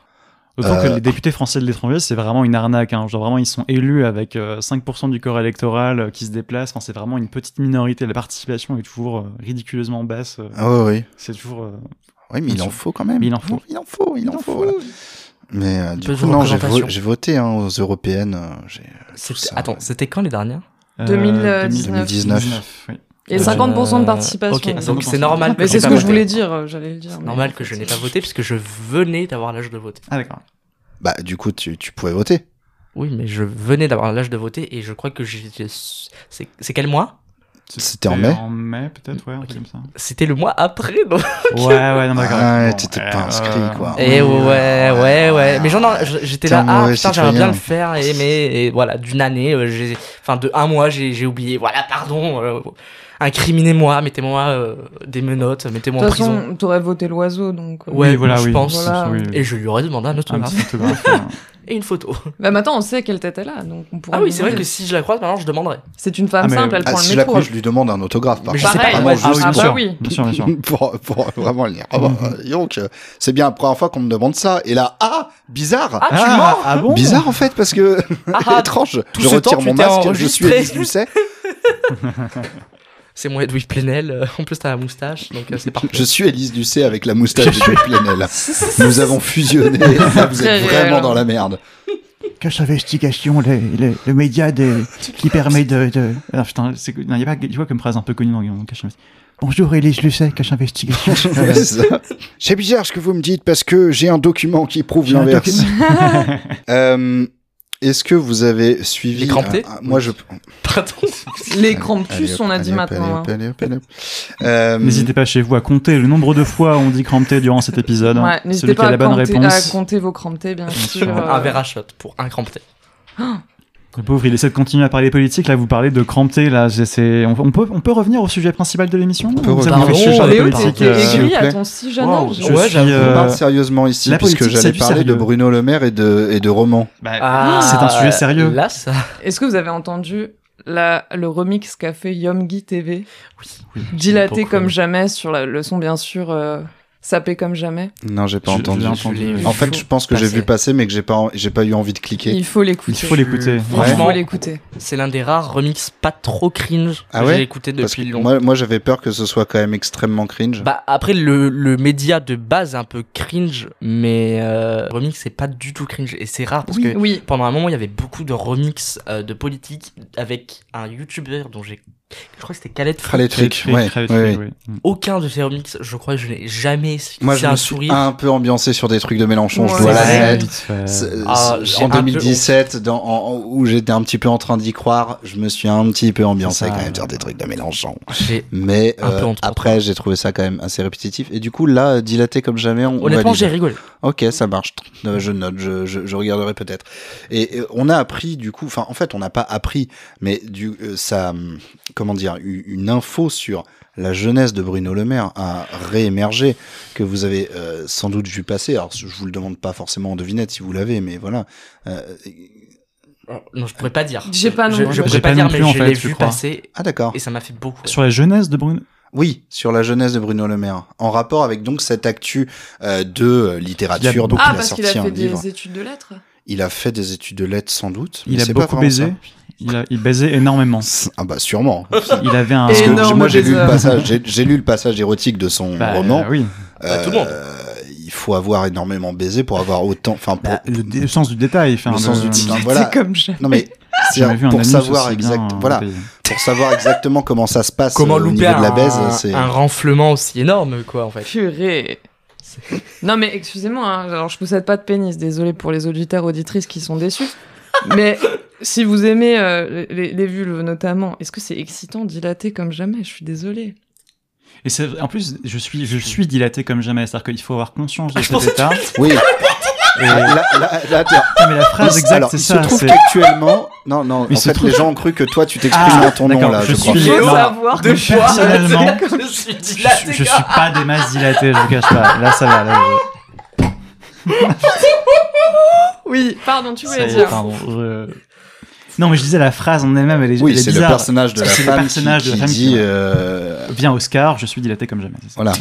Autant que
Euh,
les députés français de l'étranger, c'est vraiment une arnaque. hein. Genre vraiment, ils sont élus avec euh, 5% du corps électoral euh, qui se déplace. Enfin, c'est vraiment une petite minorité. La participation est toujours euh, ridiculeusement basse. euh,
Ah oui, oui.
C'est toujours. euh,
Oui, mais il
Bien
en
sûr.
faut quand même.
Mais il en faut.
Il en faut, il, en faut. voilà. Mais euh, du
peu
coup,
de
non, j'ai,
représentation.
vo- j'ai voté hein, aux européennes. euh, j'ai-
C'était-
ça,
Attends,
ouais.
c'était quand les dernières
euh,
2019.
2019,
oui.
Et
Euh,
50% de participation.
Ok,
donc.
donc c'est normal.
Mais
que
c'est
j'ai
ce
pas
que je
voté.
voulais dire, euh, j'allais le dire. mais-
Normal que je n'ai pas voté puisque je venais d'avoir l'âge de voter.
Ah d'accord.
Bah, du coup, tu, tu pouvais voter.
Oui, mais je venais d'avoir l'âge de voter et je crois que j'ai. C'est c'est quel mois
C'était en mai
En mai peut-être, ouais, un truc
Ok.
comme ça.
C'était le mois après, donc.
Ouais, ouais, non, d'accord. Bon,
Ouais, Ah, t'étais
euh,
pas inscrit,
euh,
quoi.
Et Eh ouais, ouais, ouais,
ouais.
Mais j'en ai- je- j'étais
T'es
là,
un
ah
mauvais
putain, j'aimerais bien le
citoyen.
faire, et mais et voilà, d'une année, euh, j'ai, enfin de un mois, j'ai j'ai oublié. Voilà, pardon, euh, incriminez-moi, mettez-moi euh, des menottes,
De
mettez-moi en
toute
prison.
façon, t'aurais voté l'oiseau, donc. euh.
Ouais,
oui, voilà,
je
oui.
pense.
Voilà.
oui.
Et je lui aurais demandé un
Un
autographe
petit autographe, euh,
et une photo.
Bah maintenant, on sait quelle tête elle a, donc on pourrait.
Ah oui,
lui
c'est vrai que
demander.
si je la croise, maintenant je demanderais.
C'est une femme
Ah, mais-
simple, elle
Ah,
prend
si
le
je la
métro. hein.
croise, je lui demande un autographe. Par
Mais je
contre,
sais pas,
vraiment
ouais,
Ah oui,
juste
bien
bah
sûr.
oui.
Bien sûr, bien sûr. Mhm.
pour, pour vraiment le lire. Ah bah, euh, dis donc, euh, c'est bien la première fois qu'on me demande ça. Et là, ah, bizarre.
Ah, tu mens
ah bon
Bizarre en fait parce que
Ah, ah,
étrange.
tout
je
ce temps,
retire
tu
mon
t'es
masque, je suis
enregistré.
Elise Lucet.
C'est moi, Edwige Plenel. Euh, En plus, t'as la moustache, donc euh, c'est parfait.
Je suis Elise Ducé avec la moustache de Plenel. Nous avons fusionné. Vous
Très
êtes
réel.
vraiment dans la merde.
Cache Investigation, le, le, le média de- qui permet de. de... Alors, putain, c'est que- non, y a pas, tu vois, comme phrase un peu connue dans, dans Cache Investigation. Bonjour Élise Lucet, Cache Investigation.
Ouais, c'est ça. C'est bizarre ce que vous me dites parce que j'ai un document qui prouve
J'ai un
l'inverse. Euh, Est-ce que vous avez suivi
Les crampetés
Ah, ah, Moi, je.
Pardon.
Les
Allez,
crampus,
hop,
on a
allez,
dit
hop,
maintenant. hein.
allez, hop, allez, hop, allez, hop. Euh,
N'hésitez pas chez vous à compter le nombre de fois on dit crampté durant cet épisode. hein.
Ouais,
Celui
n'hésitez
qui a
pas
la
à,
bonne
compter, à
réponse.
compter vos cramptés, bien
sûr.
euh,
sûr.
Un verre à shot pour un crampté.
Le pauvre, il essaie de continuer à parler politique. Là, vous parlez de crampté. Là, c'est- c'est- on, on peut, on peut revenir au sujet principal de l'émission
peut
Ou vous avez
revenir.
fait chier sur la
Léo, t'es-
politique,
t'es
euh,
s'il vous
aigri à
plaît.
ton si jeune
Wow,
âge.
je
Ouais,
suis,
j'avoue,
On
euh,
parle sérieusement ici,
la
puisque
politique, c'est
j'allais
du
parler de
sérieux.
Bruno Le Maire et de, et de Roman.
bah, c'est un sujet sérieux.
Là, ça.
Est-ce que vous avez entendu la, le remix qu'a fait Yomgi TV
Oui.
Dilaté
Beaucoup.
comme jamais sur la, le son, bien sûr, euh, sapé comme jamais.
Non, j'ai pas
Je- je
entendu.
l'ai
Je l'ai
En
vu.
fait, je pense que j'ai
passer.
vu passer, mais que j'ai pas, en- j'ai pas eu envie de cliquer.
Il faut
Il
l'écouter.
faut l'écouter.
Il
Ouais.
faut
Franchement,
l'écouter.
c'est l'un des rares remix pas trop cringe
Ah
que
ouais
j'ai écouté
Parce
depuis
que
longtemps.
Moi, moi j'avais peur que ce soit quand même extrêmement cringe.
Bah après le, le média de base est un peu cringe, mais euh, remix c'est pas du tout cringe et c'est rare parce que
Oui.
pendant un moment il y avait beaucoup de remix euh, de politique avec un youtubeur dont j'ai, je crois que c'était Khaled. Fou.
Khaled Frick, ouais,
Khaled
ouais,
Frick,
ouais.
oui.
Aucun de ces remix, je crois que je n'ai jamais
Moi,
c'est
je
un
me suis
sourire.
un peu ambiancé sur des trucs de Mélenchon,
Ouais.
je dois
C'est vrai.
l'admettre.
Vite fait.
C'est-
Ah,
c'est-
j'ai
en
un peu
2017, dans, en- en- où j'étais un petit peu en train d'y croire, je me suis un petit peu
C'est
ambiancé
ça.
quand même sur des trucs de Mélenchon.
J'ai-
Mais
Un peu
euh,
en trop.
après, j'ai trouvé ça quand même assez répétitif. Et du coup, là, euh, dilaté comme jamais, on on
Honnêtement
valide.
j'ai rigolé.
Ok, ça marche. Euh, Je note, je, je, je regarderai peut-être. Et, euh, on a appris du coup, enfin en fait on n'a pas appris, mais du euh, ça, hum, comment dire, u- une info sur la jeunesse de Bruno Le Maire a réémergé que vous avez euh, sans doute vu passer. Alors je vous le demande pas forcément en devinette si vous l'avez, mais voilà. Euh,
Non je pourrais pas dire.
J'ai pas non
Je,
plus.
je pourrais
J'ai
pas
pas
dire
non
mais
plus, en
je
fait,
l'ai
je
vu
crois.
passer
ah d'accord.
et ça m'a fait beaucoup. rire.
Sur la jeunesse de Bruno.
Oui, sur la jeunesse de Bruno Le Maire, en rapport avec donc cette actu euh, de euh, littérature.
Il a
donc
beaucoup-
Ah,
il a
parce
sorti
qu'il a fait
un
des
livre.
études de lettres
Il a fait des études de lettres sans doute. mais
Il a
c'est pas
beaucoup
vraiment
baisé. Il, a, il baisait énormément.
ça. Ah bah sûrement.
Il avait un.
Parce que
Énorme
moi j'ai lu le
désert.
passage, j'ai- j'ai lu le passage érotique de son
Bah,
roman. Euh,
euh, oui.
Bah, tout le monde.
Il faut avoir énormément baisé pour avoir autant, enfin pour
Bah, le, dé- le sens du détail. enfin,
le sens du titre. Voilà.
C'est comme jamais.
Non mais c'est
J'avais vu un
euh, pour
anus
savoir
aussi bien,
exact,
euh,
voilà,
détaillé.
pour savoir exactement comment ça se passe
Comment
euh, au
louper
niveau de la
un-
baise, c'est
un renflement aussi énorme quoi en fait.
Purée. Non mais excusez-moi, hein, alors je possède pas de pénis, désolé pour les auditeurs auditrices qui sont déçus. Mais si vous aimez euh, les, les vulves notamment, est-ce que c'est excitant, dilaté comme jamais Je suis désolée.
Et c'est- en plus, je suis, je suis dilaté comme jamais. C'est-à-dire qu'il faut avoir conscience de cet état.
oui. Ah, là, là, là, t'es-
Non, mais la phrase
il-
exacte,
alors,
c'est
il
ça.
se trouve
c'est-
qu'actuellement, non, non,
Il
en
se
fait,
trouve-
les gens ont cru que toi tu t'exprimes
Ah,
en ton nom
d'accord,
là, je,
je
crois.
suis-
Il faut
Non,
savoir
de
que
choix. Personnellement,
je suis
Je, je- je suis pas des masses dilatées, je vous cache pas. Là, ça va. Là, je-
Oui, pardon, tu
ça
voulais
y est,
dire.
pardon, je- Non, mais je disais la phrase en elle-même, elle est,
Oui,
elle est
c'est le
bizarre.
personnage de la
C'est le
femme qui,
personnage de la
qui
femme qui-
dit euh,
Viens Oscar, je suis dilaté comme jamais. c'est ça.
Voilà.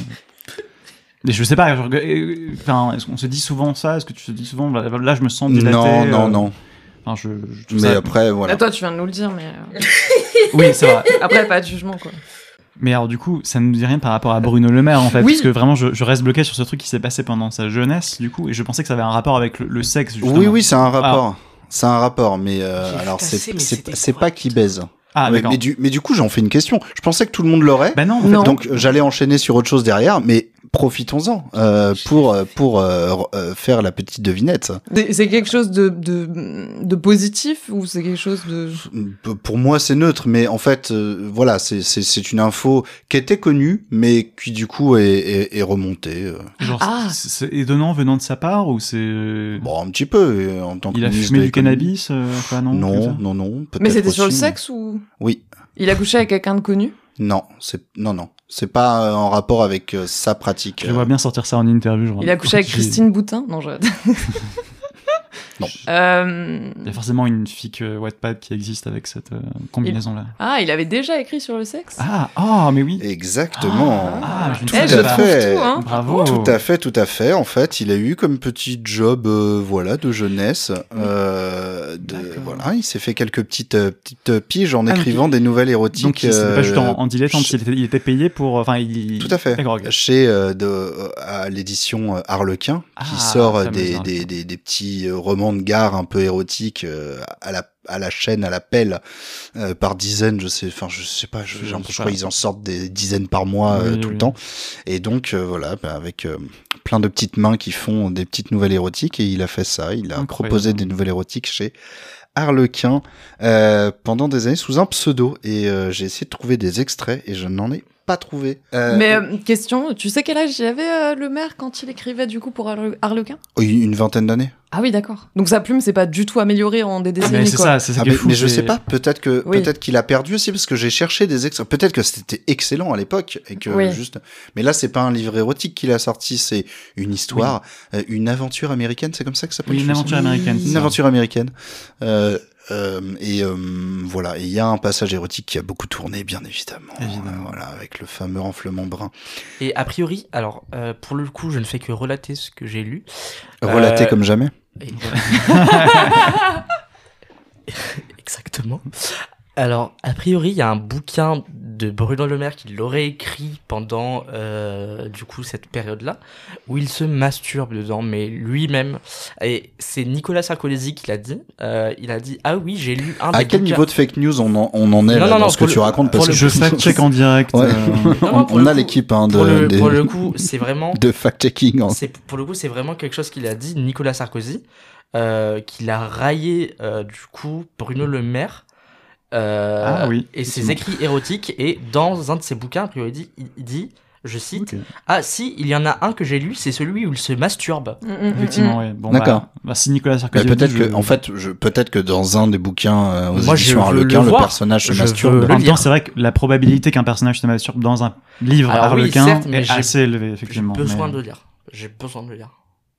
Mais je sais pas, je reg- euh, enfin, est-ce qu'on se dit souvent ça Est-ce que tu te dis souvent là, là, je me sens dilaté
non, non,
euh,
non.
Enfin, je, je trouve
Mais euh,
ça-
après, voilà.
Ah, toi, tu viens de nous le dire, mais euh,
Oui, c'est vrai.
après, pas de jugement, quoi.
Mais alors, du coup, ça ne me dit rien par rapport à Bruno Le Maire, en fait.
Oui.
Parce que vraiment, je, je reste bloqué sur ce truc qui s'est passé pendant sa jeunesse, du coup, et je pensais que ça avait un rapport avec le, le sexe, justement. Ah.
Oui, oui, c'est un rapport. C'est un rapport, mais euh,
J'ai
alors
cassé,
c'est-
mais
c'est
c'était
c'est
correct.
pas qui baise.
Ah,
mais,
d'accord.
mais du, mais du coup, j'en fais une question. Je pensais que tout le monde l'aurait,
Bah non, en fait,
Non.
donc euh, j'allais enchaîner sur autre chose derrière, mais profitons-en euh, pour euh, pour euh, r- euh, faire la petite devinette.
C'est c'est quelque chose de, de, de positif ou c'est quelque chose de...
P- Pour moi, c'est neutre, mais en fait, euh, voilà, c'est c'est- c'est une info qui était connue, mais qui du coup est, est, est remontée. euh.
genre,
Ah.
c'est c'est étonnant venant de sa part, ou c'est...
Bon, un petit peu euh, en tant que
Il a
ministre
fumé
de
du
l'économie.
cannabis euh, enfin, non, comme ça
Non, non, non.
Mais
peut-être
c'était sur le
aussi,
sexe ou...
Oui.
Il a couché avec quelqu'un de connu
Non, c'est non non, c'est pas euh, en rapport avec euh, sa pratique.
Je vois bien sortir ça en interview. genre,
Il a couché avec
j'ai-
Christine Boutin Non, je...
Non.
Euh,
Il y a forcément une fic euh, Wattpad qui existe avec cette euh, combinaison-là.
Ah, il avait déjà écrit sur le sexe
Ah, oh, mais oui
Exactement.
Ah, je ne
Tout
Eh,
savais
je
à
pas.
trouve
fait.
tout, hein.
Bravo
Tout à fait, tout à fait. En fait, il a eu comme petit job, euh, voilà, de jeunesse. euh, de-
D'accord.
voilà, il s'est fait quelques petites euh, petites euh, piges en
Ah, donc
écrivant
il-
des nouvelles érotiques.
Donc, il s'était
euh,
pas juste en, en dilettante,
je-
il était, il était payé pour... euh, Enfin, il...
Tout à fait.
D'accord, ok.
Chez euh, de, euh, à l'édition euh, Harlequin, qui
Ah,
sort euh,
fameuse
des,
Harlequin.
des, des, des petits euh, romans de gare un peu érotiques euh, à la à la chaîne, à la pelle, euh, par dizaines, je sais, enfin je sais pas, je,
Je
j'ai
sais
l'impression
pas.
que ils en sortent des dizaines par mois euh,
Oui,
tout
oui.
le temps, et donc euh, voilà, bah, avec euh, plein de petites mains qui font des petites nouvelles érotiques, et il a fait ça, il a
Incroyable.
proposé des nouvelles érotiques chez Harlequin euh, pendant des années sous un pseudo, et euh, j'ai essayé de trouver des extraits, et je n'en ai pas trouvé. Euh,
Mais euh, question, tu sais quel âge il avait euh, le maire quand il écrivait du coup pour Harle- Harlequin
Oui, Une vingtaine d'années.
Ah oui, d'accord. Donc sa plume s'est pas du tout améliorée en des
Mais
décennies
c'est
quoi.
ça, c'est ça
Ah,
qui est
mais,
fou.
mais je
c'est-
sais pas, peut-être que
Oui.
peut-être qu'il a perdu aussi parce que j'ai cherché des extraits. Peut-être que c'était excellent à l'époque et que
Oui.
juste. Mais là, c'est pas un livre érotique qu'il a sorti, c'est une histoire, euh, une aventure américaine. C'est comme ça que ça peut.
Oui, une aventure américaine. c'est
Une
ça.
aventure américaine. Euh, euh, et euh, voilà, Et il y a un passage érotique qui a beaucoup tourné, bien évidemment.
Évidemment.
Euh, voilà, avec le fameux renflement brun.
Et a priori, alors, euh, pour le coup, je ne fais que relater ce que j'ai lu.
Bah,
Relaté
Euh,
comme jamais.
Et- Exactement. Alors, a priori, il y a un bouquin de Bruno Le Maire qui l'aurait écrit pendant, euh, du coup, cette période-là, où il se masturbe dedans, mais lui-même. Et c'est Nicolas Sarkozy qui l'a dit. Euh, il a dit Ah oui, j'ai lu un
À
des
quel
bouquins-
niveau de fake news on en, on en est
Non,
là,
non,
dans
non,
ce que
pour
tu
le-
raconte
pour
parce
le-
que
Je fact-check en direct.
Ouais.
euh,
Non, non,
on,
pour le
on a
coup-
l'équipe hein,
Pour,
de,
le,
des-
pour le coup, c'est vraiment.
de fact-checking en
C'est pour le coup, c'est vraiment quelque chose qu'il a dit Nicolas Sarkozy, euh, qu'il a raillé euh, du coup Bruno Le Maire. euh,
Ah oui,
Et ses
effectivement.
écrits érotiques et dans un de ses bouquins, a priori, il dit, il- il dit, je
Mm,
cite,
Ok.
ah si, il y en a un que j'ai lu, c'est celui où il se masturbe.
Mm, mm, mm,
Effectivement, ouais. Bon,
D'accord.
bah, bah, si Nicolas
Bah,
Sarkozy. le
peut-être
dit,
que,
je-
en fait, je, peut-être que dans un des bouquins euh, aux
Moi, je
éditions
veux
Harlequin,
le
le,
voir.
personnage se
Je
masturbe.
veux
Euh, En même temps,
lire.
c'est vrai que la probabilité qu'un personnage se masturbe dans un livre
Alors oui,
harlequin
certes, mais
est
j'ai-
assez élevée,
J'ai
effectivement.
besoin
mais- euh,
de le lire. J'ai besoin de le lire.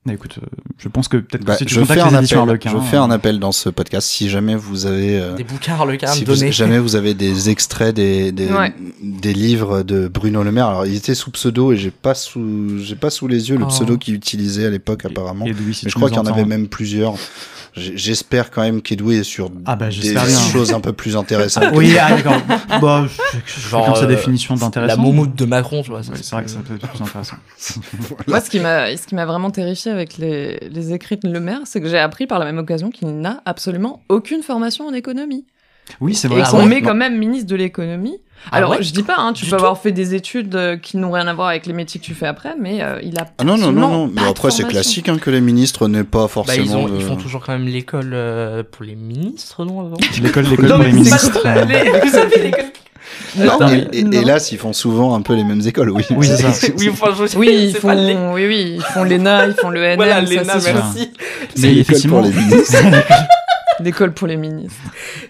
Mais écoute, euh, je pense que peut-être que
Bah,
si tu
je fais
contactes
un
les éditions
appel.
Harlequin,
Je fais
euh,
un appel dans ce podcast. Si jamais vous avez, euh,
hein. Des bouquins Harlequin
si vous-
donnés.
jamais vous avez des extraits des des,
Ouais.
des livres de Bruno Le Maire. Alors, il était sous pseudo et j'ai pas sous j'ai pas sous les yeux le
Oh.
pseudo qu'il utilisait à l'époque apparemment.
et Louis, si tu
Mais je crois
nous
qu'il y en
entends.
avait même plusieurs. J'ai- J'espère quand même qu'Edoui est sur
Ah bah,
des
j'espère bien.
choses un peu plus intéressantes.
Oui, ah, d'accord. Bah, je- je- je-
Genre,
comme sa
euh,
définition
La
d'intéressant.
moumoute de Macron, tu vois. ça,
Ouais, c'est vrai que ça peut être plus intéressant.
Moi, ce qui m'a, ce qui m'a vraiment terrifié avec les, les écrits de Le Maire, c'est que j'ai appris par la même occasion qu'il n'a absolument aucune formation en économie.
Oui, c'est vrai.
Et
Ah
qu'on
ouais.
met quand même ministre de l'économie.
Ah
Alors,
ouais
je dis pas, hein, tu
Du
peux avoir fait des études euh, qui n'ont rien à voir avec les métiers que tu fais après, mais euh, il a.
Ah non, non, non,
absolument
non.
pas
Mais
de
après, c'est
formation.
classique hein, que les ministres n'aient pas
Bah,
forcément.
ils, ont,
de-
euh,
ils font toujours quand même l'école euh, pour les ministres, non avant
L'école, l'école
Non,
pour
mais
les
c'est pas
ministres. euh,
Les- Vous avez l'école-
Non,
Attends,
et,
mais-
et-
non.
hélas, ils font souvent un peu les mêmes écoles, oui.
Oui, c'est ça.
Oui, enfin, je
Oui, ils
c'est pas les-
font, oui, oui, ils font l'ENA, ils font le NM,
Voilà,
ça,
Léna,
c'est
sûr.
merci.
C'est l'école pour les
l'école pour les ministres.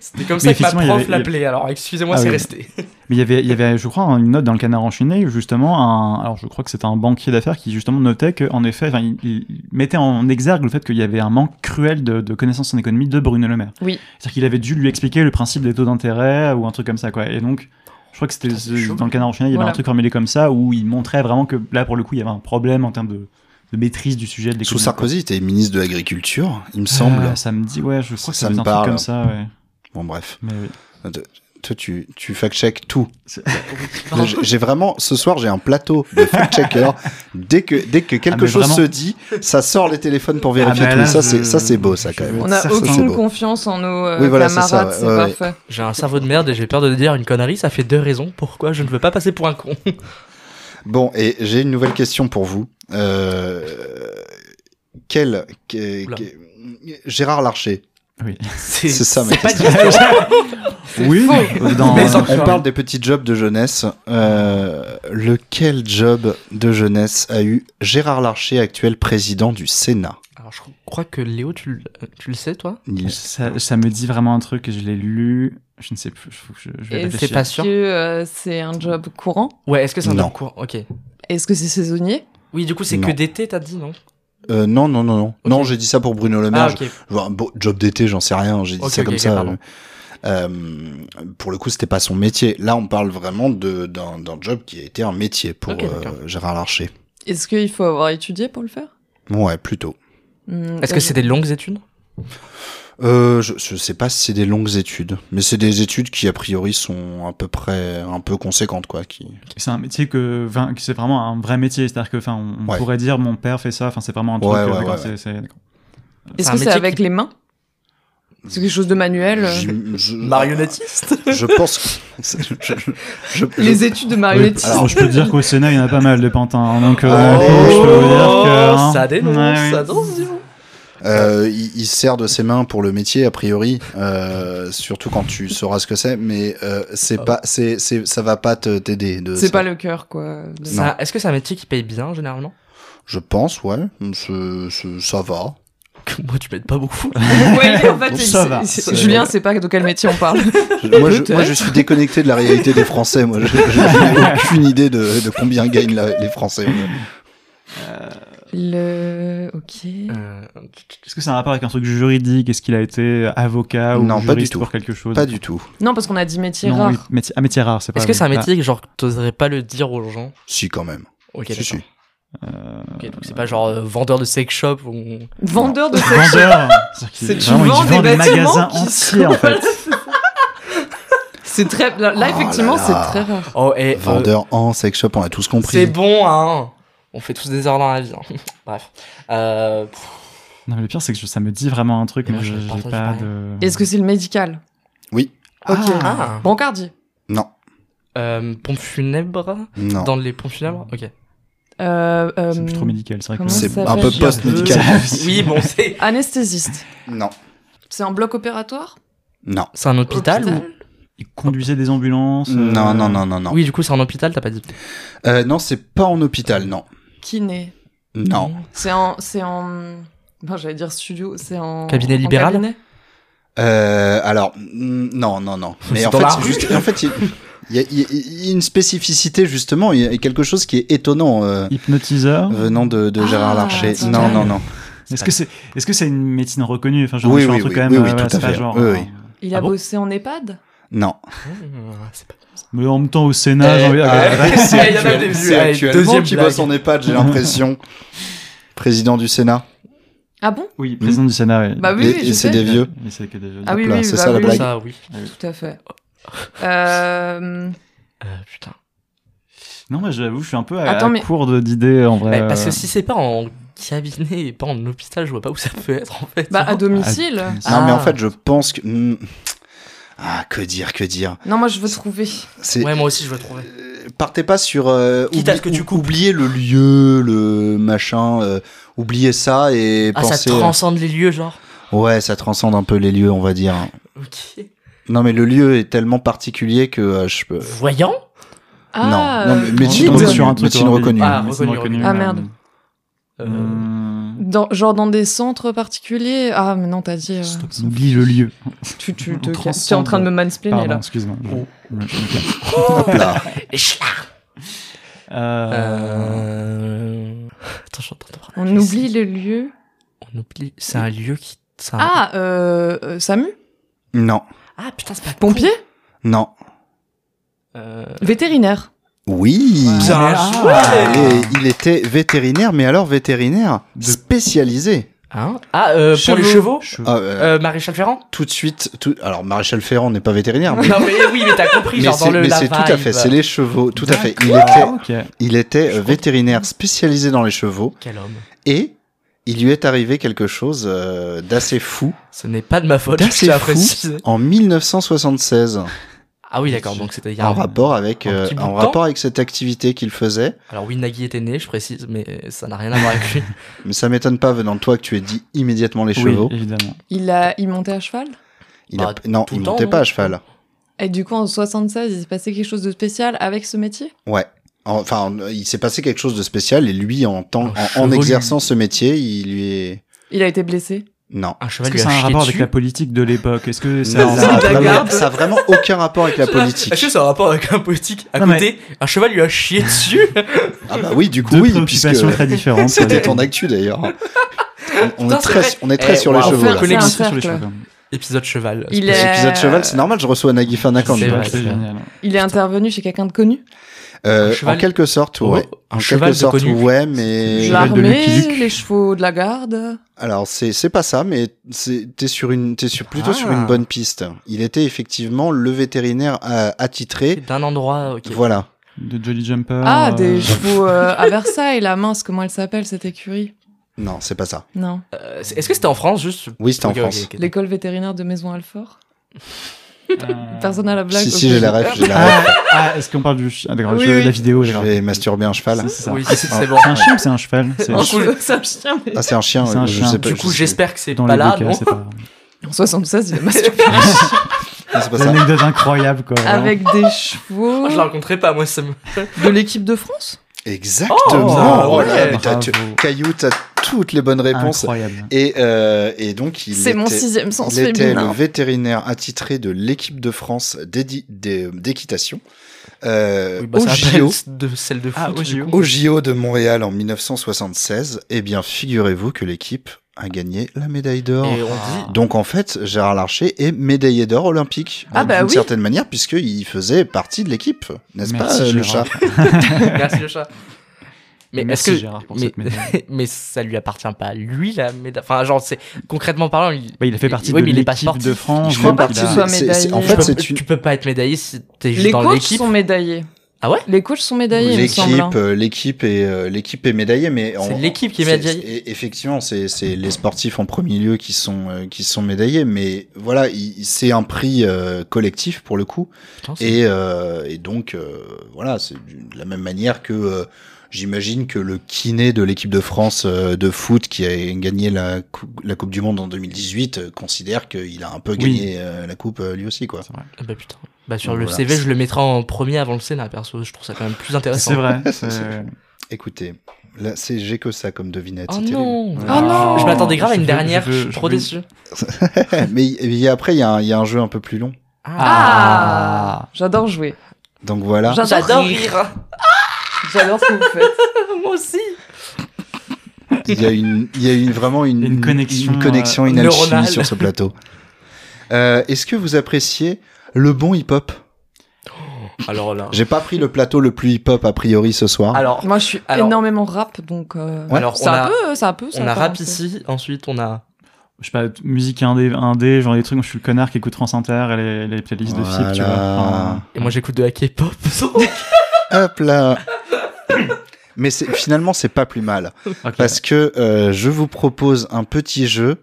C'était comme
Mais
ça que ma
effectivement, il y
prof
avait-
l'appelait, alors excusez-moi,
Ah
c'est
oui.
resté.
Mais il y avait, il y avait, je crois, une note dans le Canard enchaîné, où justement, un, alors je crois que c'était un banquier d'affaires qui justement notait qu'en effet, enfin, il, il mettait en exergue le fait qu'il y avait un manque cruel de, de connaissances en économie de Bruno Le Maire.
Oui.
C'est-à-dire qu'il avait dû lui expliquer le principe des taux d'intérêt ou un truc comme ça, quoi. Et donc, je crois que c'était
Putain, c'est chaud.
dans le Canard enchaîné, il y avait
Voilà.
un truc formulé comme ça où il montrait vraiment que là, pour le coup, il y avait un problème en termes de, de maîtrise du sujet de l'économie.
Sous Sarkozy, était ministre de l'Agriculture, il me
quoi.
semble.
Euh, ça me dit, ouais, je crois que
Ça
ça
me
me
parle.
comme ça, ouais.
Bon, bref.
Mais oui.
Toi, tu, tu fact-check tout.
C'est-
Là, j'ai- J'ai vraiment, ce soir, j'ai un plateau de fact-checkers. dès que, dès que quelque
Ah, mais
chose
vraiment.
se dit, ça sort les téléphones pour vérifier
Ah, mais
tout.
là,
ça,
je-
c'est, ça, c'est beau, ça, quand même.
je-
On
Ça,
n'a
ça, c'est
aucune
beau.
confiance en nos euh,
Oui, voilà, c'est ça,
camarades,
ouais,
c'est
ouais, ouais.
parfait.
J'ai un cerveau de merde et j'ai peur de dire une connerie, ça fait deux raisons pourquoi je ne veux pas passer pour un con.
Bon, et j'ai une nouvelle question pour vous. Euh, quel, que-
Oula.
que- Gérard Larcher.
C'est
C'est ça, ma
pas
question.
du
Oui, dans-
Mais sans-
On parle des petits jobs de jeunesse. Euh, lequel job de jeunesse a eu Gérard Larcher, actuel président du Sénat
Alors je crois que Léo, tu, le- tu le sais toi
Il-
Ça, ça me dit vraiment un truc, je l'ai lu, je ne sais plus, je, je, je vais
Et
C'est
réfléchir.
pas
Est-ce
sûr
que euh, c'est un job courant
Ouais, est-ce que c'est un
Non.
cours Ok.
Est-ce que c'est saisonnier
Oui, du coup, c'est
Non.
que d'été, t'as dit, non
Euh, non, non, non, non. Non, j'ai dit ça pour Bruno Le Maire.
Ah,
Je-
ok.
Bon, un beau job d'été, j'en sais rien, j'ai dit
Ok,
ça
ok,
comme
ok,
ça.
pardon.
Euh, pour le coup, c'était pas son métier. Là, on parle vraiment de d'un d'un job qui a été un métier pour
Ok, d'accord.
euh, Gérard Larcher.
Est-ce qu'il faut avoir étudié pour le faire
Ouais, plutôt.
Hmm,
Est-ce
euh,
que c'est des longues études
Euh, je, je sais pas si c'est des longues études, mais c'est des études qui a priori sont à peu près un peu conséquentes quoi. Qui...
C'est un métier que, enfin, que c'est vraiment un vrai métier. C'est-à-dire que, enfin, on on
Ouais.
pourrait dire mon père fait ça. Enfin, c'est vraiment un truc.
Ouais,
euh,
ouais,
d'accord,
ouais,
c'est- c'est- d'accord.
Est-ce
un
que c'est
métier
avec les mains C'est quelque chose de manuel euh,
J'im- je-
Marionnettiste
Je pense. que- je- je- je-
Les études de marionnettiste
alors, Oh,
je peux te dire qu'au Sénat, il y en a pas mal de pantins. Donc, euh,
Allez.
je peux vous dire que. hein,
Oh, ça dénonce,
ouais, ouais.
ça danse, dis donc.
Euh, il, il se sert de ses mains pour le métier a priori, euh, surtout quand tu sauras ce que c'est. Mais euh, c'est pas, c'est, c'est, ça va pas te t'aider. De
C'est
ça.
pas le cœur, quoi. de-
Ça- Est-ce que c'est un métier qui paye bien généralement
Je pense, ouais. Ce, ce- ça va.
Moi, tu payes pas beaucoup.
Ouais, en fait,
Donc,
il-
ça
c'est-
va.
c'est-
Ça
Julien,
va.
c'est pas de quel métier on parle.
Je- moi, je,
Peut-être.
moi, je suis déconnecté de la réalité des Français. Moi, je, je- je n'ai aucune idée de, de combien gagnent la- les Français.
Le. Ok.
Euh,
Est-ce que c'est un rapport avec un truc juridique Est-ce qu'il a été avocat ou
Non, pas du
juriste
tout.
pour quelque chose
Pas du tout.
Non, parce qu'on a dit métier
Non,
rare.
oui, métier, ah, métier rare, c'est pas.
Est-ce que c'est un
oui.
métier que genre t'oserais pas le dire aux gens
Si, quand même.
Ok,
Si, si.
d'accord. Ok, donc c'est pas genre euh, vendeur de sex shop ou
Vendeur de
Ah, vendeur C'est-à-dire qu'il-
C'est que tu
vraiment, il
vends des
vend des
bâtiments
magasins
qui
entiers, en
sont-
fait.
C'est très. Là, là,
Oh
effectivement,
là
c'est
là.
très rare.
Oh, et, euh,
Vendeur en sex shop, on a tous
c'est
compris.
bon, hein On fait tous des erreurs dans la vie. hein. Bref. Euh, pff,
Non, mais le pire, c'est que je- ça me dit vraiment un truc,
Et
mais
moi,
je-
j'avais pas
j'ai
entendu
pas
parler.
de.
Est-ce que c'est le médical
Ah.
ah.
Brancardier
Non,
Euh, pompe funèbre
non.
Dans les pompes funèbres Ok.
Euh, euh,
C'est plus trop médical, c'est vrai
comment
que.
C'est
ça
un peu
s'appelle
post-médical.
Euh, oui, bon, c'est.
Anesthésiste.
Non,
C'est un bloc opératoire
non,
C'est un hôpital, ou-
euh, Il conduisait des ambulances. euh,
non, non, non, non, non.
Oui, du coup, c'est un hôpital, t'as pas dit.
Euh, non, c'est pas en hôpital, non.
Kiné.
Non.
C'est en. C'est en. Bon, j'allais dire studio. C'est en.
Cabinet
en
libéral
cabinet
Euh, alors, mm, non, non, non. Mais
C'est
en
dans
fait,
la
c'est
rue.
juste- en fait, il il y, a- il y a- il y a une spécificité justement. Il y a quelque chose qui est étonnant euh,
Hypnotiseur.
venant de, de Gérard
Ah,
Larcher.
c'est
Non,
vrai.
non, non.
Est-ce que c'est est-ce que c'est une médecine reconnue Enfin, genre,
Oui,
je fais un
oui,
truc
oui,
quand même.
oui,
euh,
oui,
voilà,
tout
c'est
à
pas
fait,
genre,
oui,
euh,
oui.
Il a
Ah bon
bossé en EHPAD
Non. Euh,
Ah, c'est pas-
Mais en même temps, au Sénat,
Eh,
j'ai envie-
ah,
C'est
Il y en a des
actuel-
vieux.
c'est
Allez,
actuellement
deuxième
qui
blague.
bosse en EHPAD, j'ai l'impression. Président du Sénat.
Ah bon
Oui, président du Sénat, oui.
Bah oui,
Et-
oui,
et
je
c'est
sais.
des vieux.
Mais c'est que déjà-
Ah oui,
Hop là,
oui,
c'est
bah
ça, la
oui,
blague.
Ça, oui.
Tout à fait. Euh,
Euh, putain.
Non, mais j'avoue, je suis un peu à,
Attends,
à
mais- Bah,
court de- d'idées en vrai.
Mais parce que
euh,
si c'est pas en cabinet et pas en hôpital, je vois pas où ça peut être en fait.
bah, à domicile.
à-
Non, mais en
Ah.
fait, je pense que. hmm. Ah, que dire, que dire.
Non, moi, je veux trouver.
C'est
Ouais, moi aussi, je veux trouver.
Euh, partez pas sur euh,
Quitte à ce que tu
ou- oubliez le lieu le machin euh, oubliez ça et
Ah,
pensez euh,
ça transcende les lieux, genre.
ouais ça transcende un peu les lieux on va dire
Ok.
non mais le lieu est tellement particulier que euh, je peux
Voyant
Ah,
non, non, mais
euh,
on est
médecine
guide.
tombé
reconnue.
sur un truc
Médecine
en-
reconnue.
Ah,
médecine
reconnue,
reconnue,
reconnue.
Ah,
euh,
merde.
Euh,
euh,
Dans- genre dans des centres particuliers Ah, mais non, t'as dit. euh,
stop, on oublie le lieu.
tu tu
on
te-
transcende.
t'es en train de me mansplainer
Pardon,
là.
excuse-moi. je-
Oh.
je- je me calme.
Hop là.
Euh,
Euh... Attends, j'entends ton bras.
On oublie le lieu.
On oublie. C'est un lieu qui. c'est un-
Ah, euh, euh, SAMU
non
Ah, putain, c'est pas.
Pompier
non
Euh...
Vétérinaire.
oui
Bien
Et il était vétérinaire mais alors vétérinaire spécialisé
Hein ah, euh, pour les chevaux
Ah, euh,
euh, Maréchal Ferrand
tout de suite tout... alors maréchal Ferrand n'est pas vétérinaire mais,
Non, mais oui, mais t'as compris,
mais
genre
c'est
dans le.
mais
la
c'est tout à fait
vibe.
c'est les chevaux tout à fait il était
D'accord, ok.
Il était euh, vétérinaire spécialisé dans les chevaux
Quel homme.
et il lui est arrivé quelque chose euh, d'assez fou
Ce n'est pas de ma faute, je
D'assez
tiens à
fou.
préciser.
en 1976
Ah oui, d'accord, donc c'était il y a
en
un-
rapport avec
un
euh,
petit bout
en
de
rapport avec cette activité qu'il faisait
Alors oui, Nagui était né, je précise, mais ça n'a rien à voir avec lui.
mais ça m'étonne pas venant de toi que tu aies dit immédiatement les
Oui,
chevaux
évidemment.
Il, a, il montait à cheval
il a-
Bah,
non
tout
il
le temps,
montait
non
pas à cheval
Et du coup, en 76, il s'est passé quelque chose de spécial avec ce métier
ouais enfin il s'est passé quelque chose de spécial et lui en
Un
temps en, en
chevelu.
exerçant ce métier il lui est
Il a été blessé
Non.
Un
Est-ce
cheval
que
lui a
ça a un
chié
rapport avec
dessus.
la politique de l'époque Est-ce que ça
Non, ça, a
la
vraiment-
garde.
ça a vraiment aucun rapport avec la
Est-ce que
politique.
ça a un rapport avec un politique À
Non, mais-
côté, un cheval lui a chié dessus.
Ah bah oui, du coup,
Deux
oui, puisque
préoccupations très différentes.
c'était ton actu d'ailleurs. On, on
Putain,
est
c'est
très,
vrai.
on est très
Eh,
sur
wow.
les chevaux.
Enfin,
là.
c'est un
Connexion sur les
cercle.
cheveux, quand même.
Épisode cheval.
Il
Cet
est-
épisode cheval, c'est normal, je reçois Nagui Fanakan.
euh, C'est
je
vrai.
pense.
C'est génial.
Il est intervenu chez quelqu'un de connu
Euh,
Un cheval-
En quelque sorte,
Oh,
ouais.
un
en
cheval
quelque
de
sorte,
connu.
ouais, mais
Je Cheval de Lucky
L'armée,
Luke.
les chevaux de la garde.
alors c'est c'est pas ça, mais c'est- t'es sur une t'es sur plutôt sur
Ah.
une bonne piste. Il était effectivement le vétérinaire euh, attitré,
D'un endroit. ok.
voilà.
De Jolly Jumper.
Ah,
euh,
des chevaux euh, à Versailles, la mince, comment elle s'appelle cette écurie
Non, c'est pas ça.
Non.
Euh, c'est- Est-ce que c'était en France juste
Oui, c'était en
Ok, ok,
France.
ok.
L'école vétérinaire de Maison Alfort.
euh,
Personne à la blague.
Si
ok.
si, j'ai la ref, j'ai la ref.
Ah, ah, est-ce qu'on parle du ch- ah, d'accord,
Oui,
je-
oui.
la vidéo
Je
d'accord.
vais masturber un cheval.
C'est ça.
Oui,
Ah,
c'est bon.
C'est un chien ou c'est un cheval C'est-
Non, je- c'est un chien, mais-
Ah, c'est un chien.
C'est un
je
chien.
sais pas.
Du
je
coup,
sais-
j'espère que c'est
Dans
pas
les
là,
deux cas,
non
c'est pas.
En 76, il a masturbé
Non, c'est pas ça.
L'anecdote incroyable quoi. vraiment.
avec des chevaux
Oh,
Moi, je la rencontrais pas, moi, ça me.
de l'équipe de France.
Exactement.
Oh,
Oh là là,
ouais.
mais t'as- tu-
Bravo.
Caillou, t'as toutes les bonnes réponses.
Incroyable.
Et, euh, et donc, il
C'est mon
était-
sixième sens
Il était le
féminin.
vétérinaire attitré de l'équipe de France d'édi- d'é- d'équitation euh,
Oui, bah,
au
ça rappelle
JO.
de celle de foot.
Ah, au
du
JO.
coup.
Au JO de Montréal en 1976, eh bien, figurez-vous que l'équipe a gagné la médaille d'or.
Et on dit.
Donc en fait, Gérard Larcher est médaillé d'or olympique
Ah
euh,
bah
d'une
oui.
certaine manière puisqu'il faisait partie de l'équipe, n'est-ce pas
Merci,
euh, le chat
Gérard.
Merci le chat. Mais est-ce
Merci,
que.
Gérard, pour
mais-
cette médaille.
mais ça lui appartient pas à lui la médaille. Enfin, genre, c'est concrètement parlant, il-
Bah, il a fait partie
Oui,
de
mais il est pas
l'équipe de
sportif.
France.
Je crois
donc
pas
il
que
a-
ce
soit
c'est- c'est- En
médaillé.
fait,
tu, peux,
c'est une
tu peux pas être médaillé si t'es juste
Les
dans
coachs
l'équipe.
sont médaillés.
Ah ouais
Les coachs sont médaillés, il me semble. hein.
l'équipe, euh, l'équipe est euh, l'équipe est médaillée, mais en-
C'est l'équipe qui est
c'est-
médaillée.
c'est- Effectivement, c'est c'est les sportifs en premier lieu qui sont euh, qui sont médaillés, mais voilà, il- c'est un prix euh, collectif pour le coup,
Putain, c'est-
et, euh, et donc euh, voilà, c'est du- de la même manière que euh, J'imagine que le kiné de l'équipe de France euh, de foot qui a gagné la, cou- la Coupe du Monde en 2018 euh, considère qu'il a un peu gagné euh, la Coupe euh, lui aussi quoi.
C'est vrai.
Ah Bah putain. Bah sur
Donc,
le
voilà.
CV, je le mettrai en premier avant le Sénat, perso. Je trouve ça quand même plus intéressant.
C'est vrai.
C'est-
c'est-
Écoutez, là c'est j'ai que ça comme devinette.
Oh
c'est terrible.
non
Oh non
Je m'attendais grave à
Je
une
veux-
dernière,
je
je,
veux-
suis trop
je veux-
déçu.
Mais il y a- après il y, a un- il y a un jeu un peu plus long.
Ah, J'adore jouer.
Donc voilà.
J'adore
J'adore
rire.
rire
J'adore ce que vous faites.
Moi aussi
Il y a une, il y a une vraiment une,
Une connexion,
une connexion,
euh,
une alchimie
neuronale.
sur ce plateau. Euh, Est-ce que vous appréciez le bon hip-hop
Alors là.
J'ai pas pris le plateau le plus hip-hop a priori ce soir.
Alors,
Moi, je suis
Alors-
énormément rap, donc. euh,
Ouais.
alors on
Ça
a,
peut, ça peut. ça
on a
peut
rap
rentrer.
ici, ensuite on a.
Je sais pas, musique indé, indé, genre des trucs où je suis le connard qui écoute France Inter et les, les playlists de FIP, tu vois.
Voilà.
Enfin,
Et moi j'écoute de la K-pop.
Hop là. Mais c'est- finalement c'est pas plus mal
ok.
parce que euh, je vous propose un petit jeu.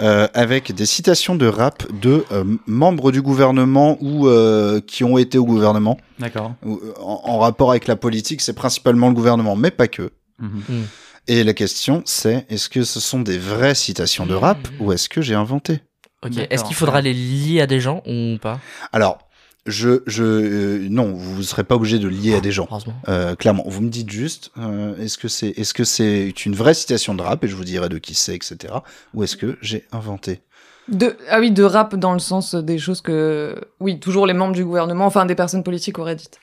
euh, avec des citations de rap de euh, membres du gouvernement ou euh, qui ont été au gouvernement.
D'accord.
Ou, euh, En, en rapport avec la politique, c'est principalement le gouvernement, mais pas que.
Mhm.
Et la question, c'est est-ce que ce sont des vraies citations de rap ou est-ce que j'ai inventé
ok,
D'accord.
est-ce qu'il faudra les lier à des gens ou pas
Alors, je, je, euh, non, vous ne serez pas obligé de le lier à des gens.
Heureusement.
Euh, clairement, vous me dites juste euh, est-ce que c'est est-ce que c'est une vraie citation de rap et je vous dirai de qui c'est, etc. Ou est-ce que j'ai inventé
De, ah oui, de rap dans le sens des choses que. Oui, toujours les membres du gouvernement, enfin des personnes politiques auraient dites.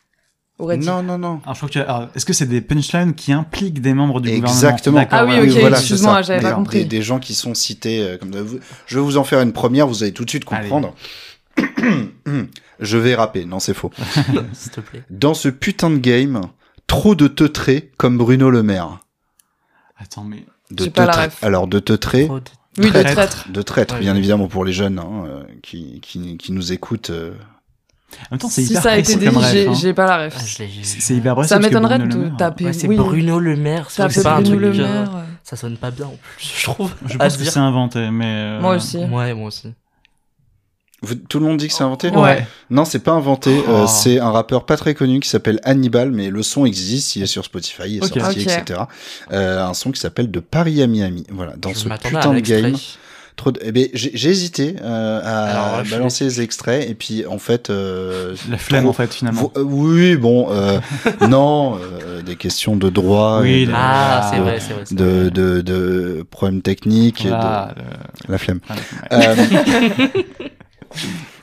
Auraient dit.
Non, non, non.
Alors, je crois que tu as- alors, Est-ce que c'est des punchlines qui impliquent des membres du
Exactement.
gouvernement D'accord,
Ah
voilà.
oui, ok,
c'est ça.
excuse-moi, j'avais
Des-
pas compris.
Des, des gens qui sont cités euh, comme ça. Vous- Je vais vous en faire une première, vous allez tout de suite
Allez.
comprendre. je vais rapper, non, c'est faux.
S'il te plaît.
Dans ce putain de game, trop de teutrés comme Bruno Le Maire.
Attends, mais.
De
J'ai pas la
teutrés.
ref.
Alors, de teutrés,
Trop de-
Oui, de
Traître.
traître.
de traîtres,
Ouais,
bien
oui.
évidemment, pour les jeunes hein, euh, qui, qui, qui nous écoutent. euh.
En même temps, c'est
Si
hyper
ça a été
précis
dit,
comme rêve,
j'ai
hein.
j'ai pas la ref.
Ah, je l'ai-
C'est c'est hyper précis.
Ça
parce que
m'étonnerait
Bruno Le
de
Maire-
taper.
Ouais, c'est
oui.
Bruno Le Maire, c'est
T'as
c'est
fait
pas un
Bruno
truc.
Le
euh,
Maire.
Ça sonne pas bien en plus, je trouve.
Je
à
pense
se
que
dire.
c'est inventé, mais. euh,
Moi aussi.
Ouais, moi aussi.
Vous- tout le monde dit que c'est inventé
Ouais.
Non, c'est pas inventé.
Oh.
euh, c'est un rappeur pas très connu qui s'appelle Hannibal, mais le son existe, il est sur Spotify, il est
Ok.
sorti,
Ok.
etc. Euh, un son qui s'appelle De Paris à Miami. Voilà, dans
Je
ce
m'attendais à
putain
un
de
extrait.
game, Trop de... eh ben, j'ai j'ai hésité euh, à
Alors, je
balancer les extraits et puis en fait. euh,
La flemme,
trop-
en fait, finalement.
Vo- euh, oui, bon, euh, non, euh, des questions de droit,
Oui,
et de,
les-
Ah, c'est
de-
vrai, c'est vrai. c'est
de,
vrai.
de, de problèmes techniques, et de,
Là, le-
la flemme.
enfin, ouais.
Euh,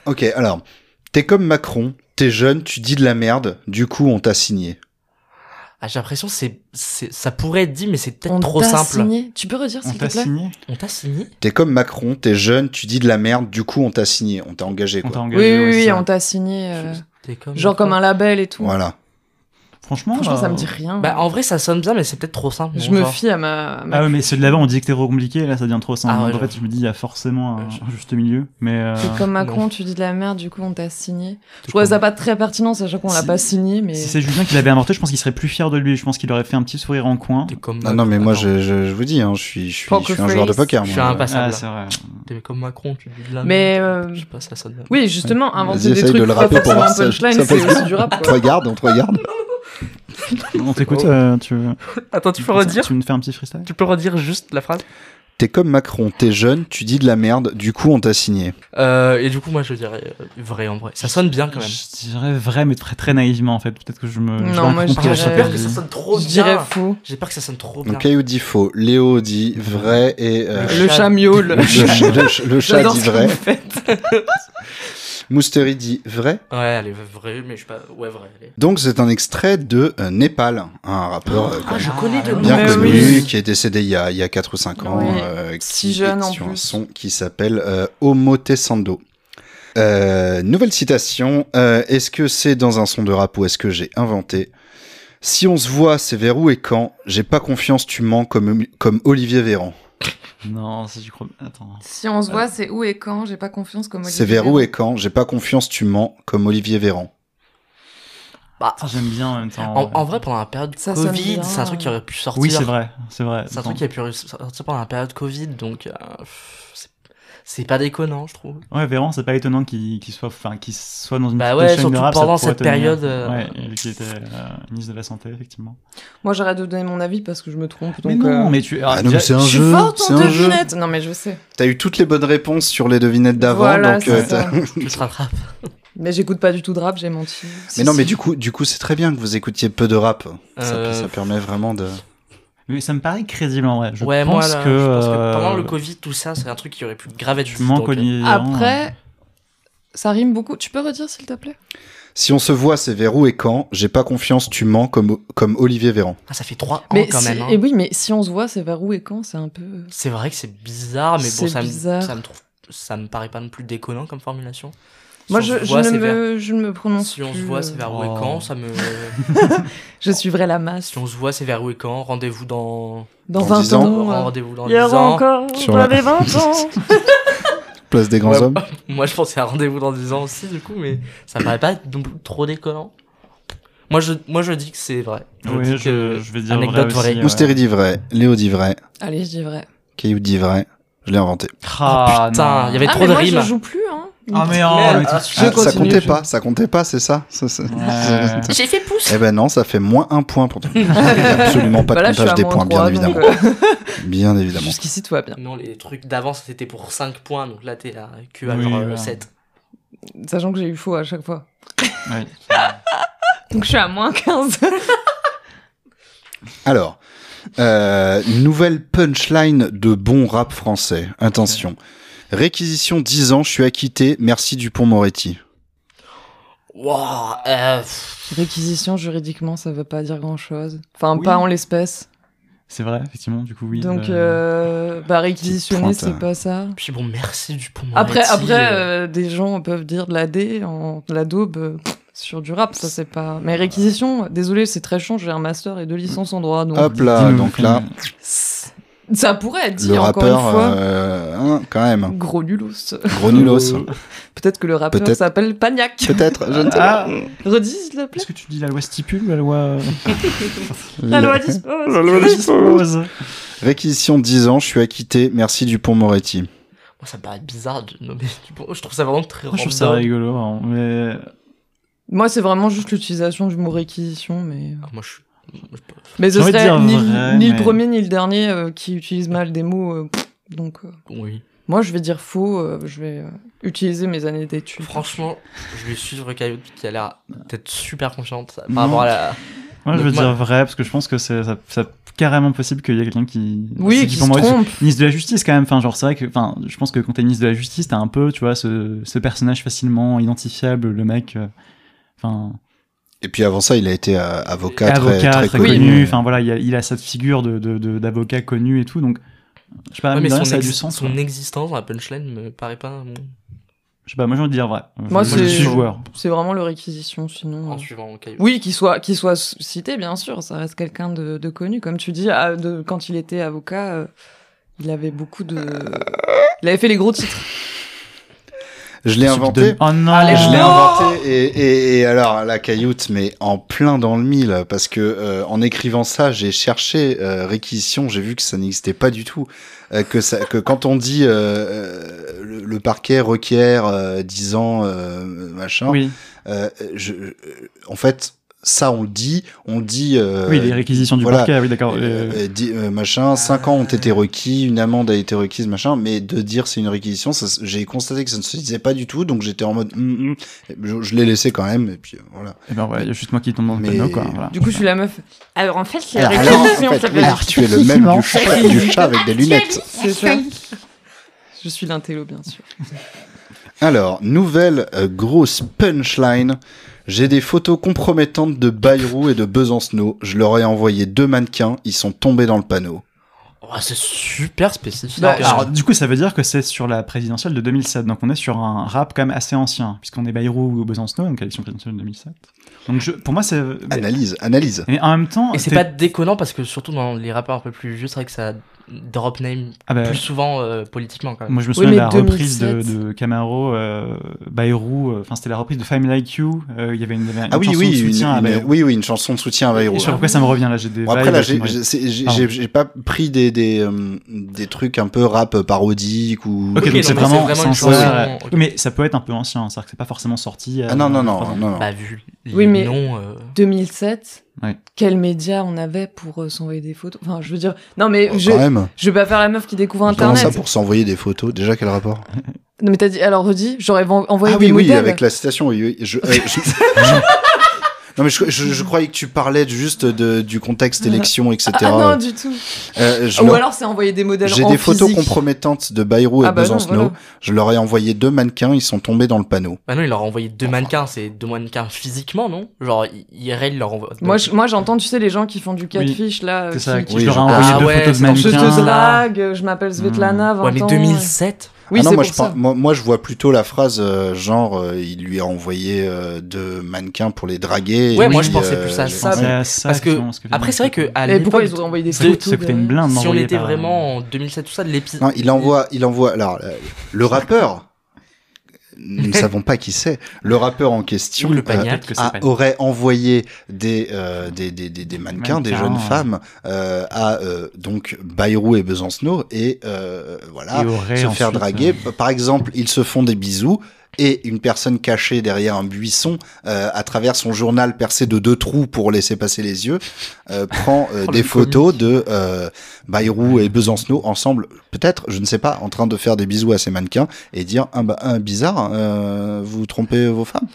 ok, alors, t'es comme Macron, t'es jeune, tu dis de la merde, du coup on t'a signé.
Ah, j'ai l'impression que c'est, c'est, ça pourrait être dit, mais c'est peut-être
On
trop
t'a
simple.
signé. Tu peux redire,
On
s'il te
t'a
plaît
signé
On t'a signé
T'es comme Macron, t'es jeune, tu dis de la merde, du coup on t'a signé, on t'a engagé
On t'a
quoi.
Oui,
engagé.
oui,
ouais,
oui,
ça.
on t'a signé. euh,
T'es comme-
genre comme un label et tout.
Voilà.
Franchement,
Franchement, ça
euh,
me dit rien.
Bah, en vrai, ça sonne bien, mais c'est peut-être trop simple.
je
mon
me
genre.
fie à ma. à ma-
Ah ouais, mais ceux de l'avant, on disait que c'était trop compliqué, là ça devient trop simple.
Ah ouais,
en fait,
je-
je me dis, il y a forcément un,
Je-
un juste milieu. Mais euh,
T'es comme Macron,
non.
tu dis de la merde, du coup on t'a signé. Je
T'es
trouvais
comme-
ça pas très pertinent, sachant qu'on l'a
Si-
pas signé, mais.
si c'est Julien qui l'avait inventé, je pense qu'il serait plus fier de lui. Je pense qu'il aurait fait un petit sourire en coin.
T'es comme
Ah Non, non, mais moi
Attends,
je, je, je vous dis, hein, je suis, je suis,
Poker
je suis un joueur de
face.
poker.
Je
moi.
suis
Ah,
impassable.
c'est vrai.
T'es comme Macron, tu dis de la
Mais,
merde.
euh,
Je sais pas, ça sonne bien.
Oui, justement,
Vas-y,
inventer des
essaye
trucs
de le
pas
rappeler pour
forcément
voir si ça-
punchline,
ça
c'est
passe bien.
aussi du rap,
On te
quoi.
regarde, on te regarde.
On t'écoute, euh, tu veux.
Attends, tu peux redire
Tu nous fais un petit freestyle
Tu peux redire juste la phrase
T'es comme Macron, t'es jeune, tu dis de la merde, du coup on t'a signé.
euh, Et du coup, moi, je dirais euh, vrai en vrai. Ça sonne bien quand même.
Je dirais vrai, mais très très naïvement en fait. Peut-être que je me. je
Non, moi, je
raconte quelque
Ah, J'ai
dirais-
peur
chose.
que ça sonne trop
Je dirais
bien.
fou.
J'ai peur que ça sonne trop bien.
Donc Caillou dit faux, Léo dit vrai et euh,
Le chat miaule.
le, ch- le ch- le chat
J'adore
dit
ce que
vrai.
vous faites.
Moustery dit vrai.
Ouais, elle est vraie, mais je sais pas. Ouais, vrai. elle est-
Donc c'est un extrait de euh, Népal, un rappeur euh, quand
Ah, je
même
connais de
bien
Mais
nom.
connu
oui.
qui est décédé il y a, il y a 4 ou 5 ans,
Ouais.
euh, qui
Si jeune,
est
en
sur un
plus.
son qui s'appelle euh, Homo Tessando. Euh, nouvelle citation, euh, est-ce que c'est dans un son de rap ou est-ce que j'ai inventé Si on se voit, c'est vers où et quand J'ai pas confiance, tu mens comme, comme Olivier Véran.
Non, si je crois. Attends.
Si on se voit, c'est où et quand J'ai pas confiance comme
C'est vers où et quand J'ai pas confiance, tu mens comme Olivier Véran.
Bah,
Ah, J'aime bien en même temps.
en,
ouais.
en vrai, pendant la période
Ça sonne
Covid,
bien.
c'est un truc qui aurait pu sortir.
Oui, c'est vrai, c'est vrai.
C'est un truc qui a pu re- sortir pendant la période Covid, donc euh, pff, c'est- c'est pas déconnant, je trouve.
Ouais, Véran, c'est pas étonnant qu'il qu'il soit, enfin, qu'il soit dans une
Bah
petite
ouais,
chaîne de
surtout
rap, ça
pendant
pourrait
cette
tenir.
période, euh,
Ouais, vu qu'il était euh, ministre de la santé, effectivement.
Moi j'arrête de donner mon avis parce que je me trompe.
Mais
donc, euh,
non, mais tu.
Ah non, mais c'est un
Je suis
jeu,
forte
c'est
en
un jeu.
devinette. Non mais je sais.
T'as eu toutes les bonnes réponses sur les devinettes d'avant,
Voilà,
donc
c'est
euh,
ça.
Tu te rattrapes.
Mais j'écoute pas du tout de rap, j'ai menti.
Mais non, mais du coup, du coup, c'est très bien que vous écoutiez peu de rap. Ça,
Euh,
ça permet vraiment de.
Mais ça me paraît crédible en vrai. Je
ouais,
pense
moi, là,
que.
je pense que
euh,
pendant le Covid, tout ça, c'est un truc qui aurait pu grave être
Tu
dit,
manques
donc,
au
euh,
niveau-
Après, ça rime beaucoup. Tu peux redire s'il te plaît
Si on se voit, c'est vers où et quand J'ai pas confiance, tu mens comme, comme Olivier Véran.
Ah, ça fait 3 ans
Mais
quand
si-
même. hein.
Et oui, mais si on se voit, c'est vers où et quand C'est un peu.
C'est vrai que c'est bizarre, mais
C'est
bon, ça me,
bizarre.
ça me trouve, ça me paraît pas non plus déconnant comme formulation. Si
Moi,
on
je,
se
je
voit,
ne
c'est vers-
me, je ne me prononce
Si on se
plus,
voit,
euh,
c'est vers
Oh.
où et quand Ça me.
Je suivrai la masse.
si on se voit, c'est vers où et quand Rendez-vous dans.
Dans
Dans
20
dix ans,
ans. euh,
Rendez-vous dans
Il y
10
aura
ans.
encore
Sur la-
Mmh, des hein. 20 ans.
Place des grands
Ouais.
hommes.
Moi, je pensais à rendez-vous dans 10 ans aussi, du coup, mais ça me paraît pas non plus trop déconnant. Moi, je, moi, je dis que c'est vrai. Je
Ouais,
dis
je,
que-
je vais dire
anecdote
vrai aussi,
vraie.
ouais.
Moustéri dit vrai, Léo dit vrai,
Allez, je dis vrai.
Caillou dit vrai. Je l'ai inventé.
Ah,
putain,
non.
il y avait
Ah,
trop
mais
de
moi, je
rimes.
joue plus, hein.
Ah, mais non,
Merde.
mais tout de
Ah,
suite.
ça
continue,
comptait
je-
pas, ça comptait pas, c'est ça, ça, ça-
Ouais.
J'ai fait pouce.
Eh ben non, ça fait moins un point pour toi. Il y a absolument pas
Bah
de
là, je suis
comptage
à
des
moins
points, bien
3, donc,
évidemment.
euh,
Bien évidemment.
Jusqu'ici, tout va bien.
Non, les trucs d'avant, c'était pour 5 points, donc là, t'es à que à
Oui,
genre,
voilà.
7.
Sachant que j'ai eu faux à chaque fois.
Ouais.
Donc je suis à moins 15.
Alors, euh, nouvelle punchline de bon rap français. Attention. Réquisition 10 ans, je suis acquitté, merci Dupont-Moretti.
Waouh, euh, pff,
Réquisition, juridiquement, ça veut pas dire grand chose. Enfin,
Oui.
pas en l'espèce.
C'est vrai, effectivement, du coup, oui.
Donc,
euh,
euh, bah, réquisitionner,
Petite pointe, euh,
c'est pas ça.
puis bon, merci du pont
Après, après euh, des gens peuvent dire de la D, en, de la daube euh, sur du rap, ça c'est pas. Mais réquisition, désolé, c'est très chiant, j'ai un master et deux licences en droit. Donc
Hop là,
dis-nous,
donc
fais-nous.
là,
ça pourrait être dit
le
encore
rappeur,
une fois.
euh, hein, quand même,
Gros nulos.
gros nulos.
Peut-être que le rappeur
Peut-être.
s'appelle Pagnac.
Peut-être, je ne sais pas.
Ah,
Redis, s'il te plaît.
est-ce que tu dis la loi stipule ou la loi euh,
La loi
Oh
dispose.
dispose
Réquisition 10 ans, je suis acquitté, merci Dupont-Moretti.
Moi, ça me paraît bizarre de nommer Dupont. Je trouve ça vraiment très
Je trouve ça
random.
rigolo, hein, mais
Moi, c'est vraiment juste l'utilisation du mot réquisition, mais. euh,
Ah, moi, je suis. moi, je-
Mais
J'ai
ce
envie de
serait
dire
ni, le-
vrai,
ni
mais-
le premier ni le dernier euh, qui utilise mal des mots. euh, pff, donc, euh,
Oui.
Moi, je vais dire faux. euh, je vais euh, utiliser mes années d'études.
Franchement, je vais suivre Caillou qui a l'air d'être super confiante par
Non.
rapport à la.
Moi, je
Donc,
veux
moi-
dire vrai, parce que je pense que c'est ça, ça- carrément possible qu'il y ait quelqu'un qui.
Oui,
c'est
qui
pour
se
moi,
trompe.
c'est- Ministre de la Justice, quand même. Enfin, genre, c'est vrai que. Enfin, je pense que quand t'es ministre de la Justice, t'as un peu, tu vois, ce, ce personnage facilement identifiable, le mec. euh, Enfin,
Et puis avant ça, il a été euh, avocat,
avocat
très,
très,
très
connu.
connu.
Enfin, voilà, il y a- il a, cette figure d'avocat de, de, d'avocat connu et tout. Donc, je sais pas,
Ouais,
mais
mais son,
ça a
ex-
du sens.
son
quoi.
existence dans la punchline me paraît pas bon,
Je sais pas, moi, j'ai envie de dire vrai.
Moi,
je, je
c'est-
suis joueur.
C'est vraiment le réquisition, sinon. euh.
en suivant Caillou.
Oui, qu'il soit, qu'il soit cité, bien sûr. Ça reste quelqu'un de, de connu. Comme tu dis, ah, de, quand il était avocat, euh, il avait beaucoup de. Il avait fait les gros titres.
Je l'ai
Ceux qui
inventé.
donnent- Oh non
Allez,
Je l'ai
Non
inventé et, et, et alors la cailloute, mais en plein dans le mille, parce que euh, en écrivant ça, j'ai cherché euh, réquisition, j'ai vu que ça n'existait pas du tout, Euh, que ça, que quand on dit euh, euh, le, le parquet requiert euh, 10 ans, euh, machin,
Oui,
euh, je, euh, en fait, ça on le dit, on le dit. euh,
oui, les réquisitions du
voilà.
parquet, oui, d'accord. euh,
euh, di- euh, machin, 5 ans ont été requis, une amende a été requise, machin, mais de dire c'est une réquisition, ça s- j'ai constaté que ça ne se disait pas du tout, donc j'étais en mode, hum, hum. je, je l'ai laissé quand même, et puis euh, voilà.
eh ben voilà, il y a juste moi qui tombe dans le
Mais-
panneau, quoi. voilà.
Du coup, je suis la meuf. Alors en fait,
Alors, alors, en fait, oui, tu es le même du chat, du chat avec des lunettes.
C'est ça. Je suis l'intello, bien sûr.
Alors, nouvelle euh, grosse punchline. J'ai des photos compromettantes de Bayrou et de Besancenot. Je leur ai envoyé deux mannequins, ils sont tombés dans le panneau.
Oh, c'est super spécifique. euh,
Bah,
Alors,
Alors, du coup, ça veut dire que c'est sur la présidentielle de 2007. Donc, on est sur un rap quand même assez ancien, puisqu'on est Bayrou ou Besancenot, donc élection présidentielle de 2007. Donc, je, pour moi, c'est.
Ah, Analyse, analyse.
Mais en même temps.
Et c'est
t'es-
pas déconnant parce que surtout dans les rappeurs un peu plus vieux, c'est vrai que ça drop name
Ah bah,
plus souvent euh, politiquement quand même.
moi, je me
mais
souviens de la reprise de,
2007.
de Camaro, euh, Bayrou. euh, Enfin, c'était la reprise de Fame Like You. euh, Il y avait une, il y avait une
Ah oui,
chanson
oui,
de
une,
soutien à
une-
Bayrou.
oui, oui, une chanson de soutien à Bayrou.
Je sais pas pourquoi ça me revient là. J'ai des.
Bon, après
vibes
là,
qui
j'ai
me reviennent.
j'ai- c'est- j'ai-
Pardon.
j'ai- j'ai pas pris des des, euh, des trucs un peu rap parodique ou.
Ok,
Ok,
donc
non,
c'est
mais
vraiment,
c'est vraiment
sincère,
une chanson,
euh,
ok.
Mais ça peut être un peu ancien, c'est-à-dire que c'est pas forcément sorti. euh,
Ah non non
enfin,
non non. non.
Bah vu les
Oui, mais-
noms, euh,
2007.
Ouais.
Quel média on avait pour euh, s'envoyer des photos Enfin, je veux dire, non mais
Bon,
je,
Quand même.
je vais pas faire la meuf qui découvre
Comment ça
Internet.
pour s'envoyer des photos Déjà quel rapport
Non mais t'as dit, alors redis, j'aurais ven- envoyé
Ah
des
oui oui
modèles.
avec la citation. Oui, oui, je- euh, je- Non mais je, je- je croyais que tu parlais juste de, du contexte élection etc.
Ah, ah, non du tout.
Euh, je
Ou
leur-
alors c'est envoyer des modèles
J'ai
en
des photos
physique.
compromettantes de Bayrou et
Ah bah non,
Besancenot.
voilà.
Je leur ai envoyé deux mannequins, ils sont tombés dans le panneau.
bah non, il leur a envoyé deux mannequins, c'est deux mannequins physiquement, non Genre, I- IRL leur envoie.
Moi, je- moi j'entends, tu sais, les gens qui font du catfish là, euh,
C'est ça,
qui-
qui
Oui,
je leur ai
je-
envoyé
Ah
deux
ouais,
photos de
c'est dans ce
Je
mannequins.
te drague, euh, je m'appelle Svetlana, 20
Ouais, mais
ans.
2007
Oui,
ah non,
c'est
moi
pour
je, par-
ça.
moi, moi, je vois plutôt la phrase euh, genre euh, il lui a envoyé euh, deux mannequins pour les draguer. et euh,
Ouais, moi,
puis,
je pensais plus à
les-
ça,
C'est à ça
Parce que,
finalement, ce je
Après,
dis.
c'est vrai que à
Mais pourquoi ils
l'époque,
ont envoyé des
Ça coûte-
photos
ça coûtait une
derrière
blinde
Si on
d'envoyer
était
par-
vraiment en 2007, tout ça, de l'épisode.
Non, il envoie, il envoie. Alors, euh, le rappeur, nous ne savons pas qui c'est. Le rappeur en question euh,
Ou le pagnac. Ah,
Peut-être que c'est
a-
pas-
aurait envoyé des, euh, des, des, des, des mannequins, des
Mannequins,
jeunes
ouais.
femmes euh, à euh, donc Bayrou et Besancenot et euh, voilà
Et aurait
se faire
ensuite, euh,
draguer.
euh,
Par exemple, ils se font des bisous. Et une personne cachée derrière un buisson, euh, à travers son journal percé de deux trous pour laisser passer les yeux, euh, prend euh,
Oh,
des
le
photos de euh, Bayrou et Besancenot ensemble, peut-être, je ne sais pas, en train de faire des bisous à ces mannequins et dire ah bah, ah, bizarre, euh, vous trompez vos femmes.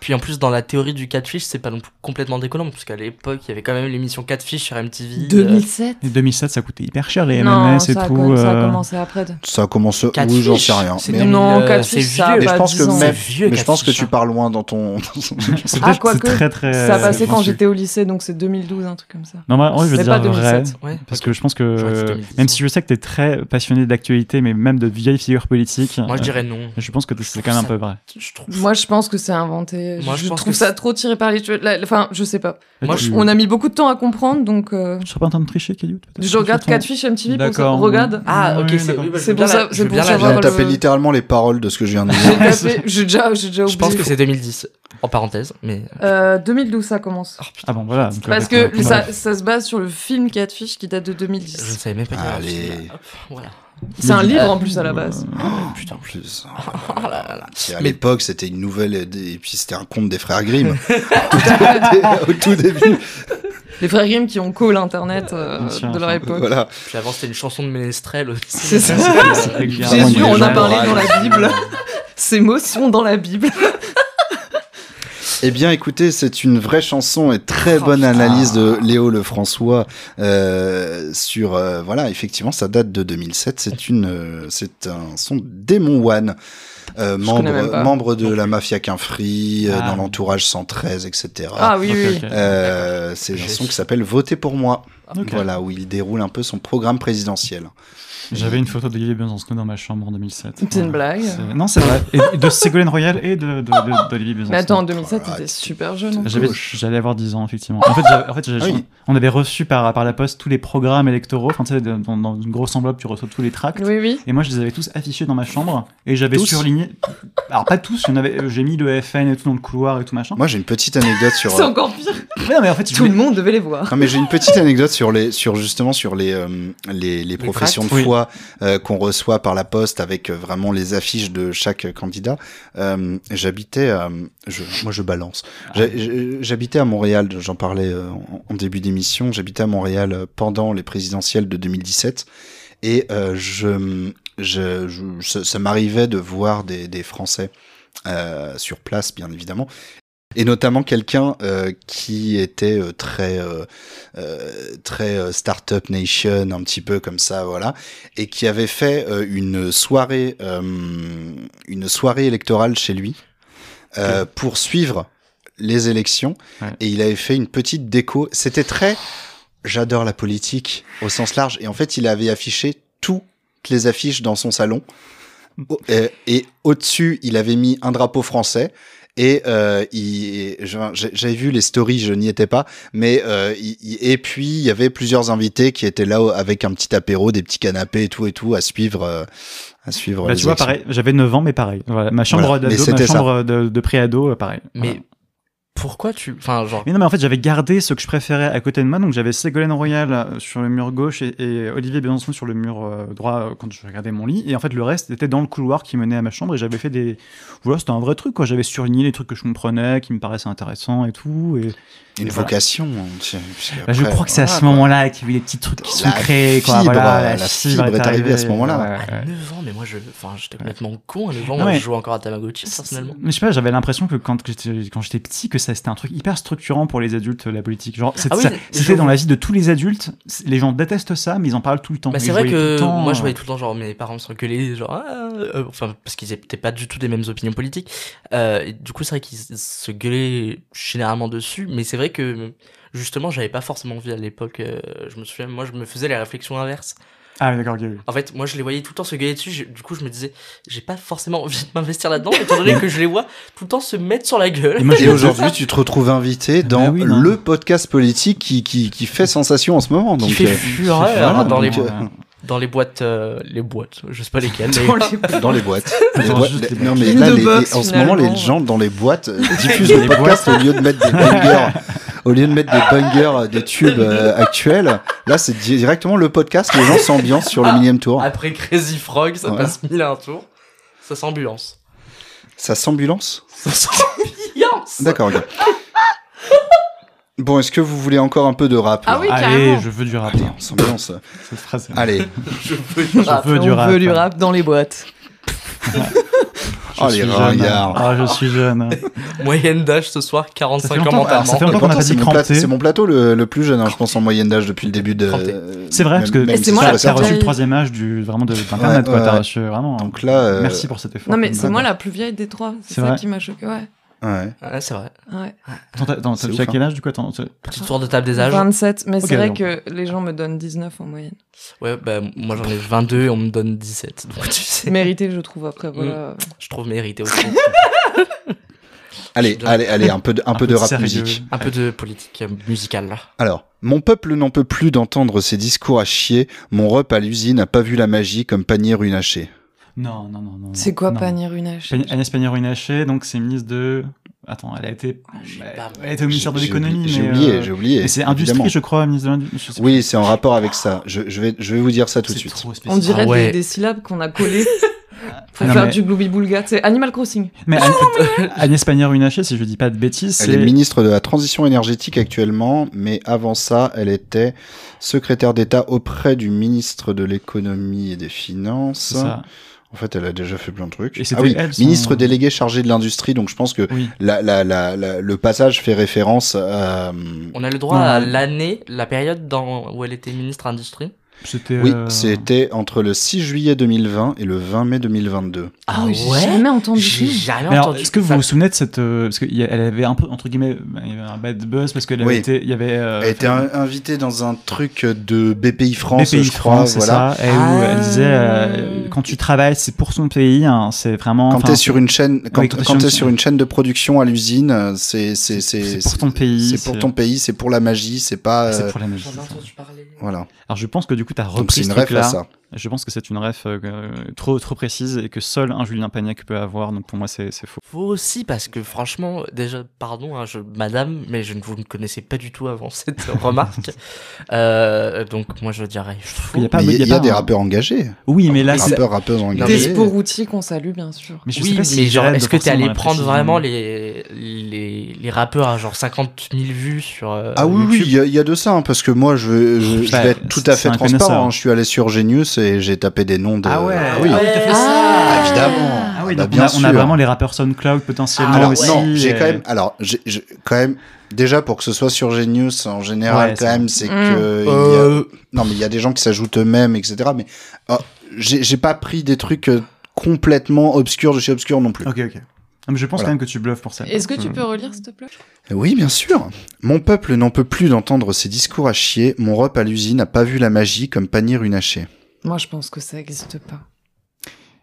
Puis en plus, dans la théorie du catfish, c'est pas non plus complètement déconnant, parce qu'à l'époque, il y avait quand même l'émission catfish sur MTV. euh,
2007
Et 2007, ça coûtait hyper cher les
Non,
MMS et
ça a,
tout.
com- ça a
euh,
commencé après. de-
Ça commence,
Catfish,
oui, j'en sais rien.
c'est
Mais,
des-
Non,
euh,
catfish,
c'est
ça a
vieux.
mais je
pas
pense
10 ans.
que même,
vieux,
mais je pense que
Catfish,
tu
hein.
parles loin dans ton.
c'est
Ah,
peut-être-
quoique,
c'est très, très,
Ça
euh,
passait quand
offensif.
j'étais au lycée, donc c'est 2012, un truc comme ça.
Non, moi, moi, je veux
Mais
dire
pas
vrai.
2007.
hein. Ouais,
Parce
ok.
que je pense
J'aurais dit
que,
2010,
même si je sais que t'es très passionné d'actualité, mais même de vieilles figures politiques,
Moi, je
euh,
dirais non.
je pense que
je
c'est
trouve
quand même un
ça-
peu vrai.
Je trouve.
Moi, je pense que c'est inventé.
Moi,
je,
je pense
trouve
que
ça
c'est-
trop tiré par les cheveux. La- la- Enfin, je sais pas.
Moi,
Tu-
je-
On a mis beaucoup de temps à comprendre, donc euh,
Je serais pas en train de tricher, Caillou peut-être
je regarde
Tu vois,
Catfish MTV pour ça.
D'accord.
Regarde.
Ah,
Oui,
ok, c'est
d'accord.
oui, bah, je
C'est
veux bien
pour
la-
ça-
je
c'est
veux
pour
bien la-
J'ai
savoir le-
tapé littéralement les paroles de ce que je viens de
J'ai
dire.
déjà fait- J'ai déjà, j'ai déjà oublié.
Je pense que c'est 2010, en parenthèse, mais.
Euh, 2012, ça commence.
Oh, putain,
Ah bon, voilà. donc,
Parce
euh,
que ça, ça se base sur le film Catfish qui date de
je ne
2010.
savais même pas qu'il y avait un
Allez.
film. Hop, Voilà.
C'est un
Euh,
livre en plus à la base.
Putain, en plus.
Ah,
Oh là là là.
C'est à
Mais-
l'époque, c'était une euh, nouvelle, et puis c'était un conte des frères Grimm. au tout début.
les frères Grimm qui ont co l'internet euh,
Bien sûr,
de leur
bien
époque.
Voilà.
Puis avant, c'était une chanson de Ménestrel aussi.
C'est ça.
Vraiment, il
Jésus,
y a
on
des
a
gens
parlé
orales.
dans la Bible. Ces motions dans la Bible.
Eh bien, écoutez, c'est une vraie chanson et très
Oh,
bonne
putain.
analyse de Léo Lefrançois euh, sur euh, voilà. Effectivement, ça date de 2007. C'est une, euh, c'est un son Démon One. euh,
connais même
membre,
pas.
membre de la mafia Quinfree, euh,
Ah.
dans l'entourage 113, etc.
Ah oui,
Ok,
oui.
ok.
Euh, c'est un son qui s'appelle Voter pour moi.
Ok.
Euh, Voilà, où il déroule un peu son programme présidentiel.
J'avais une photo de Lily Besancenot dans ma chambre en 2007.
C'est une blague.
C'est- Non, c'est vrai. Et de Ségolène Royal et de, de, de, de Lily Besancenot.
Mais attends, en 2007,
Ah,
t'étais
tu-
super jeune.
J'avais-
gauche.
J'allais avoir 10 ans, effectivement. En fait, j'avais- en fait j'avais-
Ah oui.
on avait reçu par, par la poste tous les programmes électoraux. Enfin, tu sais, dans, dans une grosse enveloppe, tu reçois tous les tracts.
Oui, oui.
Et moi, je les avais tous affichés dans ma chambre. Et j'avais
Tous
surligné. Alors, pas tous, il y en avait- j'ai mis le FN et tout dans le couloir et tout machin.
Moi, j'ai une petite anecdote sur. euh,
C'est encore pire.
Ouais, non, mais en fait, je
Tout le
voulais-
monde devait les voir.
Non mais j'ai une petite anecdote sur les sur justement sur les euh, les, les professions
tracts,
de
oui.
foi euh, qu'on reçoit par la poste avec euh, vraiment les affiches de chaque euh, candidat. Euh, j'habitais euh, je moi je balance. J'ai- j'ai- J'habitais à Montréal, j'en parlais euh, en- en début d'émission, j'habitais à Montréal euh, pendant les présidentielles de 2017 et euh, je, je, je ça, ça m'arrivait de voir des des Français euh, sur place bien évidemment et notamment quelqu'un euh, qui était euh, très euh, euh, très euh, startup nation un petit peu comme ça voilà et qui avait fait euh, une soirée euh, une soirée électorale chez lui euh, pour suivre les élections
Ouais.
et il avait fait une petite déco c'était très j'adore la politique au sens large et en fait il avait affiché toutes les affiches dans son salon Au- euh, et au-dessus il avait mis un drapeau français et euh, il- je- j'ai- j'avais vu les stories, je n'y étais pas, mais euh, il- il- et puis il y avait plusieurs invités qui étaient là avec un petit apéro, des petits canapés et tout et tout à suivre, euh, à suivre.
Bah,
les
tu vois,
élections.
pareil, j'avais 9 ans, mais pareil. Voilà, ma chambre
Voilà, mais
d'ado, ma
c'était ça.
chambre de, de pré-ado, euh, pareil. Voilà.
Mais pourquoi tu. Enfin, genre.
Mais non, mais en fait, j'avais gardé ce que je préférais à côté de moi. Donc, j'avais Ségolène Royal euh, sur le mur gauche et, et Olivier Besançon sur le mur euh, droit euh, quand je regardais mon lit. Et en fait, le reste était dans le couloir qui menait à ma chambre. Et j'avais fait des. Voilà, c'était un vrai truc, quoi. J'avais surligné les trucs que je comprenais, qui me paraissaient intéressants et tout. Et...
Une
voilà.
vocation. hein, tu- parce
Bah, je
après,
crois que c'est à
voilà,
ce moment-là qu'il y a eu les petits trucs qui sont
La
créés, quoi.
fibre,
Voilà,
la fibre est arrivée à ce moment-là.
Ouais, ouais.
À 9 ans, mais moi, je. Enfin, j'étais complètement con à 9 ans.
Non,
Moi,
mais-
je jouais encore à Tamagotchi, personnellement.
Mais je sais pas, j'avais l'impression que quand j'étais quand j'étais petit, que ça c'était un truc hyper structurant pour les adultes, la politique. Genre, c'était
Ah oui,
ça-
mais
c'était
je-
dans la vie de tous les adultes. C'est- Les gens détestent ça, mais ils en parlent tout le temps.
Bah,
Ils
c'est vrai
voyaient tout le
que
temps,
moi je
euh,
voyais tout le temps genre mes parents s'engueuler genre ah, euh, enfin parce qu'ils n'étaient pas du tout des mêmes opinions politiques Euh, et du coup c'est vrai qu'ils se gueulaient généralement dessus mais c'est vrai que justement j'avais pas forcément envie à l'époque euh, je me souviens moi je me faisais les réflexions inverses
Ah, d'accord, ok, oui.
en fait moi je les voyais tout le temps se gueuler dessus j'ai- du coup je me disais j'ai pas forcément envie de m'investir là-dedans étant donné que je les vois tout le temps se mettre sur la gueule
Et moi,
Et
je-
aujourd'hui, tu te retrouves invité dans
Bah oui, non.
le podcast politique qui, qui, qui fait sensation en ce moment. Donc,
qui fait
euh,
fureur
voilà,
dans, les,
donc,
euh,
dans les boîtes euh, les boîtes je sais pas lesquelles mais-
Dans les-
euh, dans les boîtes. Les
Dans
boîtes-
juste les
non,
boîtes.
mais
Une
là,
de
les-
box,
en ce moment, les
finalement.
gens dans les boîtes euh, diffusent les podcasts au lieu de mettre des bangers. Au lieu de mettre des bangers euh, des tubes euh, actuels, là c'est di- directement le podcast, les gens s'ambiancent sur le
Ah.
millième tour.
Après Crazy Frog, ça
Voilà.
passe mille à un tour. Ça s'ambulance.
Ça s'ambulance
Ça s'ambulance
D'accord, ok. Bon, est-ce que vous voulez encore un peu de rap
Ah
là
oui,
Allez,
carrément.
je veux du rap.
Allez, on s'ambiance.
Cette phrase.
Allez,
Je veux du
Je
rap.
veux du
Bah, on
rap. hein.
veut du rap dans les boîtes.
Je
Oh, les
suis jeune.
ringards.
Ah, je suis jeune.
Moyenne d'âge ce soir, 45 ans
longtemps- alors, ça fait
mentalement.
longtemps-
Pourtant,
qu'on n'a pas
c'est
dit
mon, plat-
cranté.
c'est mon plateau le, le plus jeune, hein, je pense, en moyenne d'âge depuis le début de. euh,
Cranté.
C'est vrai, parce que-
même
Et
si
c'est moi
ça
la
reste
T'as
perte
reçu
Ouais.
le troisième âge du, vraiment de- d'internet,
Ouais,
quoi. T'as
ouais.
reçu vraiment.
Donc là, euh,
Merci pour cet effort.
Non, mais c'est
D'accord.
moi la plus vieille des trois.
bah C'est
C'est ça
vrai.
qui m'a choqué. Ouais.
Ouais.
Ouais, c'est vrai.
ouais.
Attends, t'as- attends,
C'est
t'as
ouf,
tu as
hein.
quel âge du coup Attends, t'as-
Petit tour de table des âges.
27. Mais
Ok,
c'est vrai
donc.
que les gens me donnent 19 en moyenne.
Ouais, bah moi j'en ai 22 et on me donne 17. Donc tu sais,
Mérité, je trouve, après.
Mm.
Voilà.
je trouve mérité aussi.
Allez,
Je dois-
allez, allez, un peu de, un peu de rap
sérieux.
musique.
Un peu de politique euh, musicale là.
Alors, mon peuple n'en peut plus d'entendre ces discours à chier. Mon rep à l'usine n'a pas vu la magie comme panier runaché.
Non, non, non, non.
C'est quoi
non.
Panier Runache
Pani- Agnès Pannier-Runacher, donc c'est ministre de. Attends, elle a été.
Ah,
j'ai
elle-
pas-
Elle était au ministère de
J'ai- j'ai
l'économie.
oublié- J'ai
mais,
oublié,
euh,
j'ai oublié.
mais c'est
évidemment.
industrie, je crois, ministre de l'industrie. je sais
Oui, c'est en rapport avec ça. Je, je vais, je vais vous dire ça
pas.
tout de
C'est
suite.
trop
On
spécial.
dirait
Ah ouais.
des, des syllabes qu'on a collées Faut
Non,
faire
mais-
du Glooby Boulga, c'est Animal Crossing.
Mais Agn- Agnès Pannier-Runacher, si je dis pas de bêtises,
Elle est
c'est
ministre de la Transition énergétique actuellement, mais avant ça, elle était secrétaire d'État auprès du ministre de l'Économie et des Finances.
c'est ça.
En fait, elle a déjà fait plein de trucs.
Et c'était
ah oui,
elle, son-
ministre délégué chargé de l'industrie, donc je pense que
Oui.
la, la, la, la- le passage fait référence à...
On a le droit
Non,
à
non.
l'année, la période dans... où elle était ministre industrie.
C'était.
Oui,
euh,
c'était entre le 6 juillet 2020 et le 20 mai 2022.
Ah
Oh, J'ai jamais entendu.
J'ai
ça.
jamais
Mais alors,
entendu.
est-ce que vous
ça.
vous souvenez de cette euh, parce qu'elle avait un peu entre guillemets, il y avait un bad buzz parce qu'elle avait
Oui.
été, il y avait. euh,
Elle
fait-
était un- invitée dans un truc de BPI France,
BPI
je crois,
France, c'est
voilà. Ah.
ça, et où
Ah.
elle disait euh, quand tu travailles, c'est pour son pays, hein, c'est vraiment.
Quand
enfin,
t'es sur une chaîne, quand,
oui, quand t'es
quand
sur
t'es
une-
sur une chaîne de production à l'usine, euh, c'est c'est
c'est pour ton pays,
c'est pour ton pays, c'est pour la magie, c'est pas
c'est
euh,
pour la magie.
J'en ai
c'est ça.
entendu parler.
voilà.
Alors je pense que du coup t'as
Donc c'est
repris
une
ce
ref à
truc-là.
ça.
Je pense que c'est une ref euh, euh, trop trop précise et que seul un Julien Pagnac peut avoir. Donc pour moi c'est c'est faux.
Vous aussi, parce que franchement, déjà, pardon, hein, je, madame, mais je ne vous ne connaissais pas du tout avant cette remarque. Euh, donc, moi, je dirais faux.
Il y a pas-
Mais il y, a- il y a
pas
des
un-
rappeurs engagés,
Oui, mais là c'est.
rappeurs rappeuses engagés.
Despo Routier qu'on salue, bien sûr.
Ah, Mais je
oui,
sais pas si
mais genre,
Jared
est-ce que t'es
forcément
allé
l'a
prendre
précisé.
vraiment les, les, les rappeurs à genre 50 000 vues sur. euh,
Ah oui, oui,
YouTube
il y, a- il y a de ça, hein, parce que moi, je, je, je
Bah,
vais être tout à
c'est
fait
un
transparent.
connaisseur.
hein. Je suis allé sur Genius et j'ai tapé des noms de.
Ah ouais.
oui,
Ah
t'as fait
Ah,
ça
évidemment.
Ah oui,
Bah,
donc on
bien
a- on, a,
sûr.
vraiment les rappeurs SoundCloud potentiellement
Alors
aussi.
non, j'ai
et-
quand même. Alors j'ai j'ai quand même. Déjà pour que ce soit sur Genius en général
Ouais,
quand
c'est-
même c'est
Mm.
que il y a-
Euh,
non mais il y a des gens qui s'ajoutent eux-mêmes etc mais euh, j'ai j'ai pas pris des trucs euh, complètement obscurs de chez obscur non plus.
Ok, ok. Non, mais je pense
Voilà. Hmm.
quand même que tu bluffes pour ça.
Est-ce que tu
Euh,
peux relire, s'il te plaît
Oui, bien sûr. Mon peuple n'en peut plus d'entendre ces discours à chier. Mon rep à l'usine n'a pas vu la magie comme panier une hachée.
Moi, je pense que ça n'existe pas.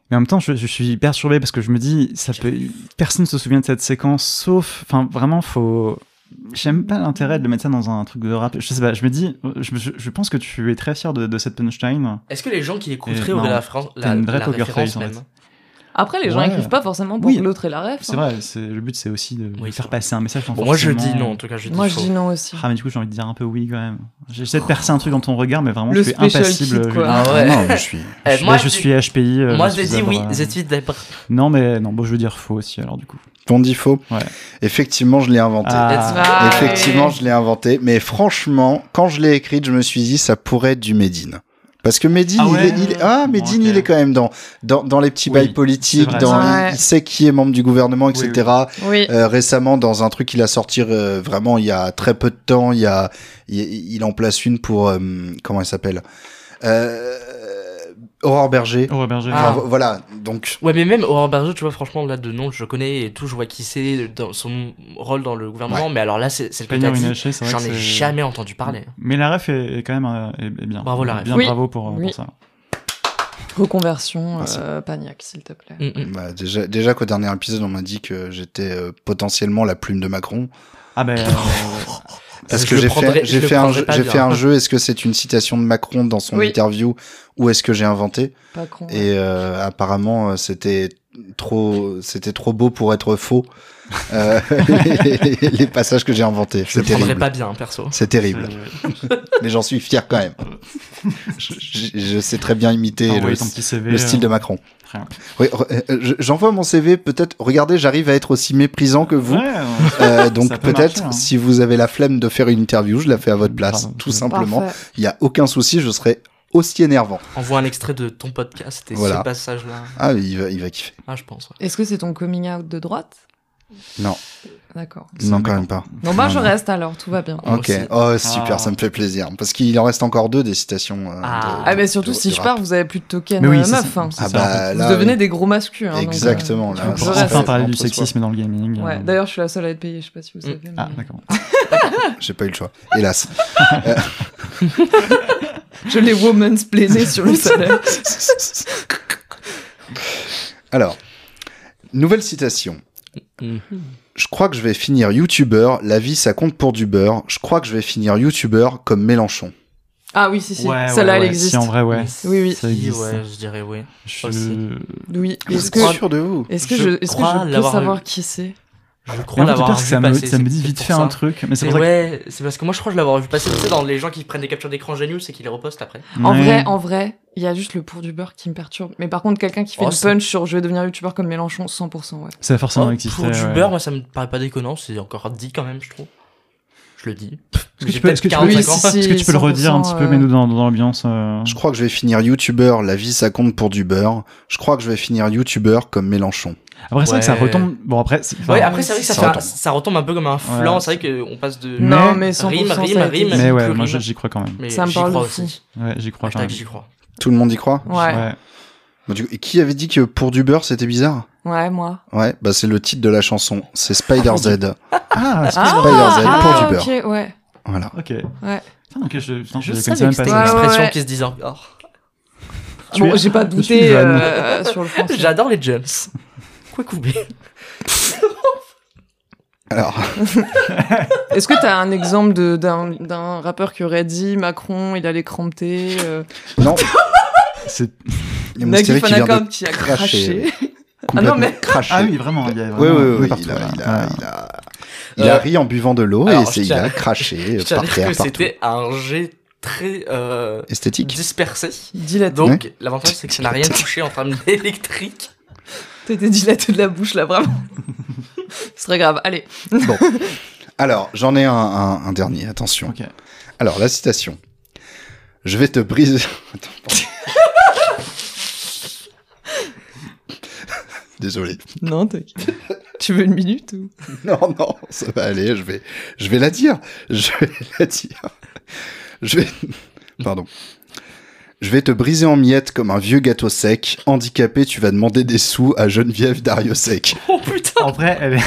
Mais en même temps, je, je suis perturbé parce que je me dis, ça peut. Personne se souvient de cette séquence, sauf. Enfin, vraiment, faut. J'aime pas l'intérêt de le mettre ça dans un truc de rap. Je sais pas, je me dis, je, me- je- je pense que tu es très fier de, de cette punchline.
Est-ce que les gens qui écouteraient
Euh,
auraient
non.
la, fran-
T'es
la,
une vraie
la
poker
référence
face, en
même
fait.
Après, les gens
Ouais.
écrivent pas forcément pour
Oui.
que l'autre ait la ref.
C'est
hein.
vrai, c'est- le but c'est aussi de
Oui, c'est
faire
vrai.
passer un message. sans
Bon, moi, je dis
forcément-
non, en tout cas, je dis
Moi, je
faux.
dis non aussi.
Ah, mais du coup, j'ai envie de dire un peu oui quand même. J'essaie de percer un truc dans ton regard, mais vraiment,
Le
tu es
special
impassible.
kid, quoi.
Julien.
Ah ouais.
non, mais je suis.
Euh,
Je suis,
moi,
là, je suis HPI. euh,
moi,
je
je
suis
dis oui,
d'abord, euh,
c'est suite d'abord.
Non, mais non, bon, je veux dire faux aussi, alors du coup.
Ton dit faux
Ouais.
Effectivement, je l'ai inventé.
Ah,
Effectivement,
ouais.
je l'ai inventé. Mais franchement, quand je l'ai écrite, je me suis dit, ça pourrait être du Médine. Parce que Médine,
Ah ouais
il, est, il est- ah, Médine,
Ok.
il est quand même dans, dans, dans les petits
Oui,
bails politiques,
c'est vrai,
dans,
c'est vrai.
il, il sait qui est membre du gouvernement, etc.
Oui.
Euh, récemment dans un truc qu'il a sorti euh, vraiment il y a très peu de temps. Il y a, il, il en place une pour euh, comment elle s'appelle euh, Aurore Berger.
Aurore Berger.
Ah.
Enfin, vo- voilà, donc
Ouais, mais même Aurore Berger, tu vois, franchement, là, de nom, je le connais et tout, je vois qui c'est, dans son rôle dans le gouvernement, mais alors là, c'est c'est le que
Peigneur
t'as dit,
Inaché, c'est vrai
j'en
que
ai
c'est-
jamais entendu parler.
Mais la ref est, est quand même euh, est- est bien.
Bravo, la ref.
Bien
Oui.
bravo pour, euh, pour
Oui.
ça.
Reconversion,
Merci.
euh, Pagnac, s'il te plaît.
Mm, mm.
bah, déjà, déjà qu'au dernier épisode on m'a dit que j'étais euh, potentiellement la plume de Macron
Ah ben, euh,
parce
Je
que
le
j'ai
prendrais-
fait, j'ai
je le
fait un
prendrais
jeu,
pas
j'ai
bien.
fait un jeu. Est-ce que c'est une citation de Macron dans son
Oui.
interview ou est-ce que j'ai inventé
Pas con.
Et euh, apparemment, euh, c'était trop, c'était trop beau pour être faux. Euh, les, les passages que j'ai inventés,
Je
c'est
le prendrais
terrible.
pas bien, perso.
C'est terrible. Mais j'en suis fier quand même. Je, je sais très bien imiter le,
envoyer ton petit CV.
le style de
euh,
Macron.
très bien.
Oui, re- euh, je- j'envoie mon CV. Peut-être. Regardez, j'arrive à être aussi méprisant que vous.
Ouais, euh,
Euh, donc
Ça peut
peut-être
marcher, hein.
si vous avez la flemme de faire une interview, je la fais à votre place,
Pardon.
tout
Parfait.
simplement.
Parfait.
Il y a aucun souci, je serai aussi énervant.
Envoie un extrait de ton podcast et
Voilà.
ce passage-là.
Ah, il va, il va kiffer.
Ah, je pense. ouais.
Est-ce que c'est ton coming out de droite
Non.
D'accord.
C'est
Non,
Macron.
quand même pas.
Non, bah, je
non.
reste alors, tout va bien.
Ok,
aussi.
oh super,
Ah.
ça me fait plaisir. Parce qu'il en reste encore deux des citations. euh,
Ah.
de-
Ah, mais
de-
surtout,
de-
si
de
je
rap.
pars, vous avez plus de token
Mais oui,
euh,
c'est
meuf.
ça.
hein.
C'est ça,
Ah
en
bah
fait.
là.
vous devenez des gros masculins. hein, donc,
Exactement,
euh,
là.
je
Pour
Ah, ça,
reste.
enfin
c'est
parler
entre
du
soi.
sexisme dans le gaming. euh,
Ouais, d'ailleurs, je suis la seule à être payée, je sais pas si vous
Mm.
savez.
Ah,
mais-
d'accord.
J'ai pas eu le choix, hélas.
Je l'ai woman's plaisé sur le salaire.
Alors, nouvelle citation.
Mm.
Mhm.
Je crois que je vais finir youtubeur, la vie ça compte pour du beurre. Je crois que je vais finir youtubeur comme Mélenchon.
Ah oui, si, si.
Ouais,
Celle-là,
ouais,
elle
ouais,
existe.
Si, en vrai, ouais.
Oui, oui.
Ça
Si,
existe.
ouais, je dirais oui.
Je...
Aussi.
Oui.
Vous
Est-ce
êtes
que,
sûr de vous
est-ce que
Je
je, est-ce que
crois
je peux
l'avoir
savoir
eu.
qui c'est
Je crois
Mais en fait, le
l'avoir
pire, c'est que
vu
ça me,
passer,
ça me
c'est
dit
peut-être
vite
pour
fait
ça.
un truc, mais c'est
Mais
pour ça que-
ouais, c'est parce que moi je crois que je l'avoir vu passer, tu sais, dans les gens qui prennent des captures d'écran géniaux, c'est qu'ils les repostent après.
En
Ouais.
vrai, en vrai, il y a juste le pour du beurre qui me perturbe. Mais par contre, quelqu'un qui fait
Oh,
du
c'est-
punch sur je vais devenir youtubeur comme Mélenchon, 100%, ouais.
ça va forcément
Oh,
exister.
Pour du
ouais.
beurre, moi ça me paraît pas déconnant, c'est encore dit quand même, je trouve. Je le dis.
Est-ce
J'ai
que tu peux,
peut-être
est-ce que tu peux-
45
Oui,
ans.
si, si.
est-ce que tu peux le redire un petit peu,
100%,
mais nous dans, dans l'ambiance euh,
Je crois que je vais finir youtubeur, la vie ça compte pour du beurre. Je crois que je vais finir youtubeur comme Mélenchon.
Après, c'est vrai que ça
Ouais.
retombe. Bon, après, c'est- enfin,
Ouais, après c'est vrai que ça,
Ça
fait un-
retombe.
ça retombe un peu comme un flanc,
Ouais.
c'est vrai qu'on passe de
Mais-
Non, mais 100%.
rime,
ça a
rime,
été
rime.
dit.
mais
c'est
ouais,
plus
moi
rime.
j'y crois quand même.
Mais
Ça me
j'y
parle
crois
aussi.
aussi.
Ouais, j'y crois quand
Hashtag
même.
j'y crois.
Tout le monde y croit
Ouais,
Ouais.
Bon, Bah, du coup, Et qui avait dit que pour du beurre c'était bizarre
ouais, moi.
Ouais, bah c'est le titre de la chanson, c'est Spider Z.
Ah, c'est-
Spider-Z, pour du
ok, ouais. ouais.
Voilà.
ok.
Ouais.
Putain, ok, je, putain, je,
Je
connaissais
savais que
même pas
c'était
Ouais,
une
ça.
ouais,
expression
ouais. Ah
qui se disait encore.
Tu
Bon,
es-
j'ai pas
je suis
douté
jeune.
euh, sur le français.
J'adore les Jones. Quoi couper
Alors,
Est-ce que t'as un exemple de- d'un d'un rappeur qui aurait dit Macron, il allait crampter euh,
non,
C'est-
il y a mon
Nagui
stéréo qui vient de
Panacom qui a
cracher.
craché. Ah
complètement
non, mais.
cracher.
Ah oui, vraiment, il y a vraiment
Oui, oui,
un peu
oui,
partout, Ah.
il, a,
ouais.
il, a,
Ouais.
il, a, il a
Euh,
ri en buvant de l'eau et
alors,
c'est-
je
il
tiens-
a craché
Je tiens à
par
dire que
terre, partout.
c'était un jet très euh,
Esthétique.
dispersé.
Dilaté.
Donc l'avantage c'est que ça n'a rien touché en termes d'électrique.
T'étais dilaté de la bouche, là, vraiment. C'est très grave. Allez.
Alors, j'en ai un, un- un dernier, attention.
Ok.
Alors, la citation. Je vais te briser... Attends, pardon. Désolé.
Non, t'inquiète. Tu veux une minute ou
Non, non, ça va aller, je vais, je vais la dire. Je vais la dire. Je vais... Pardon. Je vais te briser en miettes comme un vieux gâteau sec. Handicapé, tu vas demander des sous à Geneviève Dario Sec.
Oh putain
En vrai, elle est,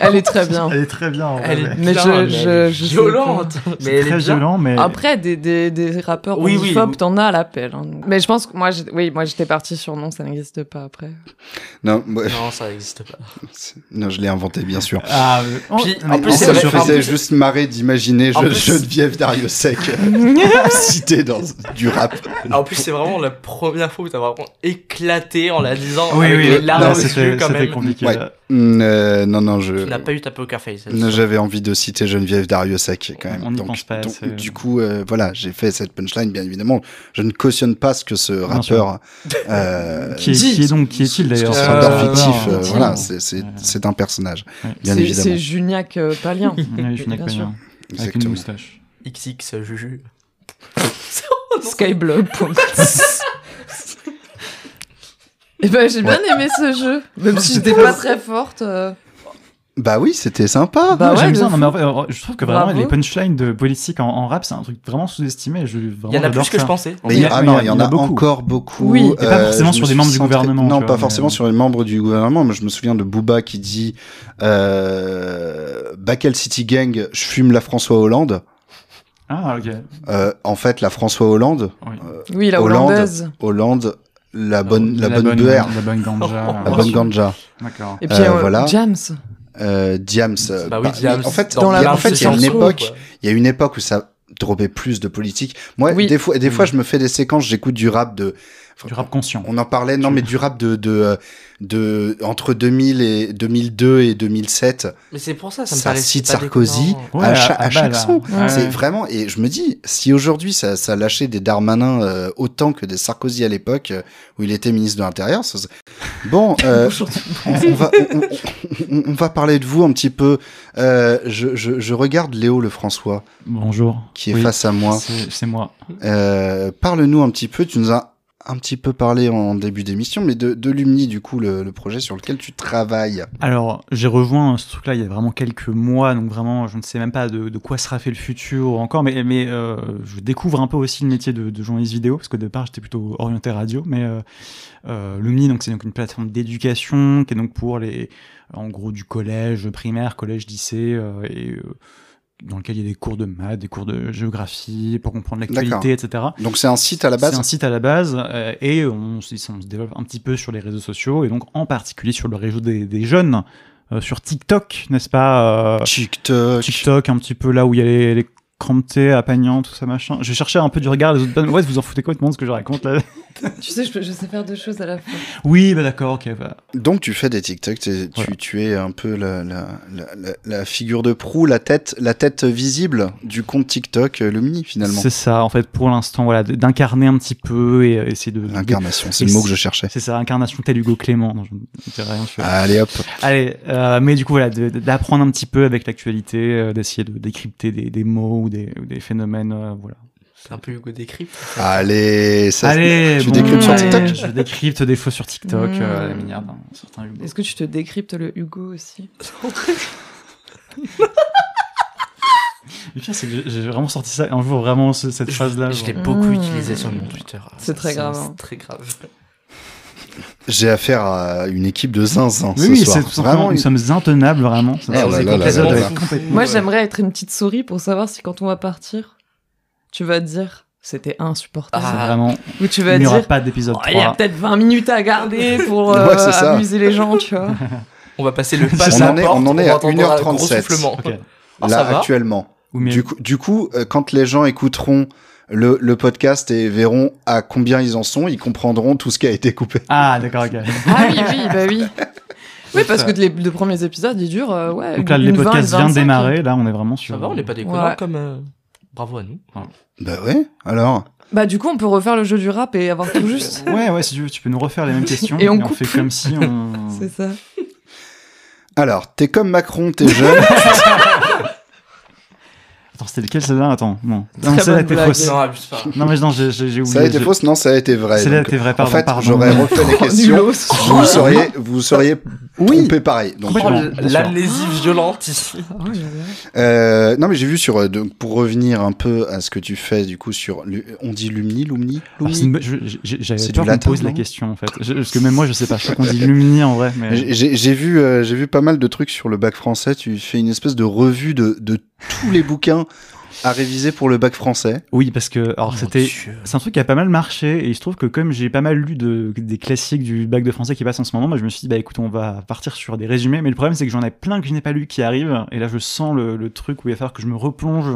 Elle est très bien.
elle est très bien. en vrai,
Elle est,
ouais.
Mais
putain, elle
je-
est
je- je sais
violente. Mais
C'est
elle est
très
bien.
violent, mais.
Après, des, des, des rappeurs
Oui,
oui,
oui, oui.
t'en as à l'appel. hein. Mais je pense que moi, j'ai- oui, moi j'étais partie sur non, ça n'existe pas après.
Non, moi,
Non, ça n'existe pas.
c'est- non, je l'ai inventé, bien sûr.
Ah, mais- oh,
Puis,
mais-
en plus,
oh,
c'est
ça
vrai-
me
en
faisait
plus-
juste marrer d'imaginer
En
Je-
plus-
Geneviève Dario Sec citée dans du rap.
Ah, En plus, c'est vraiment la première fois où t'as vraiment éclaté en la disant
Oui,
avec les
oui,
larmes
non,
aux yeux
c'était
quand
c'était
même.
compliqué.
Ouais.
là.
Mm, euh, non, non,
Tu
je.
n'as pas eu tapé au café. ça.
non, J'avais envie de citer Geneviève Dario Sec quand même.
On n'y
donc,
pense pas,
donc,
c'est-
du coup, euh, voilà, j'ai fait cette punchline, bien évidemment. Je ne cautionne pas ce que ce rappeur. euh,
Qui est,
dit.
qui est donc, qui est-il
Ce
d'ailleurs
Euh,
rappeur fictif,
Ouais,
euh,
ouais.
voilà, c'est- c'est
Ouais.
c'est un personnage,
Ouais.
bien
C'est-
évidemment.
C'est Juniac euh, Palien.
Ouais, je suis
Bien
d'accord,
sûr.
hein. Avec une
Exactement.
moustache.
XX Juju.
Oh, Skyblog. Et ben j'ai bien aimé ce jeu, même si j'étais pas très forte. euh.
Bah oui, c'était sympa.
Bah
Ouais,
ouais,
j'aime
de
ça. Non,
fou.
mais en vrai, euh, je trouve que vraiment
Bravo.
les punchlines de politique en, en rap, c'est un truc vraiment sous-estimé. Je
Il y en a plus que je pensais.
Mais il y a, ah
mais
non, il y en a, encore beaucoup. Euh,
Oui.
Et pas forcément
je
sur
me
des
suis
membres du
centré-
gouvernement, tu
Non,
vois,
pas
mais-
forcément sur les membres du gouvernement, mais je me souviens de Booba qui dit euh, Bakel City Gang, je fume la François Hollande.
Ah, ok.
Euh, en fait, la François Hollande,
Oui.
Oui, la
Hollande.
hollandaise.
Hollande, la bonne, la,
La
bonne beurre,
La bonne ganja.
la bonne ganja.
D'accord.
Et puis
Euh,
euh,
voilà.
James.
Euh, Diams. euh,
Bah oui,
mais
Diams,
En fait,
dans
il y a-
la
en fait, il y a
marche
une
des chansons,
époque,
quoi.
il y a une époque où ça dropait plus de politique. Moi,
Oui.
des fois, des
Mm.
fois, je me fais des séquences, j'écoute du rap de
Du rap conscient.
On en parlait, non, mais du rap de, de, euh, de, entre 2000 et 2002 et 2007.
Mais c'est pour ça, ça me
Ça
paraît
cite
pas
Sarkozy
déconnant.
Ouais,
à, cha-
à
à chaque
balle,
son.
hein. Ouais.
C'est vraiment, et je me dis, si aujourd'hui ça, ça lâchait des Darmanins euh, autant que des Sarkozy à l'époque euh, où il était ministre de l'Intérieur, ça se- bon, euh, on, on va, on, on- on va parler de vous un petit peu. Euh, je, je, je regarde Léo Lefrançois
Bonjour.
qui est
Oui,
face à moi.
C'est c'est moi.
Euh, parle-nous un petit peu, tu nous as un petit peu parlé en début d'émission, mais de, de Lumni, du coup, le, le projet sur lequel tu travailles.
Alors, j'ai rejoint ce truc-là il y a vraiment quelques mois, donc vraiment, je ne sais même pas de, de quoi sera fait le futur encore, mais, mais euh, je découvre un peu aussi le métier de, de journaliste vidéo, parce qu'au départ, j'étais plutôt orienté radio, mais euh, euh, Lumni, donc c'est donc une plateforme d'éducation qui est donc pour les, en gros, du collège primaire, collège lycée, euh, et euh, dans lequel il y a des cours de maths, des cours de géographie, pour comprendre l'actualité, etc.
Donc c'est un site à la base.
C'est un site à la base euh, et on, s- on se développe un petit peu sur les réseaux sociaux et donc en particulier sur le réseau des, des jeunes, euh, sur TikTok, n'est-ce pas euh,
TikTok.
TikTok, un petit peu là où il y a les, les Cramté, Apagnan, tout ça machin. Je cherchais un peu du regard des autres bonnes. Ouais, vous en foutez complètement de ce que je raconte là.
Tu sais, je, je sais faire deux choses à la fois.
Oui, bah d'accord, ok. bah.
Donc tu fais des TikTok, t'es- tu,
Voilà.
tu es un peu la, la, la, la- la figure de proue, la tête, la tête visible du compte TikTok euh, Lumini finalement.
C'est ça, en fait, pour l'instant, voilà, de- d'incarner un petit peu et euh, essayer de.
L'incarnation, c'est
Et
le mot
c'est-
que je cherchais.
C'est ça, incarnation tel Hugo Clément. Non, je ne dirais rien. je suis-
Allez hop.
Allez, euh, mais du coup, voilà, de- de- d'apprendre un petit peu avec l'actualité, euh, d'essayer de décrypter des, des mots ou des, ou des phénomènes, euh, voilà.
C'est un peu Hugo Décrypte.
Allez, ça
Allez,
tu décryptes sur
allez.
TikTok
Je décrypte des fois sur TikTok,
Mm.
euh, la minière d'un certain Hugo.
Est-ce que tu te décryptes le Hugo aussi
Le pire, c'est que j'ai- j'ai vraiment sorti ça un jour, vraiment ce- cette phrase-là.
Je l'ai
genre.
beaucoup
Mmh.
utilisé sur mon Twitter.
C'est très grave, hein.
C'est très grave.
J'ai affaire à une équipe de zinzin
Oui,
ce
oui, c'est
soir.
tout simplement,
Vraiment,
nous
une-
sommes intenables, vraiment.
là
on
là
est
là là
complètement
là.
fous.
Complètement. euh,
Moi, j'aimerais être une petite souris pour savoir si quand on va partir, tu vas dire c'était insupportable.
C'est
Ah.
vraiment,
Ou tu vas
il n'y aura
dire
pas d'épisode
Oh, il y a
3.
peut-être 20 minutes à garder pour
Ouais,
euh,
c'est ça.
amuser les gens, tu vois.
On va passer le
On
pas
en est- on en est à 1h37.
Ok.
Ah, ça
là
va
actuellement.
Ou mieux.
Du coup, du coup, euh, quand les gens écouteront le, le podcast et verront à combien ils en sont, ils comprendront tout ce qui a été coupé.
Ah, d'accord, ok.
Ah oui, oui, bah oui. Oui, parce
ça.
que les deux premiers épisodes, ils durent, euh, ouais.
Donc là,
une
les
20,
podcasts viennent
25.
de démarrer, là, on est vraiment sur.
Ça va, on n'est pas déconnant
Ouais.
comme. euh, Bravo à nous.
Bah ouais. Alors,
Bah, du coup, on peut refaire le jeu du rap et avoir tout juste.
Ouais, ouais, si tu veux, tu peux nous refaire les mêmes questions.
Et on coupe
fait
plus.
comme si on.
C'est ça.
alors, t'es comme Macron, t'es jeune.
Attends, c'était lequel celle-là Attends, non.
Très
Non,
bonne
celle-là était
blague.
fausse.
Non, abuse pas.
Non, mais non, j'ai j'ai- j'ai oublié.
ça a été
j'ai-
fausse Non, ça a été vrai.
Celle-là
Donc,
était vraie,
en
pardon.
fait,
pardon.
j'aurais refait les questions.
Nulos.
Vous seriez, vous seriez trompé pareil. Donc,
Oh,
Complètement, bien sûr.
L'amnésie violente ici.
Oh, là là.
euh, non, mais j'ai vu sur. euh, donc, pour revenir un peu à ce que tu fais, du coup, sur. Lu- On dit Lumni, Lumni,
Alors, Ah, c'est
Lumni.
une bonne- je- je- je- J'avais
C'est
peur
du
qu'on
latin,
pose la
non
question en fait. Je- parce que même moi je sais pas, je crois qu'on dit Lumini en vrai. Mais...
J'ai- J'ai j'ai vu, euh, j'ai vu pas mal de trucs sur le bac français. Tu fais une espèce de revue de, de tous les bouquins à réviser pour le bac français.
Oui, parce que alors
Mon
Oh, c'était.
Dieu.
C'est un truc qui a pas mal marché et il se trouve que comme j'ai pas mal lu de, des classiques du bac de français qui passent en ce moment, bah, je me suis dit bah écoute on va partir sur des résumés. Mais le problème c'est que j'en ai plein que je n'ai pas lu qui arrivent et là je sens le, le truc où il va falloir que je me replonge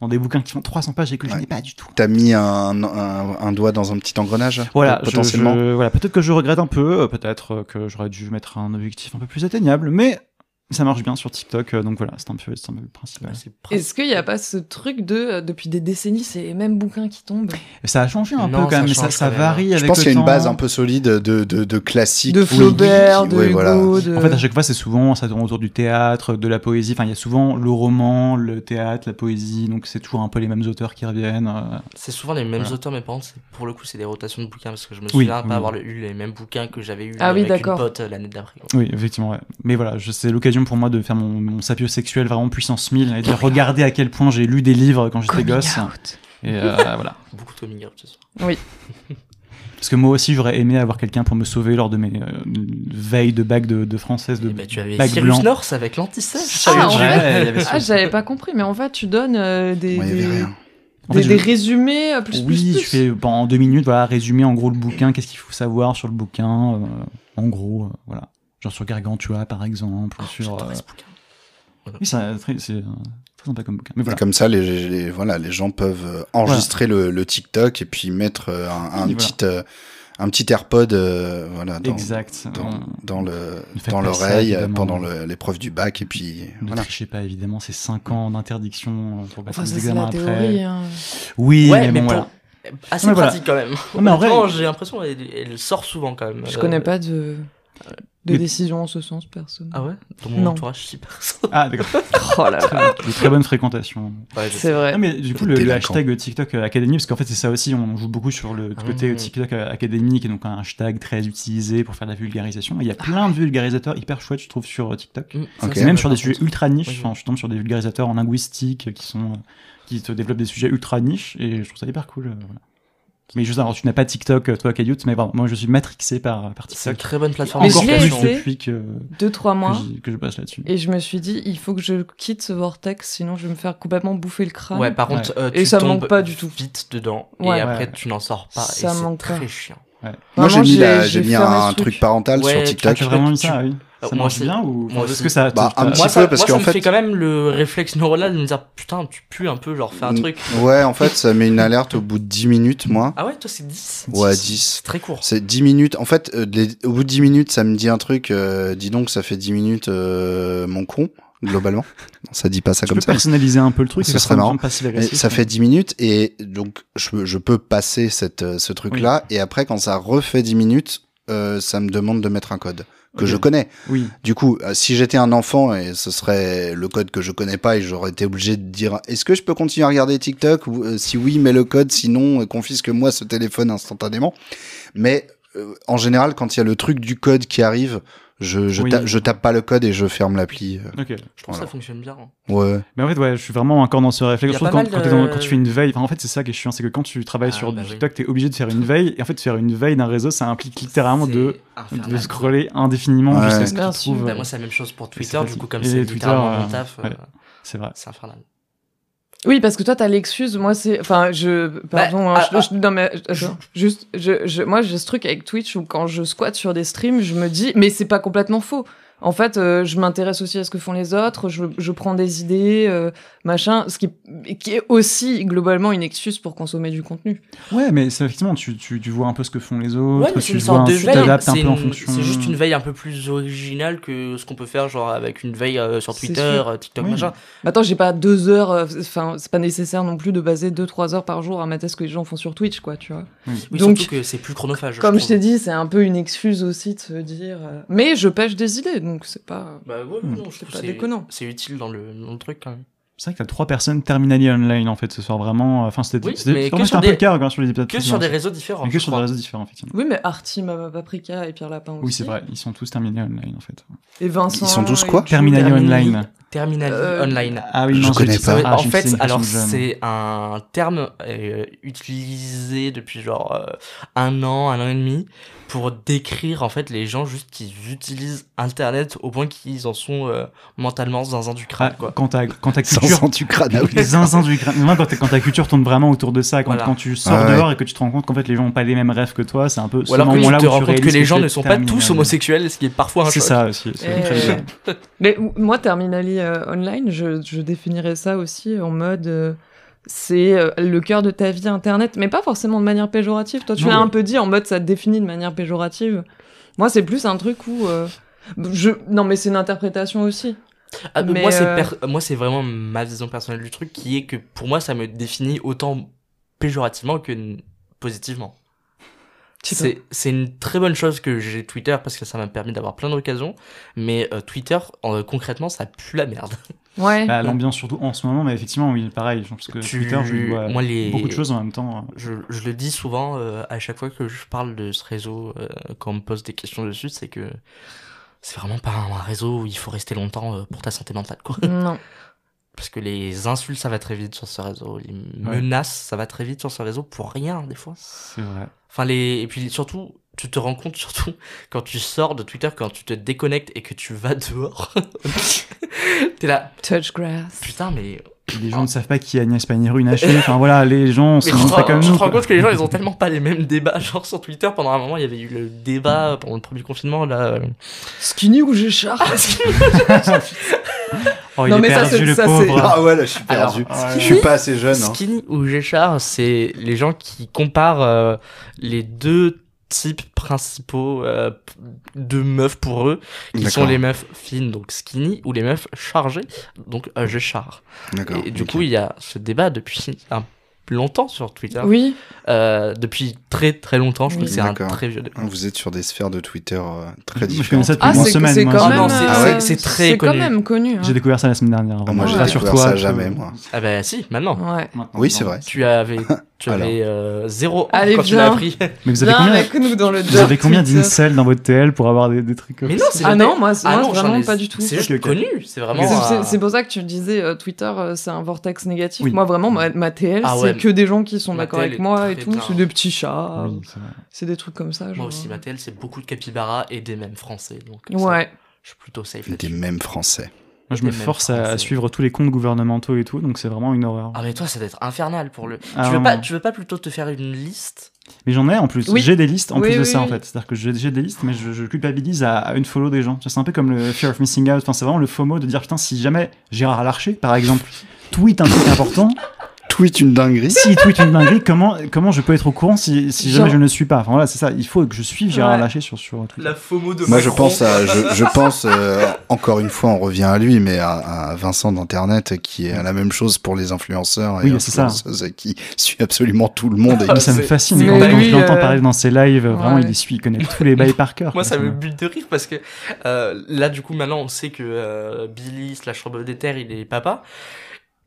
dans des bouquins qui font 300 pages et que je
Ouais.
n'ai pas du tout.
T'as mis un, un, un doigt dans un petit engrenage
Voilà,
pot-
je-
potentiellement.
je- voilà peut-être que je regrette un peu, euh, peut-être euh, que j'aurais dû mettre un objectif un peu plus atteignable, mais ça marche bien sur TikTok, euh, donc voilà, c'est un peu, c'est un peu le principal.
Ouais, c'est presque-
Est-ce qu'il n'y a pas ce truc de euh, depuis des décennies, c'est les mêmes bouquins qui tombent
Ça a changé un
Non,
peu quand
ça
même, hein. mais ça,
change
ça
quand même.
varie avec
Je pense
le
qu'il y a une
temps.
base un peu solide de, de, de classiques.
De
Oui,
Flaubert,
qui-
de
ouais,
Hugo,
voilà.
de.
En fait, à chaque fois, c'est souvent, ça tourne autour du théâtre, de la poésie. Enfin, il y a souvent le roman, le théâtre, la poésie. Donc, c'est toujours un peu les mêmes auteurs qui reviennent. euh.
C'est souvent les mêmes
Voilà.
auteurs, mais par contre, c'est- pour le coup, c'est des rotations de bouquins parce que je me souviens
oui.
pas avoir eu les mêmes bouquins que j'avais eu
Ah oui,
avec une
d'accord.
pote euh, l'année d'après. quoi.
Oui, effectivement. ouais. Mais voilà, je- c'est l'occasion pour moi de faire mon, mon sapiosexuel vraiment puissance 1000 et de regarder à quel point j'ai lu des livres quand j'étais gosse. Et euh, voilà.
Beaucoup de coming out ce soir.
Parce que moi aussi, j'aurais aimé avoir quelqu'un pour me sauver lors de mes euh, veilles de bac de, de française, de
Eh ben, tu avais
bac
Cyrus
blanc.
North avec l'antisèche.
Ah,
Ouais,
en fait-
il y avait ça.
Ah, j'avais pas compris, mais en fait, tu donnes euh, des,
Ouais, il y
des,
avait rien.
En
des-
fait,
des
je-
résumés euh, plus,
oui,
plus, plus.
je fais bon, en deux minutes, voilà, résumer en gros le bouquin, qu'est-ce qu'il faut savoir sur le bouquin, euh, en gros, euh, voilà. Genre sur Gargantua, par exemple,
Oh,
ou sur... euh,
J'adorais ce bouquin.
Oui, c'est un- très- c'est euh, très sympa comme bouquin. Mais
Et
voilà.
comme ça, les, les- voilà, les gens peuvent euh, enregistrer le, le TikTok et puis mettre euh, un, un
Oui, voilà.
petit, euh, un petit AirPod euh, voilà, dans,
exact. Euh,
dans,
On-
dans le-
Ne faites
dans
pas ça,
l'oreille euh,
évidemment.
pendant le- l'épreuve du bac et puis
Ne
voilà.
trichez pas, évidemment, c'est 5 ans d'interdiction euh, pour passer
Enfin,
les
ça, c'est
examens
la
après.
théorie. hein.
Oui,
Ouais,
mais,
mais
bon,
pour-
voilà.
Assez
Ouais, voilà.
pratique quand même.
Non, mais en vrai-
Honnêtement, j'ai l'impression qu'elle elle sort souvent quand même.
Je
Euh,
connais pas de, de
Mais-
décision en ce sens, personne.
Ah ouais Dans
Non.
mon entourage, si personne.
Ah, d'accord.
Oh là là,
De très bonne fréquentation.
Ouais, je
c'est
sais.
vrai.
Non, Ah, mais du coup, le, le
Délinquant.
hashtag TikTok Academy, parce qu'en fait, c'est ça aussi, on joue beaucoup sur le côté
Ah.
TikTok Academy, qui est donc un hashtag très utilisé pour faire de la vulgarisation. Il y a
Ah.
plein de vulgarisateurs hyper chouettes, je trouve, sur euh, TikTok.
Mm, ça,
Ok.
c'est
C'est même
vrai,
sur des
par
sujets
contre.
ultra niches.
Oui, oui.
Enfin, je tombe sur des vulgarisateurs en linguistique qui sont euh, qui te développent des sujets ultra niches et je trouve ça hyper cool. euh, voilà. Mais juste, alors tu n'as pas TikTok, euh, toi, Caillou, mais bon, moi je suis matrixé par, par
C'est une
TikTok.
très bonne plateforme.
Mais
Encore
je l'ai
plus
essayé.
depuis que,
Deux, trois
que,
mois.
j'y- que je passe là-dessus.
Et je me suis dit, il faut que je quitte ce vortex, sinon je vais me faire complètement bouffer le crâne.
Ouais, par contre, euh,
Et
tu
ça me
tombes
manque pas du tout.
vite dedans
Ouais.
et après
Ouais.
tu n'en sors pas.
Ça
et
me manque
c'est
pas.
très chiant.
Moi, j'ai
Vraiment,
mis, la- j'ai
j'ai
mis
fermé
un
ce
truc parental
Ouais,
sur
tu-
Ah,
TikTok.
tu as vraiment mis
tu-
ça, oui.
Euh,
Ça
moi
marche
aussi.
bien ou
Moi
enfin, est-ce
aussi.
que ça
Bah,
t'as-
un
t'as-
petit
Moi, ça,
peu, parce
moi,
qu'en
ça me
fait-
fait quand même le réflexe neuronal de me dire putain, tu pues un peu, genre fais
Mm.
un truc.
Ouais, en fait, ça met une alerte au bout de 10 minutes, moi.
Ah ouais, toi c'est 10
Ouais,
C'est
10.
très court.
C'est 10 minutes. En fait, euh, les- au bout de 10 minutes, ça me dit un truc. euh, dis donc, ça fait 10 minutes euh, mon con, globalement. Non, ça dit pas ça
Tu
comme
peux
ça.
personnaliser un peu le truc,
Ce
et faire
serait
ça
marrant.
en passive
Mais
agressif.
ça fait 10 minutes et donc je, je peux passer cette, euh, ce truc-là. Et après, quand ça refait 10 minutes, euh, ça me demande de mettre un code que
Ok.
je connais.
Oui.
Du coup, euh, si j'étais un enfant et ce serait le code que je connais pas et j'aurais été obligé de dire est-ce que je peux continuer à regarder TikTok ou euh, si oui, mets le code, sinon euh, confisque-moi ce téléphone instantanément. Mais euh, en général, quand il y a le truc du code qui arrive, je, je,
Oui.
ta- je tape pas le code et je ferme l'appli. euh,
Ok.
Je trouve que ça fonctionne bien. hein.
Ouais.
Mais en fait, ouais, je suis vraiment encore dans ce réflexe.
Y
Je
a
trouve
pas
quand,
mal
quand t'es
de-
dans- quand tu fais une veille, enfin, en fait, c'est ça que je suis, c'est que quand tu travailles
Ah,
sur
bah
du
oui.
TikTok, t'es obligé de faire une veille. Et en fait, faire une veille d'un réseau, ça implique littéralement de,
C'est infernal.
de scroller indéfiniment
Ouais.
jusqu'à ce que
Bien
tu
sûr.
trouves.
Bah,
euh,
moi, c'est la même chose pour Twitter,
c'est
du coup,
facile.
comme
Et
c'est
Twitter,
littéralement mon
euh,
taf, euh,
ouais. C'est vrai.
c'est infernal.
Oui, parce que toi, t'as l'excuse. Moi, c'est. Enfin, je. Pardon.
Bah,
hein, je-
ah,
je- non, mais. attends, juste. Je, je, moi, j'ai ce truc avec Twitch où quand je squatte sur des streams, je me dis. Mais c'est pas complètement faux. En fait, euh, je m'intéresse aussi à ce que font les autres. Je, je prends des idées, euh, machin. Ce qui est, qui est aussi globalement une excuse pour consommer du contenu.
Ouais, mais c'est effectivement, tu, tu, tu vois un peu ce que font les autres,
Ouais, mais c'est
tu
une
vois,
sorte
un-
de
tu
veille.
t'adaptes un
c'est
peu en
une-
fonction.
C'est juste une veille un peu plus originale que ce qu'on peut faire, genre avec une veille euh, sur
C'est
Twitter,
sûr.
euh, TikTok,
Oui.
machin.
Attends, j'ai pas deux heures. euh, Enfin, c'est pas nécessaire non plus de baser deux, trois heures par jour à mater ce que les gens font sur Twitch, quoi, tu vois.
Oui,
Donc,
surtout que c'est plus chronophage.
Comme je
trouve.
t'ai dit, c'est un peu une excuse aussi de se dire. euh, Mais je pêche des idées, donc c'est pas. euh,
Bah ouais,
Hmm.
non, je
C'est
trouve
pas
que
déconnant.
C'est utile dans le, dans le truc quand même.
C'est vrai que t'as trois personnes terminaliées online en fait ce soir vraiment. Enfin c'était
Oui,
c'était-
mais
pour
que
moi, c'était
sur
un peu
des-
le cas quand sur les épisodes
Que sur
précédents.
des réseaux différents.
Mais
je
que sur des
crois.
réseaux différents effectivement.
Oui, mais Arty, Mama Paprika et Pierre Lapin aussi.
Oui c'est vrai, ils sont tous terminés online en fait.
Et Vincent.
Ils sont tous
et
quoi
Jules.
Terminali
Terminali-
online.
Terminali
Euh,
online.
Ah oui
Je
non
connais
c'est-
pas.
ah,
Ouais, en
je me suis
fait,
dit,
alors
ils sont jeunes.
c'est un terme euh, utilisé depuis genre euh, un an, un an et demi pour décrire en fait les gens juste qui utilisent Internet au point qu'ils en sont euh, mentalement zinzin du
Ah,
crâne quoi.
quand ta quand ta
Sans
culture
du crâne, ah oui.
les zinzins du crâne. Moi, quand, ta- quand ta culture tourne vraiment autour de ça, quand,
Voilà.
quand tu sors
Ah ouais.
dehors et que tu te rends compte qu'en fait les gens n'ont pas les mêmes rêves que toi, c'est un peu. ce
Ou alors que
moment
tu
là
te
où
rends compte que
réalises
les gens
tu
ne
es
sont pas tous
terminali-
homosexuels, ce qui est parfois un
C'est
choc.
ça aussi. c'est
Euh,
très bien.
Mais ou- moi, Terminali euh, Online, je, je définirais ça aussi en mode. euh, c'est euh, le cœur de ta vie internet, mais pas forcément de manière péjorative. Toi, tu
Non,
l'as
mais-
un peu dit en mode ça te définit de manière péjorative. Moi, c'est plus un truc où. euh, je... Non, mais c'est une interprétation aussi.
Ah, mais
Mais,
moi, c'est
euh,
per- moi, c'est vraiment ma vision personnelle du truc qui est que pour moi, ça me définit autant péjorativement que n- positivement.
Tu
C'est c'est une très bonne chose que j'ai Twitter parce que ça m'a permis d'avoir plein d'occasions, mais euh, Twitter, en- concrètement, ça pue la merde.
Ouais.
Bah, L'ambiance surtout en ce moment, mais effectivement, oui, pareil. Je pense que
Tu-
Twitter, je lui dois
moi, les-
beaucoup de choses en même temps. hein.
Je, je le dis souvent euh, à chaque fois que je parle de ce réseau, euh, quand on me pose des questions dessus, c'est que c'est vraiment pas un réseau où il faut rester longtemps euh, pour ta santé mentale, quoi.
Ah.
Non.
Parce que les insultes, ça va très vite sur ce réseau. Les
Ouais.
menaces, ça va très vite sur ce réseau pour rien, des fois.
C'est vrai.
Enfin, les... Et puis surtout, tu te rends compte, surtout, quand tu sors de Twitter, quand tu te déconnectes et que tu vas dehors. T'es là,
Touch grass.
putain, mais.
Et les gens ne savent pas qui est Agnès Pannier-Runacher. Enfin voilà, les gens
mais
sont
tu te
pas
rends-
comme
tu
nous.
te rends
quoi.
compte que les gens, ils ont tellement pas les mêmes débats. Genre, sur Twitter, pendant un moment, il y avait eu le débat euh, pendant le premier confinement, là. euh,
Skinny ou Géchard
Oh, il
Non,
est
mais ça,
perdu,
c'est-
le
ça,
pauvre.
Ah ouais, là, je suis
Alors,
perdu.
ouais.
Je suis pas assez jeune. hein.
Skinny ou Géchard, c'est les gens qui comparent euh, les deux types principaux euh, p- de meufs pour eux, qui
D'accord.
sont les meufs fines, donc skinny, ou les meufs chargées, donc euh, Géchard.
D'accord.
Et du
ok.
coup, il y a ce débat depuis un longtemps sur Twitter.
Oui.
Euh, depuis très très longtemps, je
Oui.
trouve que c'est un
D'accord.
très vieux débat.
Vous êtes sur des sphères de Twitter euh,
Je
très
connais
différentes.
ça depuis
Ah,
une
c'est
semaine.
c'est
moi,
quand
Ah
même.
non, c'est- c'est-
euh,
c'est très
C'est quand
connu.
même connu. hein.
J'ai découvert ça la semaine dernière.
Ah, moi,
vraiment.
j'ai
Pas sur
découvert
toi,
ça
tu-
jamais, moi.
Ah bah si, maintenant.
Ouais.
Maintenant,
Oui, c'est
non.
vrai.
Tu avais, tu
Alors.
avais euh, zéro ans
Allez,
quand tu l'as
viens.
appris.
Mais vous avez
Viens
combien,
avec nous dans le
vous avez
dark
combien
Twitter.
d'incels dans votre TL pour avoir des, des trucs comme
Mais
ça
non, c'est
Ah
jamais-
non, moi, c'est- moi,
non,
c'est vraiment
j'en ai-
pas du tout.
C'est
Ok,
juste
ok.
connu, c'est vraiment.
C'est-
euh,
c'est- C'est pour ça que tu disais euh, Twitter, euh, c'est un vortex négatif.
Oui.
Moi, vraiment, ma, ma TL,
Ah ouais,
c'est que des gens qui sont
ma
d'accord
TL
avec
est
moi
très
et tout.
bien.
C'est des petits chats, euh,
Oui, c'est vrai.
c'est des trucs comme ça.
Moi
genre.
aussi, ma TL, c'est beaucoup de capybara et des mêmes français. Donc euh, ça,
Ouais.
je suis plutôt safe.
Des
là-dessus.
mêmes français.
Moi, je me
Des mêmes
force à, à
phrases.
suivre tous les comptes gouvernementaux et tout, donc c'est vraiment une horreur.
Ah mais toi ça doit être infernal pour le.
Ah,
tu veux pas,
vraiment.
tu veux pas plutôt te faire une liste
Mais j'en ai en plus.
Oui.
J'ai des listes en
Oui,
plus de
oui,
ça en
oui.
fait. C'est-à-dire que j'ai j'ai des listes, mais je, je culpabilise à, à une follow des gens. Tu vois, C'est un peu comme le fear of missing out. Enfin, c'est vraiment le FOMO de dire putain si jamais Gérard Larcher, par exemple, tweet un truc important,
Tweet une dinguerie.
s'il tweet une dinguerie, comment comment je peux être au courant si, si jamais
Genre-
je ne suis pas. Enfin voilà, c'est ça. Il faut que je suive Gérard
Ouais.
Larcher sur sur Twitter.
La FOMO de
Moi, je
Macron.
pense à, je, je pense euh, encore une fois, on revient à lui, mais à, à Vincent d'Internet qui est à la même chose pour les influenceurs et
Oui, c'est ça. Ah,
influenceuses qui suit absolument tout le monde. Et
Mais ça me
c'est-
fascine.
c'est-
Quand,
Mais
quand
lui,
je l'entends
euh,
parler dans ses lives, vraiment,
ouais.
il les suit, il connaît tous les bails par cœur.
Moi,
quoi.
ça me
C'est-
bute de rire parce que euh, là, du coup, maintenant, on sait que euh, Billy slash Robot des Terres, il est papa.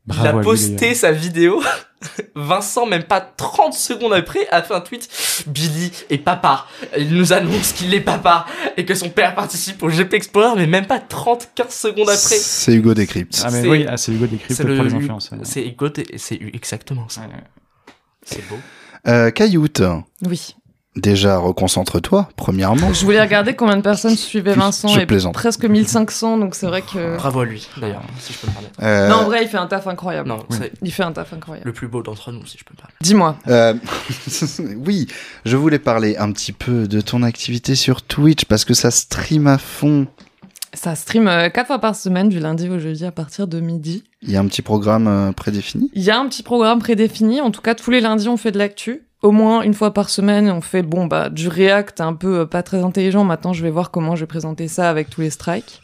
Bravo à
il a
lui,
posté
d'ailleurs.
sa vidéo. Vincent, même pas 30 secondes après, a fait un tweet. Billy est papa. Il nous annonce qu'il est papa et que son père participe au GP Explorer, mais même pas 30, 15 secondes après.
C'est Hugo Décrypte.
Ah, mais
c'est-
oui, ah, c'est Hugo Décrypte
c'est
pour
le-
les influenceurs.
C'est Hugo, T- c'est U- exactement ça.
Ouais, ouais.
C'est beau.
Euh, Cayoute,
Oui.
déjà reconcentre-toi premièrement.
Je voulais regarder combien de personnes suivaient
Je-
Vincent
je
et
plaisante.
presque 1500, donc c'est vrai que.
Bravo à lui, d'ailleurs, si je peux me permettre.
Euh,
Non, en vrai, il fait un taf incroyable.
Non,
Oui.
c'est
Il fait un taf incroyable.
le plus beau d'entre nous, si je peux me permettre.
Dis-moi.
Euh, oui, je voulais parler un petit peu de ton activité sur Twitch parce que ça stream à fond.
Ça stream euh, quatre fois par semaine, du lundi au jeudi à partir de midi.
Il y a un petit programme euh, prédéfini.
Il y a un petit programme prédéfini. En tout cas, tous les lundis, on fait de l'actu. Au moins une fois par semaine, on fait bon bah du React un peu euh, pas très intelligent. Maintenant, je vais voir comment je vais présenter ça avec tous les strikes.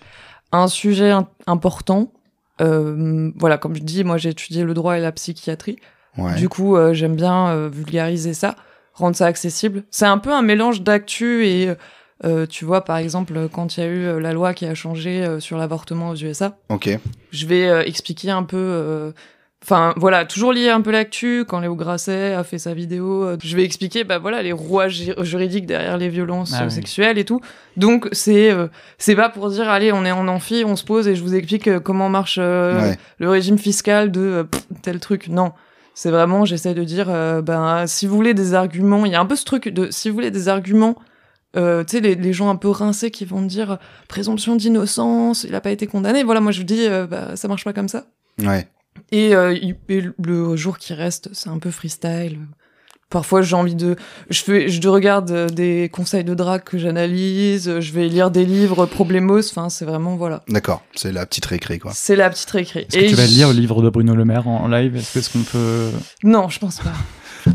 Un sujet in- important. Euh, voilà, comme je dis, moi j'ai étudié le droit et la psychiatrie.
Ouais.
Du coup, euh, j'aime bien euh, vulgariser ça, rendre ça accessible. C'est un peu un mélange d'actu et euh, tu vois, par exemple, quand il y a eu euh, la loi qui a changé euh, sur l'avortement aux USA,
Ok.
je vais euh, expliquer un peu. euh, Enfin, voilà, toujours lié un peu l'actu. Quand Léo Grasset a fait sa vidéo, euh, je vais expliquer, bah voilà, les rois ju- juridiques derrière les violences
Ah
euh,
oui.
sexuelles et tout. Donc c'est euh, c'est pas pour dire, allez, on est en amphi, on se pose et je vous explique euh, comment marche euh,
Ouais.
le régime fiscal de euh, pff, tel truc. Non. C'est vraiment, j'essaie de dire, euh, ben, si vous voulez des arguments, il y a un peu ce truc de, si vous voulez des arguments, euh, tu sais, les, les gens un peu rincés qui vont me dire, présomption d'innocence, il a pas été condamné. Voilà, moi je vous dis, euh, bah, ça marche pas comme ça.
Ouais.
Et, euh, il- et le jour qui reste, c'est un peu freestyle. Parfois, j'ai envie de, je fais, je regarde euh, des conseils de drague que j'analyse, euh, je vais lire des livres problémos. Enfin, c'est vraiment voilà.
D'accord. C'est la petite récré quoi.
C'est la petite récré.
Est-ce que tu vas
je-
lire le livre de Bruno Le Maire en en live Est-ce que- est-ce qu'on peut.
Non, je pense pas.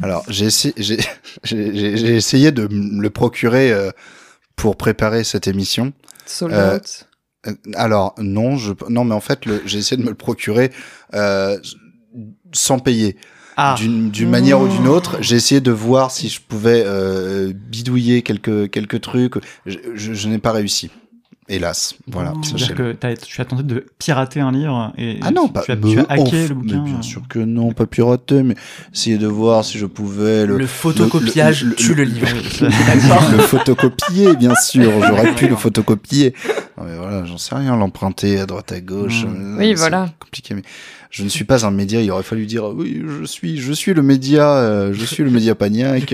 Alors j'ai essayé, j'ai, j'ai- j'ai- j'ai essayé de me le procurer euh, pour préparer cette émission.
Sold
Euh,
out.
Euh, Alors non, je non mais en fait le- j'ai essayé de me le procurer euh, sans payer.
Ah
d'une d'une
Mmh.
manière ou d'une autre. J'ai essayé de voir si je pouvais euh, bidouiller quelques quelques trucs. Je, je- je n'ai pas réussi, hélas. Voilà.
Mmh. C'est-à-dire
sachez-le.
que t'as- tu as tenté de pirater un livre et
Ah non,
tu,
pas
tu as, tu as
mais on
hacké
f-
le bouquin.
mais
euh.
bien sûr que non, pas pirater, mais essayer de voir si je pouvais
Le,
le,
photocopiage
le- le-
tue le, livre.
le photocopier, bien sûr. J'aurais pu le photocopier. Non, mais voilà, j'en sais rien, l'emprunter à droite à gauche.
Mmh.
euh,
Oui,
c'est
voilà.
Compliqué, mais je ne suis pas un média. Il aurait fallu dire euh, oui, je suis, je suis le média, euh, je suis le média paniaque.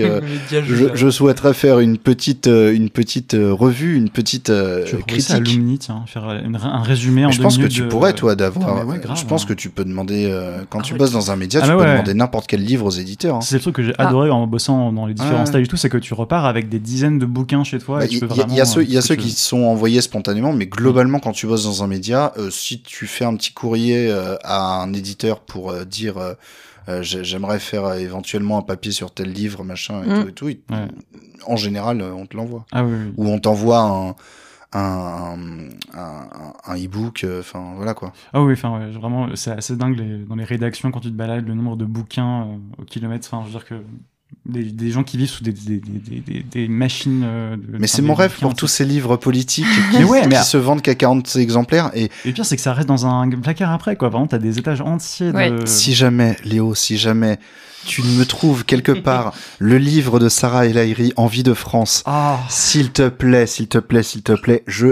euh, je, je souhaiterais faire une petite, euh, une petite euh, revue, une petite euh,
Tu pourrais ça à
critique.
Lumni, tiens, faire une- un résumé en
Mais je
deux
pense que
minutes
tu
de-
pourrais, toi, d'avoir.
Ah, mais ouais, grave,
je pense
hein.
que tu peux demander, euh, quand
Ah
tu
ouais.
bosses dans un média,
Ah,
tu
mais
peux
ouais.
demander n'importe quel livre aux éditeurs. hein.
C'est le truc que j'ai
Ah.
adoré en bossant dans les différents
Ouais.
stages et tout, c'est que tu repars avec des dizaines de bouquins chez toi
Bah,
et
Il
tu peux
y, a-
vraiment. Mm.
il y a ceux,
euh,
il y a
ce
ceux
que
qui
tu
sont envoyés spontanément, mais globalement, quand tu bosses dans un média, euh, si tu fais un petit courrier euh, à un éditeur pour euh, dire euh, euh, j'ai- j'aimerais faire euh, éventuellement un papier sur tel livre, machin, et
Mm.
tout, et tout, il-
veux. Ouais.
en général, euh, on te l'envoie.
Ah oui, oui.
Ou on t'envoie un, un, un, un e-book, euh, enfin voilà quoi.
Ah oui, enfin, ouais, vraiment, c'est assez dingue les- dans les rédactions quand tu te balades, le nombre de bouquins euh, au kilomètre. Enfin, je veux dire que des, des gens qui vivent sous des, des, des, des- des- des machines. euh, de- enfin,
Mais c'est
des
mon rêve
bouquins,
pour
c'est-
tous ces livres politiques qui,
Mais ouais, mais-
qui se vendent qu'à 40 exemplaires. Et
Et le pire, c'est que ça reste dans un placard après, quoi. Vraiment, t'as des étages entiers de.
Ouais.
si jamais, Léo, si jamais tu me trouves quelque part le livre de Sarah El Haïry, Envie de France,
Ah
s'il te plaît, s'il te plaît, s'il te plaît, je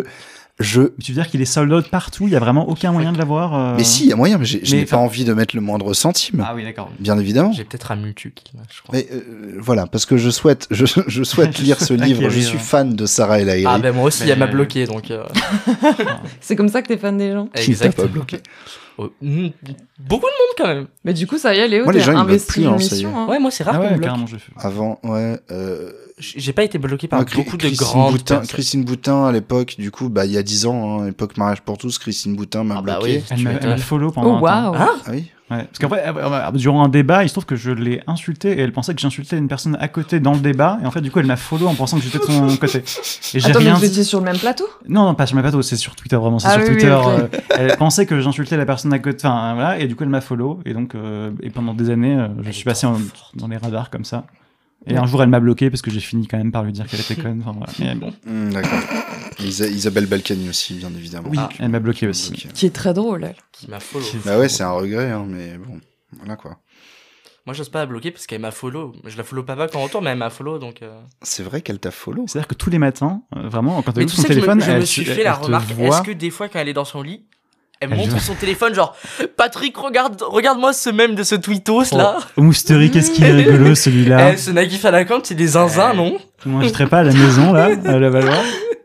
Je.
Mais Tu veux dire qu'il est sold out partout, il y a vraiment aucun moyen de l'avoir euh,
Mais si, il y a moyen, mais j'ai- je
Mais
n'ai pas
enfin-
envie de mettre le moindre centime.
Ah oui, d'accord.
Bien évidemment.
J'ai peut-être un Multu qui l'a, je crois.
Mais euh, voilà, parce que je souhaite, je, je souhaite lire ce livre. Je
Acquérir.
suis fan de Sarah El Haïry.
Ah ben moi aussi,
Mais-
elle m'a bloqué, donc... euh,
C'est comme ça que t'es fan des gens.
Qui ne t'a pas
exactement.
bloqué
Oh, mm, Beaucoup de monde, quand même.
Mais du coup, ça y est, Léo,
Moi, les
t'es
gens, ils me
investi
plient,
dans
hein, ça y
l'émission.
est.
hein.
Ouais, moi, c'est rare qu'on me
Ah. ouais,
bloque.
carrément, je fais.
Avant, ouais. Euh,
J- J'ai pas été bloqué par
moi, Cri-
beaucoup de
Ah, Christine
grandes
Boutin,
personnes.
Christine Boutin, à l'époque, du coup, bah, il y a 10 ans, hein, époque mariage pour tous, Christine Boutin m'a
Ah bah
bloqué.
oui.
Elle
Tu
m'a- elle m'a
m'étonnes.
follow pendant
Oh,
un temps.
waouh!
Hein
Ah oui
Ouais, parce qu'en fait, euh, euh, durant un débat, il se trouve que je l'ai insultée et elle pensait que j'insultais une personne à côté dans le débat. Et en fait, du coup, elle m'a follow en pensant que j'étais de son côté. Et j'ai
Attends, mais
rien
vous
dit.
étiez sur le même plateau?
Non, non, pas sur mes plateaux, c'est sur Twitter, vraiment, c'est
Ah
sur
oui, oui,
Twitter.
ok.
euh, elle pensait que j'insultais la personne à côté. Enfin, voilà, et du coup, elle m'a follow. Et donc, euh, et pendant des années, euh, je
Elle
suis
est
passé en-
trop forte.
dans les radars comme ça. Et un jour, elle m'a bloqué parce que j'ai fini quand même par lui dire qu'elle était conne. Enfin, voilà. Mais bon,
Hmm, D'accord. Isa- Isabelle Balkany aussi, bien évidemment.
oui,
Ah.
elle m'a bloqué aussi.
Ok.
Qui est très drôle, elle.
Qui m'a follow.
Bah ouais, c'est un regret, hein, mais bon, voilà quoi.
Moi, j'ose pas la bloquer parce qu'elle m'a follow. Je la follow pas back en retour, mais elle m'a follow, donc... euh,
C'est vrai qu'elle t'a follow.
C'est-à-dire que tous les matins, euh, vraiment, quand elle
Mais
ouvre
tu
son
sais que je
téléphone,
me, je
elle,
me suis
elle-
fait la
elle te
remarque,
voit.
est-ce que des fois quand elle est dans son lit, elle,
Elle
montre
voit.
son téléphone genre Patrick regarde regarde-moi ce même de ce tweetos
Oh.
là.
Mousterie, qu'est-ce qu'il est rigolo celui-là
Eh, ce Nagif à la compte, c'est des zinzins non
Moi, je serais pas à la maison, là, à la Valois.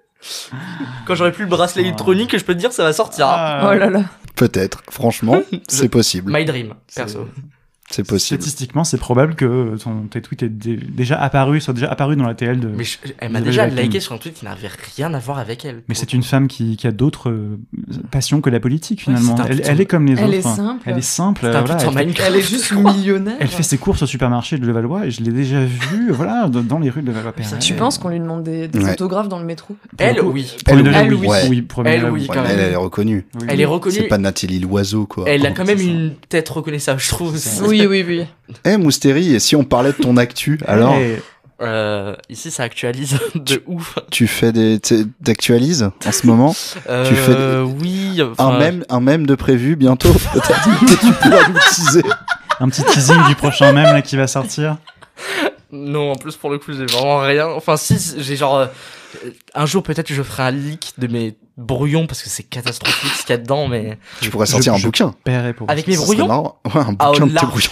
Quand j'aurai plus le bracelet
Ah.
électronique, je peux te dire ça va sortir.
Oh là là.
Peut-être, franchement, c'est possible.
My dream perso.
C'est possible.
Statistiquement, c'est probable que ton, tes tweets aient dé- déjà apparu, soient déjà apparus dans la TL de...
Mais
Mais,
je- elle m'a
Isabelle
déjà
Blackman.
liké sur un tweet qui n'avait rien à voir avec elle.
c'est une femme qui, qui a d'autres euh, passions que la politique,
Ouais,
finalement.
c'est un
elle,
putain-
elle est comme les
Elle
autres. hein.
est simple.
Elle est simple,
C'est un
euh, voilà,
tweet sur
elle, fait,
Minecraft.
Elle est juste millionnaire.
elle fait ses courses au supermarché de Levallois et je l'ai déjà vue voilà, dans, dans les rues de Levallois-Perret.
Tu penses qu'on lui demande des, des
Ouais.
autographes dans le métro
Elle oui.
Premier
Elle,
degré,
oui.
oui.
Ouais.
Oui, premier
Elle,
degré,
oui,
oui.
Ouais,
quand
mais
même.
elle, elle est reconnue.
Oui.
Elle est
C'est
reconnue.
pas Nathalie Loiseau, quoi.
Elle a
Oh,
quand même
c'est ça.
une tête reconnaissable, je trouve.
C'est ça.
Oui, oui, oui.
Eh, Moustérie, et si on parlait de ton actu, alors
Eh,
Euh, ici, ça actualise de ouf.
Tu fais des. t'es- T'actualises en ce moment
Euh,
Tu fais des-
oui.
un,
enfin,
même, un même de prévu bientôt, peut-être que tu pourras nous teaser.
Un petit teasing du prochain mème là, qui va sortir.
Non, en plus pour le coup, j'ai vraiment rien. Enfin, si, j'ai genre. euh, un jour, peut-être, je ferai un leak de mes brouillons parce que c'est catastrophique ce qu'il y a dedans, mais.
Tu pourrais sortir
Je-
un bouquin.
Père et pauvre.
Avec mes
Ça serait
brouillons
marrant. Ouais, un
Ah,
bouquin de tes
large.
brouillons.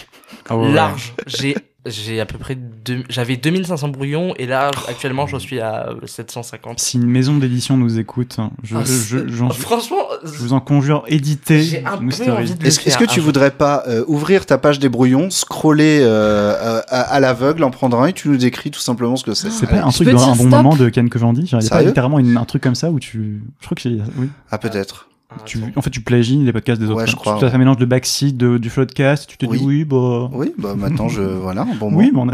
Ah ouais, ouais.
larges. J'ai. J'ai à peu près. deux- J'avais 2500 brouillons et là,
Oh.
actuellement, j'en suis à euh, 750.
Si une maison d'édition nous écoute, hein, je,
Ah,
je-
c'est-
j'en-
Franchement, euh,
je vous en conjure, éditez
j'ai un peu
Mousterie.
envie de le
Est-ce
faire. Ah,
est-ce que tu
un
voudrais pas euh, ouvrir ta page des brouillons, scroller euh, à, à- à l'aveugle, en prendre un et tu nous décris tout simplement ce que c'est
C'est pas un
Je
truc
peux
de
dire
un bon
stop
moment de Ken Covandi Genre, Il y a pas
Sérieux
littéralement une- un truc comme ça où tu. Je crois que c'est. Oui.
Ah, peut-être.
jour.
Tu, en fait, tu plagies les podcasts des
Ouais,
autres.
je crois,
Tu as
ouais.
un mélange de backseat, de, du floodcast. Tu te
Oui.
dis oui, bah.
Oui, bah maintenant, je. Voilà, un bon moment.
Oui, bah on a.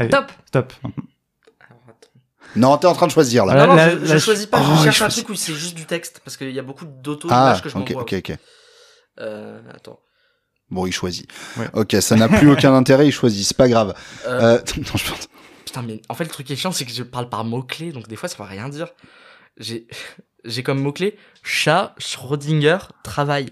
Allez,
Top.
Top.
Ah
Non, t'es en train de choisir là.
Voilà.
non, non,
là,
je, je
là, je-
choisis pas,
Oh,
je cherche
il
un
choisit.
truc où c'est juste du texte, parce qu'il y a beaucoup d'auto-images
Ah,
que je
ok,
m'envoie.
ok, ok.
Euh, attends.
Bon, il choisit.
Ouais.
Ok, ça n'a plus aucun intérêt, il choisit, c'est pas grave.
Euh,
Euh, non, je pense-
Putain, mais en fait, le truc qui est chiant, c'est que je parle par mots-clés, donc des fois, ça va rien dire. J'ai, j'ai comme mot-clé chat, Schrödinger, travail.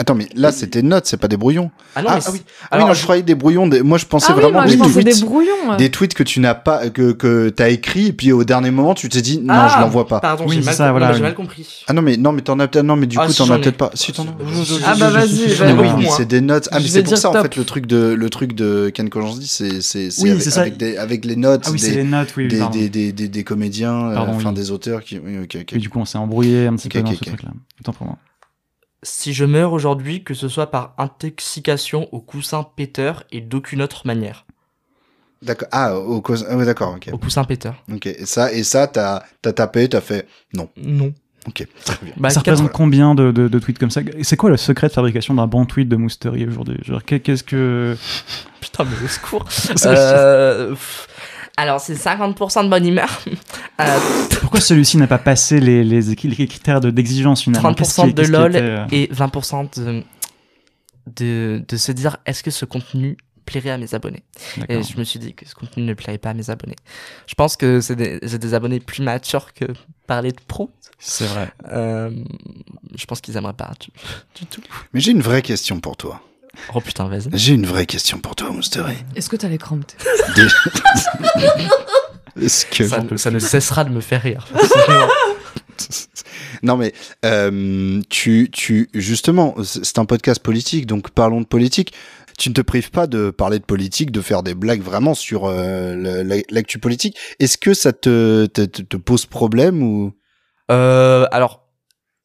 Attends, mais là, c'était notes, c'est pas des brouillons.
Ah non,
Ah,
mais
ah
c'est-
oui.
alors,
oui, non, je croyais des brouillons. Des... Moi, je pensais
Ah oui,
vraiment
moi
des,
je pensais
tweets,
des brouillons.
des tweets que tu n'as pas, que, que t'as écrit, et puis au dernier moment, tu t'es dit, non,
Ah
je l'envoie pas.
Pardon,
Oui,
j'ai,
c'est
mal...
ça,
non,
voilà,
mais j'ai
oui.
mal compris.
Ah non, mais, non, mais t'en as peut-être, non, mais du
Ah,
coup,
si,
t'en
j'en
as
ai.
peut-être pas. Si, t'en as.
Ah bah vas-y,
Ah
vas-y.
beaucoup
oui,
moins.
c'est des notes. Ah, mais
Je vais
c'est pour
dire
ça, en
top.
fait, le truc de, le truc de Ken Kojandi, c'est, c'est, c'est
Oui,
avec,
c'est ça.
avec des, avec les notes
Ah oui, c'est
des,
les notes, oui.
des,
pardon.
des, des, des- des comédiens, euh,
Pardon,
enfin,
oui.
des auteurs qui, oui, ok, ok.
Et du coup, on s'est embrouillé un petit
Ok,
peu dans
ok,
ce
ok.
truc-là. Autant pour moi.
Si je meurs aujourd'hui, que ce soit par intoxication au coussin péteur et d'aucune autre manière.
D'accord. Ah, au cause, ah, oui, d'accord, ok.
Au coussin péteur.
Oh.
Ok. Et ça, et ça, t'as, t'as tapé, t'as fait,
Non.
ok, très bien.
Bah,
ça
quatre-
représente combien de, de, de tweets comme ça C'est quoi le secret de fabrication d'un bon tweet de Mousterie aujourd'hui Genre, qu'est- qu'est-ce que.
Putain, mais au secours. Euh, pff. Alors, c'est 50% de bonne humeur. Euh,
Pourquoi celui-ci n'a pas passé les, les, les critères de- d'exigence finalement Qu'est-ce
30%
qui-
de
qu'est-ce qui
lol
était, euh,
et 20% de, de, de se dire est-ce que ce contenu plairait à mes abonnés Et
d'accord.
je me suis dit que ce contenu ne plairait pas à mes abonnés. Je pense que c'est des, j'ai des abonnés plus matures que parler de prout.
C'est vrai.
Euh, je pense qu'ils aimeraient pas du, du tout.
Mais j'ai une vraie question pour toi.
Oh putain, vas-y.
J'ai une vraie question pour toi, Moustery.
Est-ce que t'as les crampes t'es-
Est-ce que
Ça, ne- ça ne cessera de me faire rire.
Non mais euh, tu tu justement c'est c'est un podcast politique donc parlons de politique. Tu ne te prives pas de parler de politique, de faire des blagues vraiment sur euh, le- la- l'actu politique. Est-ce que ça te, te, te- te pose problème ou
Euh, alors,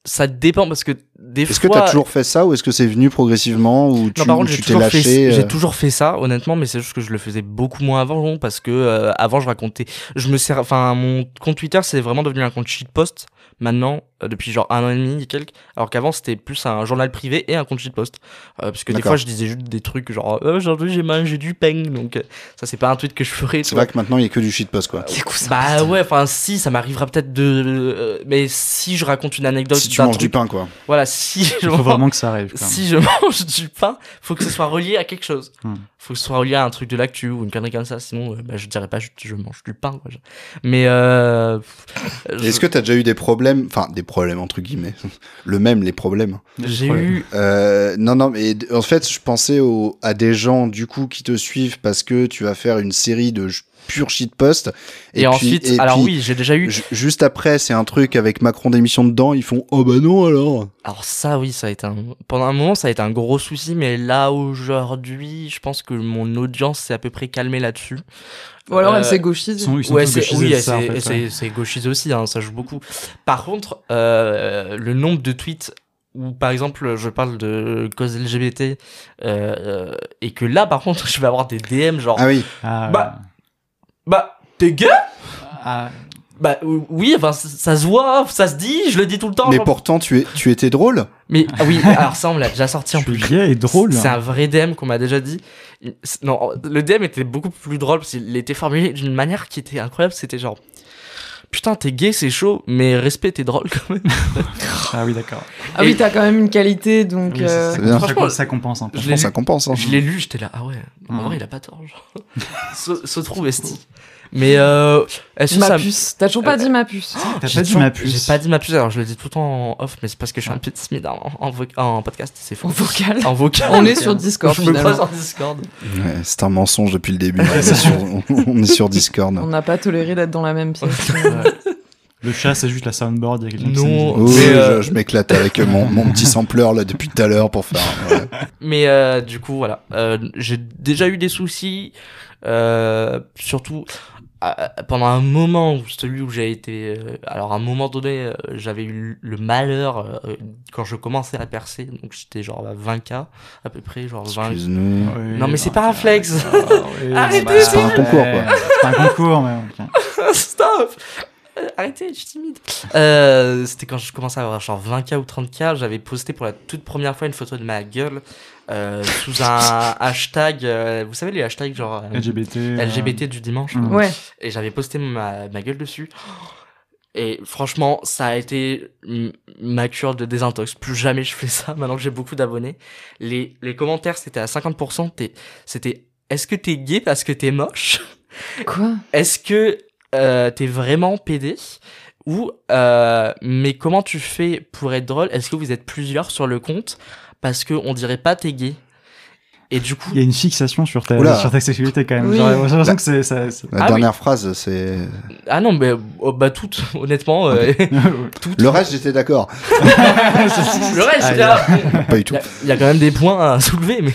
ça dépend parce que des
est-ce que
fois.
t'as toujours fait ça ou est-ce que c'est venu progressivement ou tu
Non, par contre,
tu
j'ai
t'es
toujours, fait,
lâché euh,
j'ai toujours fait ça, honnêtement, mais c'est juste que je le faisais beaucoup moins avant, parce que euh, avant, je racontais. Je me sers, enfin, mon compte Twitter, c'est vraiment devenu un compte shitpost. Maintenant, euh, depuis genre un an et demi et quelques, alors qu'avant c'était plus un journal privé et un compte shitpost. Euh, parce que des
D'accord.
fois je disais juste des trucs genre Euh, aujourd'hui j'ai mangé du pain, donc euh, ça c'est pas un tweet que je ferais. tu
C'est
vois.
vrai que maintenant il y a que du shitpost quoi.
Bah ouais, enfin si, ça m'arrivera peut-être de. euh, mais si je raconte une anecdote,
si tu
d'un
manges du
truc,
pain quoi.
voilà, si je
Il faut vraiment que ça arrive. quoi.
si je mange du pain, faut que ce soit relié à quelque chose.
Hmm.
Faut que ce soit relié à un truc de l'actu ou une connerie comme ça. Sinon, euh, bah, je dirais pas je, je mange du pain. quoi. Je- Mais euh, pff, je-
Est-ce que t'as déjà eu des problèmes, enfin des problèmes entre guillemets, le même les problèmes
j'ai eu
Euh, non, non, mais d- en fait, je pensais au- à des gens du coup qui te suivent parce que tu vas faire une série de j- purs shitposts.
et, ensuite,
et
alors
puis,
oui, j'ai déjà eu.
ju- Juste après, c'est un truc avec Macron d'émission dedans, ils font Oh bah non alors
Alors ça, oui, ça a été un... pendant un moment, ça a été un gros souci, mais là aujourd'hui, je pense que mon audience s'est à peu près calmée là-dessus.
Ou alors
Euh,
elle s'est
Ils
gauchisée.
sont, ils sont
Ouais,
tous
c'est
gauchisés
oui,
de ça, en
c'est-
fait,
c'est-
ouais.
c'est gauchiste aussi, hein, ça joue beaucoup. Par contre, euh, le nombre de tweets où, par exemple, je parle de cause LGBT, euh, euh, et que là, par contre, je vais avoir des DM genre
Ah oui,
Ah,
Bah. Bah, t'es gay
ah,
Bah, ou- oui, enfin, c- ça se voit, ça se dit, je le dis tout le temps.
mais
genre.
pourtant tu, es, tu étais drôle
Mais, ah oui, alors ça, on me l'a déjà sorti
je
en plus.
suis gay et drôle. hein.
C'est un vrai DM qu'on m'a déjà dit. Il- c'est- Non, le DM était beaucoup plus drôle parce qu'il était formulé d'une manière qui était incroyable. C'était genre. Putain, t'es gay, c'est chaud, mais respect, t'es drôle quand même.
Ah oui, d'accord.
Ah
Et-
oui, t'as quand même une qualité, donc.
Oui,
euh,
C'est bien.
Ça,
franchement,
compense- ça compense un peu.
je
Je
l'ai
pense
lu.
ça compense. hein.
Je l'ai lu, j'étais là, ah ouais, en
Mhm.
vrai, il a pas tort. Genre. se, se trouve esti. Mais euh, est-ce que
ma
ça.
puce. T'as toujours pas dit ma puce.
T'as
J'ai
pas dit
tout-
ma puce.
J'ai pas dit ma puce, alors je le dis tout le temps en off, mais c'est parce que je suis un petit smid en, en vo- en podcast, c'est
En
faux.
vocal.
En vocal.
On est sur Discord,
Je me
finalement.
croise en Discord.
Ouais, c'est un mensonge depuis le début. on, est sur, on est sur Discord.
On n'a pas toléré d'être dans la même pièce.
Le chat, c'est juste la soundboard. il y a quelqu'un qui
Non.
s'est
Oui,
mis-
Mais, euh,
Oh, je, je m'éclate avec mon, mon petit sampleur là depuis tout à l'heure pour faire. ouais.
Mais euh, du coup, voilà. Euh, j'ai déjà eu des soucis. euh, surtout euh, pendant un moment, où- celui où j'ai été. euh, alors, à un moment donné, euh, j'avais eu le malheur euh, quand je commençais à percer. Donc, j'étais genre à 20K à peu près. Genre 20...
Excuse-nous.
Oui,
Non, mais c'est
bah,
pas un flex.
ah, oui,
Arrêtez,
bah,
c'est
un concours, quoi.
ouais, C'est pas un concours, mais ok.
Stop Euh, Arrêtez, je suis timide. Euh, C'était quand je commençais à avoir genre 20K ou 30K, j'avais posté pour la toute première fois une photo de ma gueule euh, sous un hashtag. euh, vous savez, les hashtags genre. euh,
LGBT. euh,
LGBT du dimanche.
Mm.
Ouais.
Et j'avais posté ma, ma gueule dessus. Et franchement, ça a été m- ma cure de désintox. Plus jamais je fais ça, maintenant que j'ai beaucoup d'abonnés. Les, les commentaires, c'était à 50%. t'es- C'était « Est-ce que t'es gay parce que t'es moche
Quoi
Est-ce que euh, t'es vraiment pédé ?» Ou euh, Mais comment tu fais pour être drôle Est-ce que vous êtes plusieurs sur le compte Parce que on dirait pas t'es gay. » Et du coup...
Il y a une fixation sur ta,
Oula. Bah.
sur ta sexualité quand même.
Oui.
Genre, J'ai l'impression que c'est. ça- c'est-
La
Ah
dernière phrase, c'est.
Ah non, mais oh, bah tout, honnêtement... euh,
Le reste, j'étais d'accord.
le reste,
Ah,
là,
Pas du tout.
Il y, a- il y a quand même des points à soulever, mais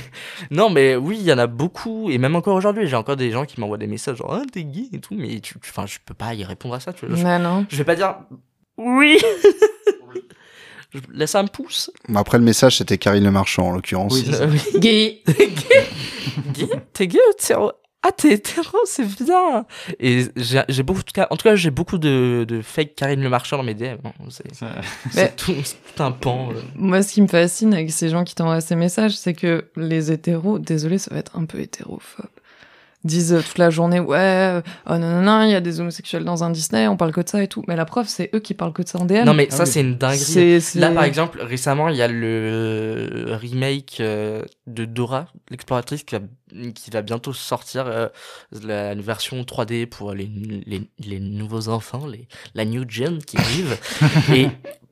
non, mais oui, il y en a beaucoup, et même encore aujourd'hui, j'ai encore des gens qui m'envoient des messages genre ah, t'es gay et tout, mais tu, tu- enfin, je peux pas y répondre à ça, tu vois. Je,
Non, non.
je vais pas dire oui. je laisse un pouce.
Bon, Après, le message, c'était Karine Le Marchand, en l'occurrence.
Oui.
Euh, oui.
Gay.
Gay Gay T'es gay ou t'es hétéro Ah, t'es hétéro, c'est bien. Et j'ai j'ai beaucoup de cas, en tout cas, j'ai beaucoup de, de fake Karine Le Marchand dans mes DM. hein. C'est
Ça-
Mais-
c'est tout, c'est tout un pan. euh.
Moi, ce qui me fascine avec ces gens qui t'envoient ces messages, c'est que les hétéros, désolé, ça va être un peu hétérophobe, disent euh, toute la journée, ouais, euh, oh non, non, non, il y a des homosexuels dans un Disney, on parle que de ça et tout. Mais la preuve, c'est eux qui parlent que de ça en DM.
Non, mais ça,
oui.
c'est une dinguerie.
c'est, c'est-
Là, par exemple, récemment, il y a le remake euh, de Dora, l'exploratrice, qui va, qui va bientôt sortir, euh, la, une version 3D pour les, les, les nouveaux enfants, les, la new gen qui arrive. et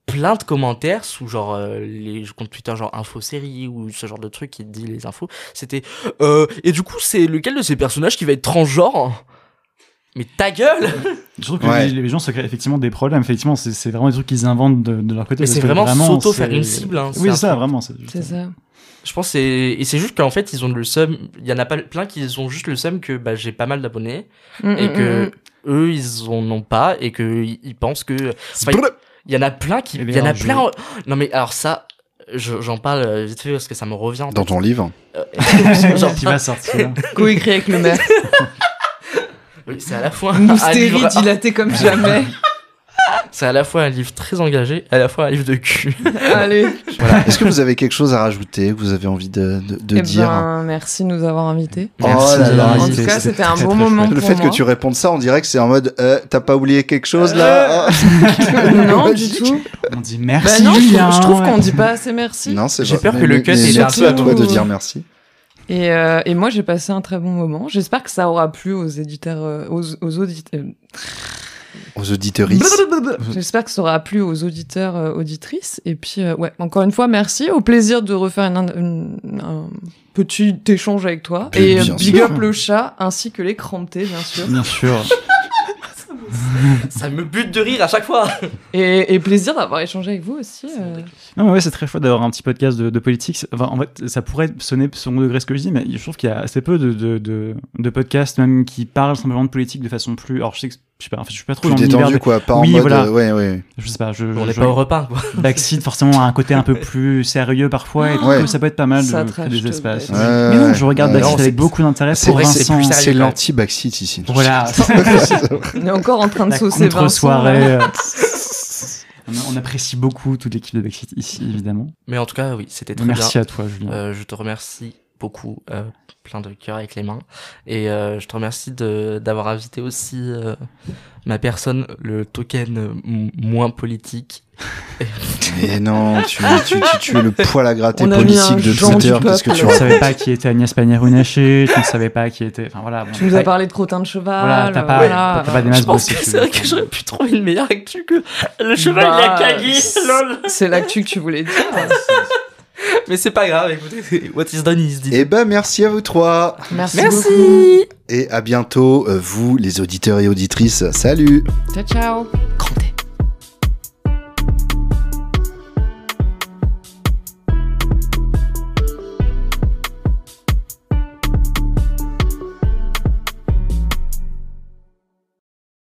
plein de commentaires sous genre euh, les comptes Twitter genre info série ou ce genre de truc qui dit les infos c'était euh, et du coup c'est lequel de ces personnages qui va être transgenre Mais ta gueule
Je trouve que
Ouais.
les, les gens se créent effectivement des problèmes. Effectivement, c'est c'est vraiment des trucs qu'ils inventent de, de leur côté.
Mais
parce
c'est
que
vraiment s'auto-faire
c'est-
une cible, hein, c'est
Oui,
un
c'est ça,
truc.
vraiment. c'est-
C'est ça.
Je pense que c'est et c'est juste qu'en fait ils ont le seum. Il y en a pas plein qui ont juste le seum que bah, j'ai pas mal d'abonnés
Mm,
et que eux ils en ont pas et que ils ils pensent que enfin, il- il y en a plein qui
Eh
il
bien,
y en a
je-
plein. en- Non mais alors ça je- j'en parle euh, vite fait parce que ça me revient. en
Dans ton livre.
tête. Genre,
Qui va sortir.
mm. coécrit avec le maire.
oui, c'est à la fois un
Moustérie
livre-
dilatée comme jamais.
c'est à la fois un livre très engagé, à la fois un livre de cul.
Allez.
Est-ce que vous avez quelque chose à rajouter que vous avez envie de, de- de
Eh
dire
ben, merci de nous avoir invités.
Oh là là,
en
c'était-
tout cas,
c'était
c'était un
très,
bon
très
moment
chouette. Le
pour
fait
moi.
que tu répondes ça, on dirait que c'est en mode euh, t'as pas oublié quelque chose là
Euh,
Ah.
non, du tout.
On dit
Bah
merci.
non, je
Julien,
trouve, je trouve
ouais.
qu'on dit pas assez merci.
Non, c'est
J'ai
vrai.
peur que
Mais-
le cut,
mais
il
est
Merci
un
à
peu-
toi de dire merci.
Et, euh, et moi, j'ai passé un très bon moment. J'espère que ça aura plu aux éditeurs, euh, aux, aux auditeurs.
Aux auditeuristes.
J'espère que ça aura plu aux auditeurs, euh, auditrices. Et puis, euh, ouais, encore une fois, merci. Au plaisir de refaire une- une- un petit échange avec toi.
Mais
et
bien
euh, big
sûr.
up le chat, ainsi que les cramptés, bien sûr.
Bien sûr.
ça me bute de rire à chaque fois.
Et, et plaisir d'avoir échangé avec vous aussi. euh.
Non, mais ouais, c'est très chouette d'avoir un petit podcast de, de politique. C'est- Enfin, en fait, ça pourrait sonner second degré ce que je dis, mais je trouve qu'il y a assez peu de, de, de, de podcasts même qui parlent simplement de politique de façon plus. Alors, je sais que je suis pas, enfin, je suis pas trop
Plus
dans l'univers.
détendu
de-
quoi, pas en
Oui,
mode.
voilà.
euh, Ouais, ouais.
Je sais pas, je.
On
je-
est pas au repas quoi.
Backseat, forcément, a un côté un peu plus sérieux parfois, et du
Ouais.
coup, ça peut être pas mal
Ça
de
trash
créer des
talk,
espaces.
ouais.
Ouais,
mais non,
ouais,
je regarde
ouais.
Backseat
Non,
avec
c'est-
beaucoup d'intérêt
C'est
pour
vrai que c'est
Vincent.
plus sérieux.
C'est l'anti-backseat ici.
Voilà,
On est encore en train de
la
saucer Vincent. là.
contre-soirée. euh. On- On apprécie beaucoup toute l'équipe de Backseat ici, évidemment.
Mais en tout cas oui, c'était très bien.
Merci à toi, Julien.
Euh, je te remercie beaucoup, euh, plein de cœur avec les mains. Et euh, je te remercie de- d'avoir invité aussi euh, ma personne, le token euh, m- moins politique.
Mais non, tu, tu, tu, tu es le poil à gratter
On a mis
politique
un
de
Jean
Twitter.
du
Qu'est-ce
Tu
que tu
peuple.
ne
racontes
savais pas qui était Agnès Pannier-Runacher, tu ne savais pas qui était. Enfin voilà. bon.
Tu nous as parlé de crottin de cheval. euh,
Voilà, t'as pas,
voilà.
t'as pas des
Je
masses
pense
bossées.
que
tu
c'est
vois.
vrai que j'aurais pu trouver une meilleure actu que le cheval de la
Bah,
Cagny,
c'est-
lol.
C'est l'actu que tu voulais dire.
Mais c'est pas grave, écoutez, what is done is done.
Eh ben, merci à vous trois.
Merci. beaucoup.
Merci
Et à bientôt, euh, vous, les auditeurs et auditrices. Salut!
Ciao, ciao.
Grand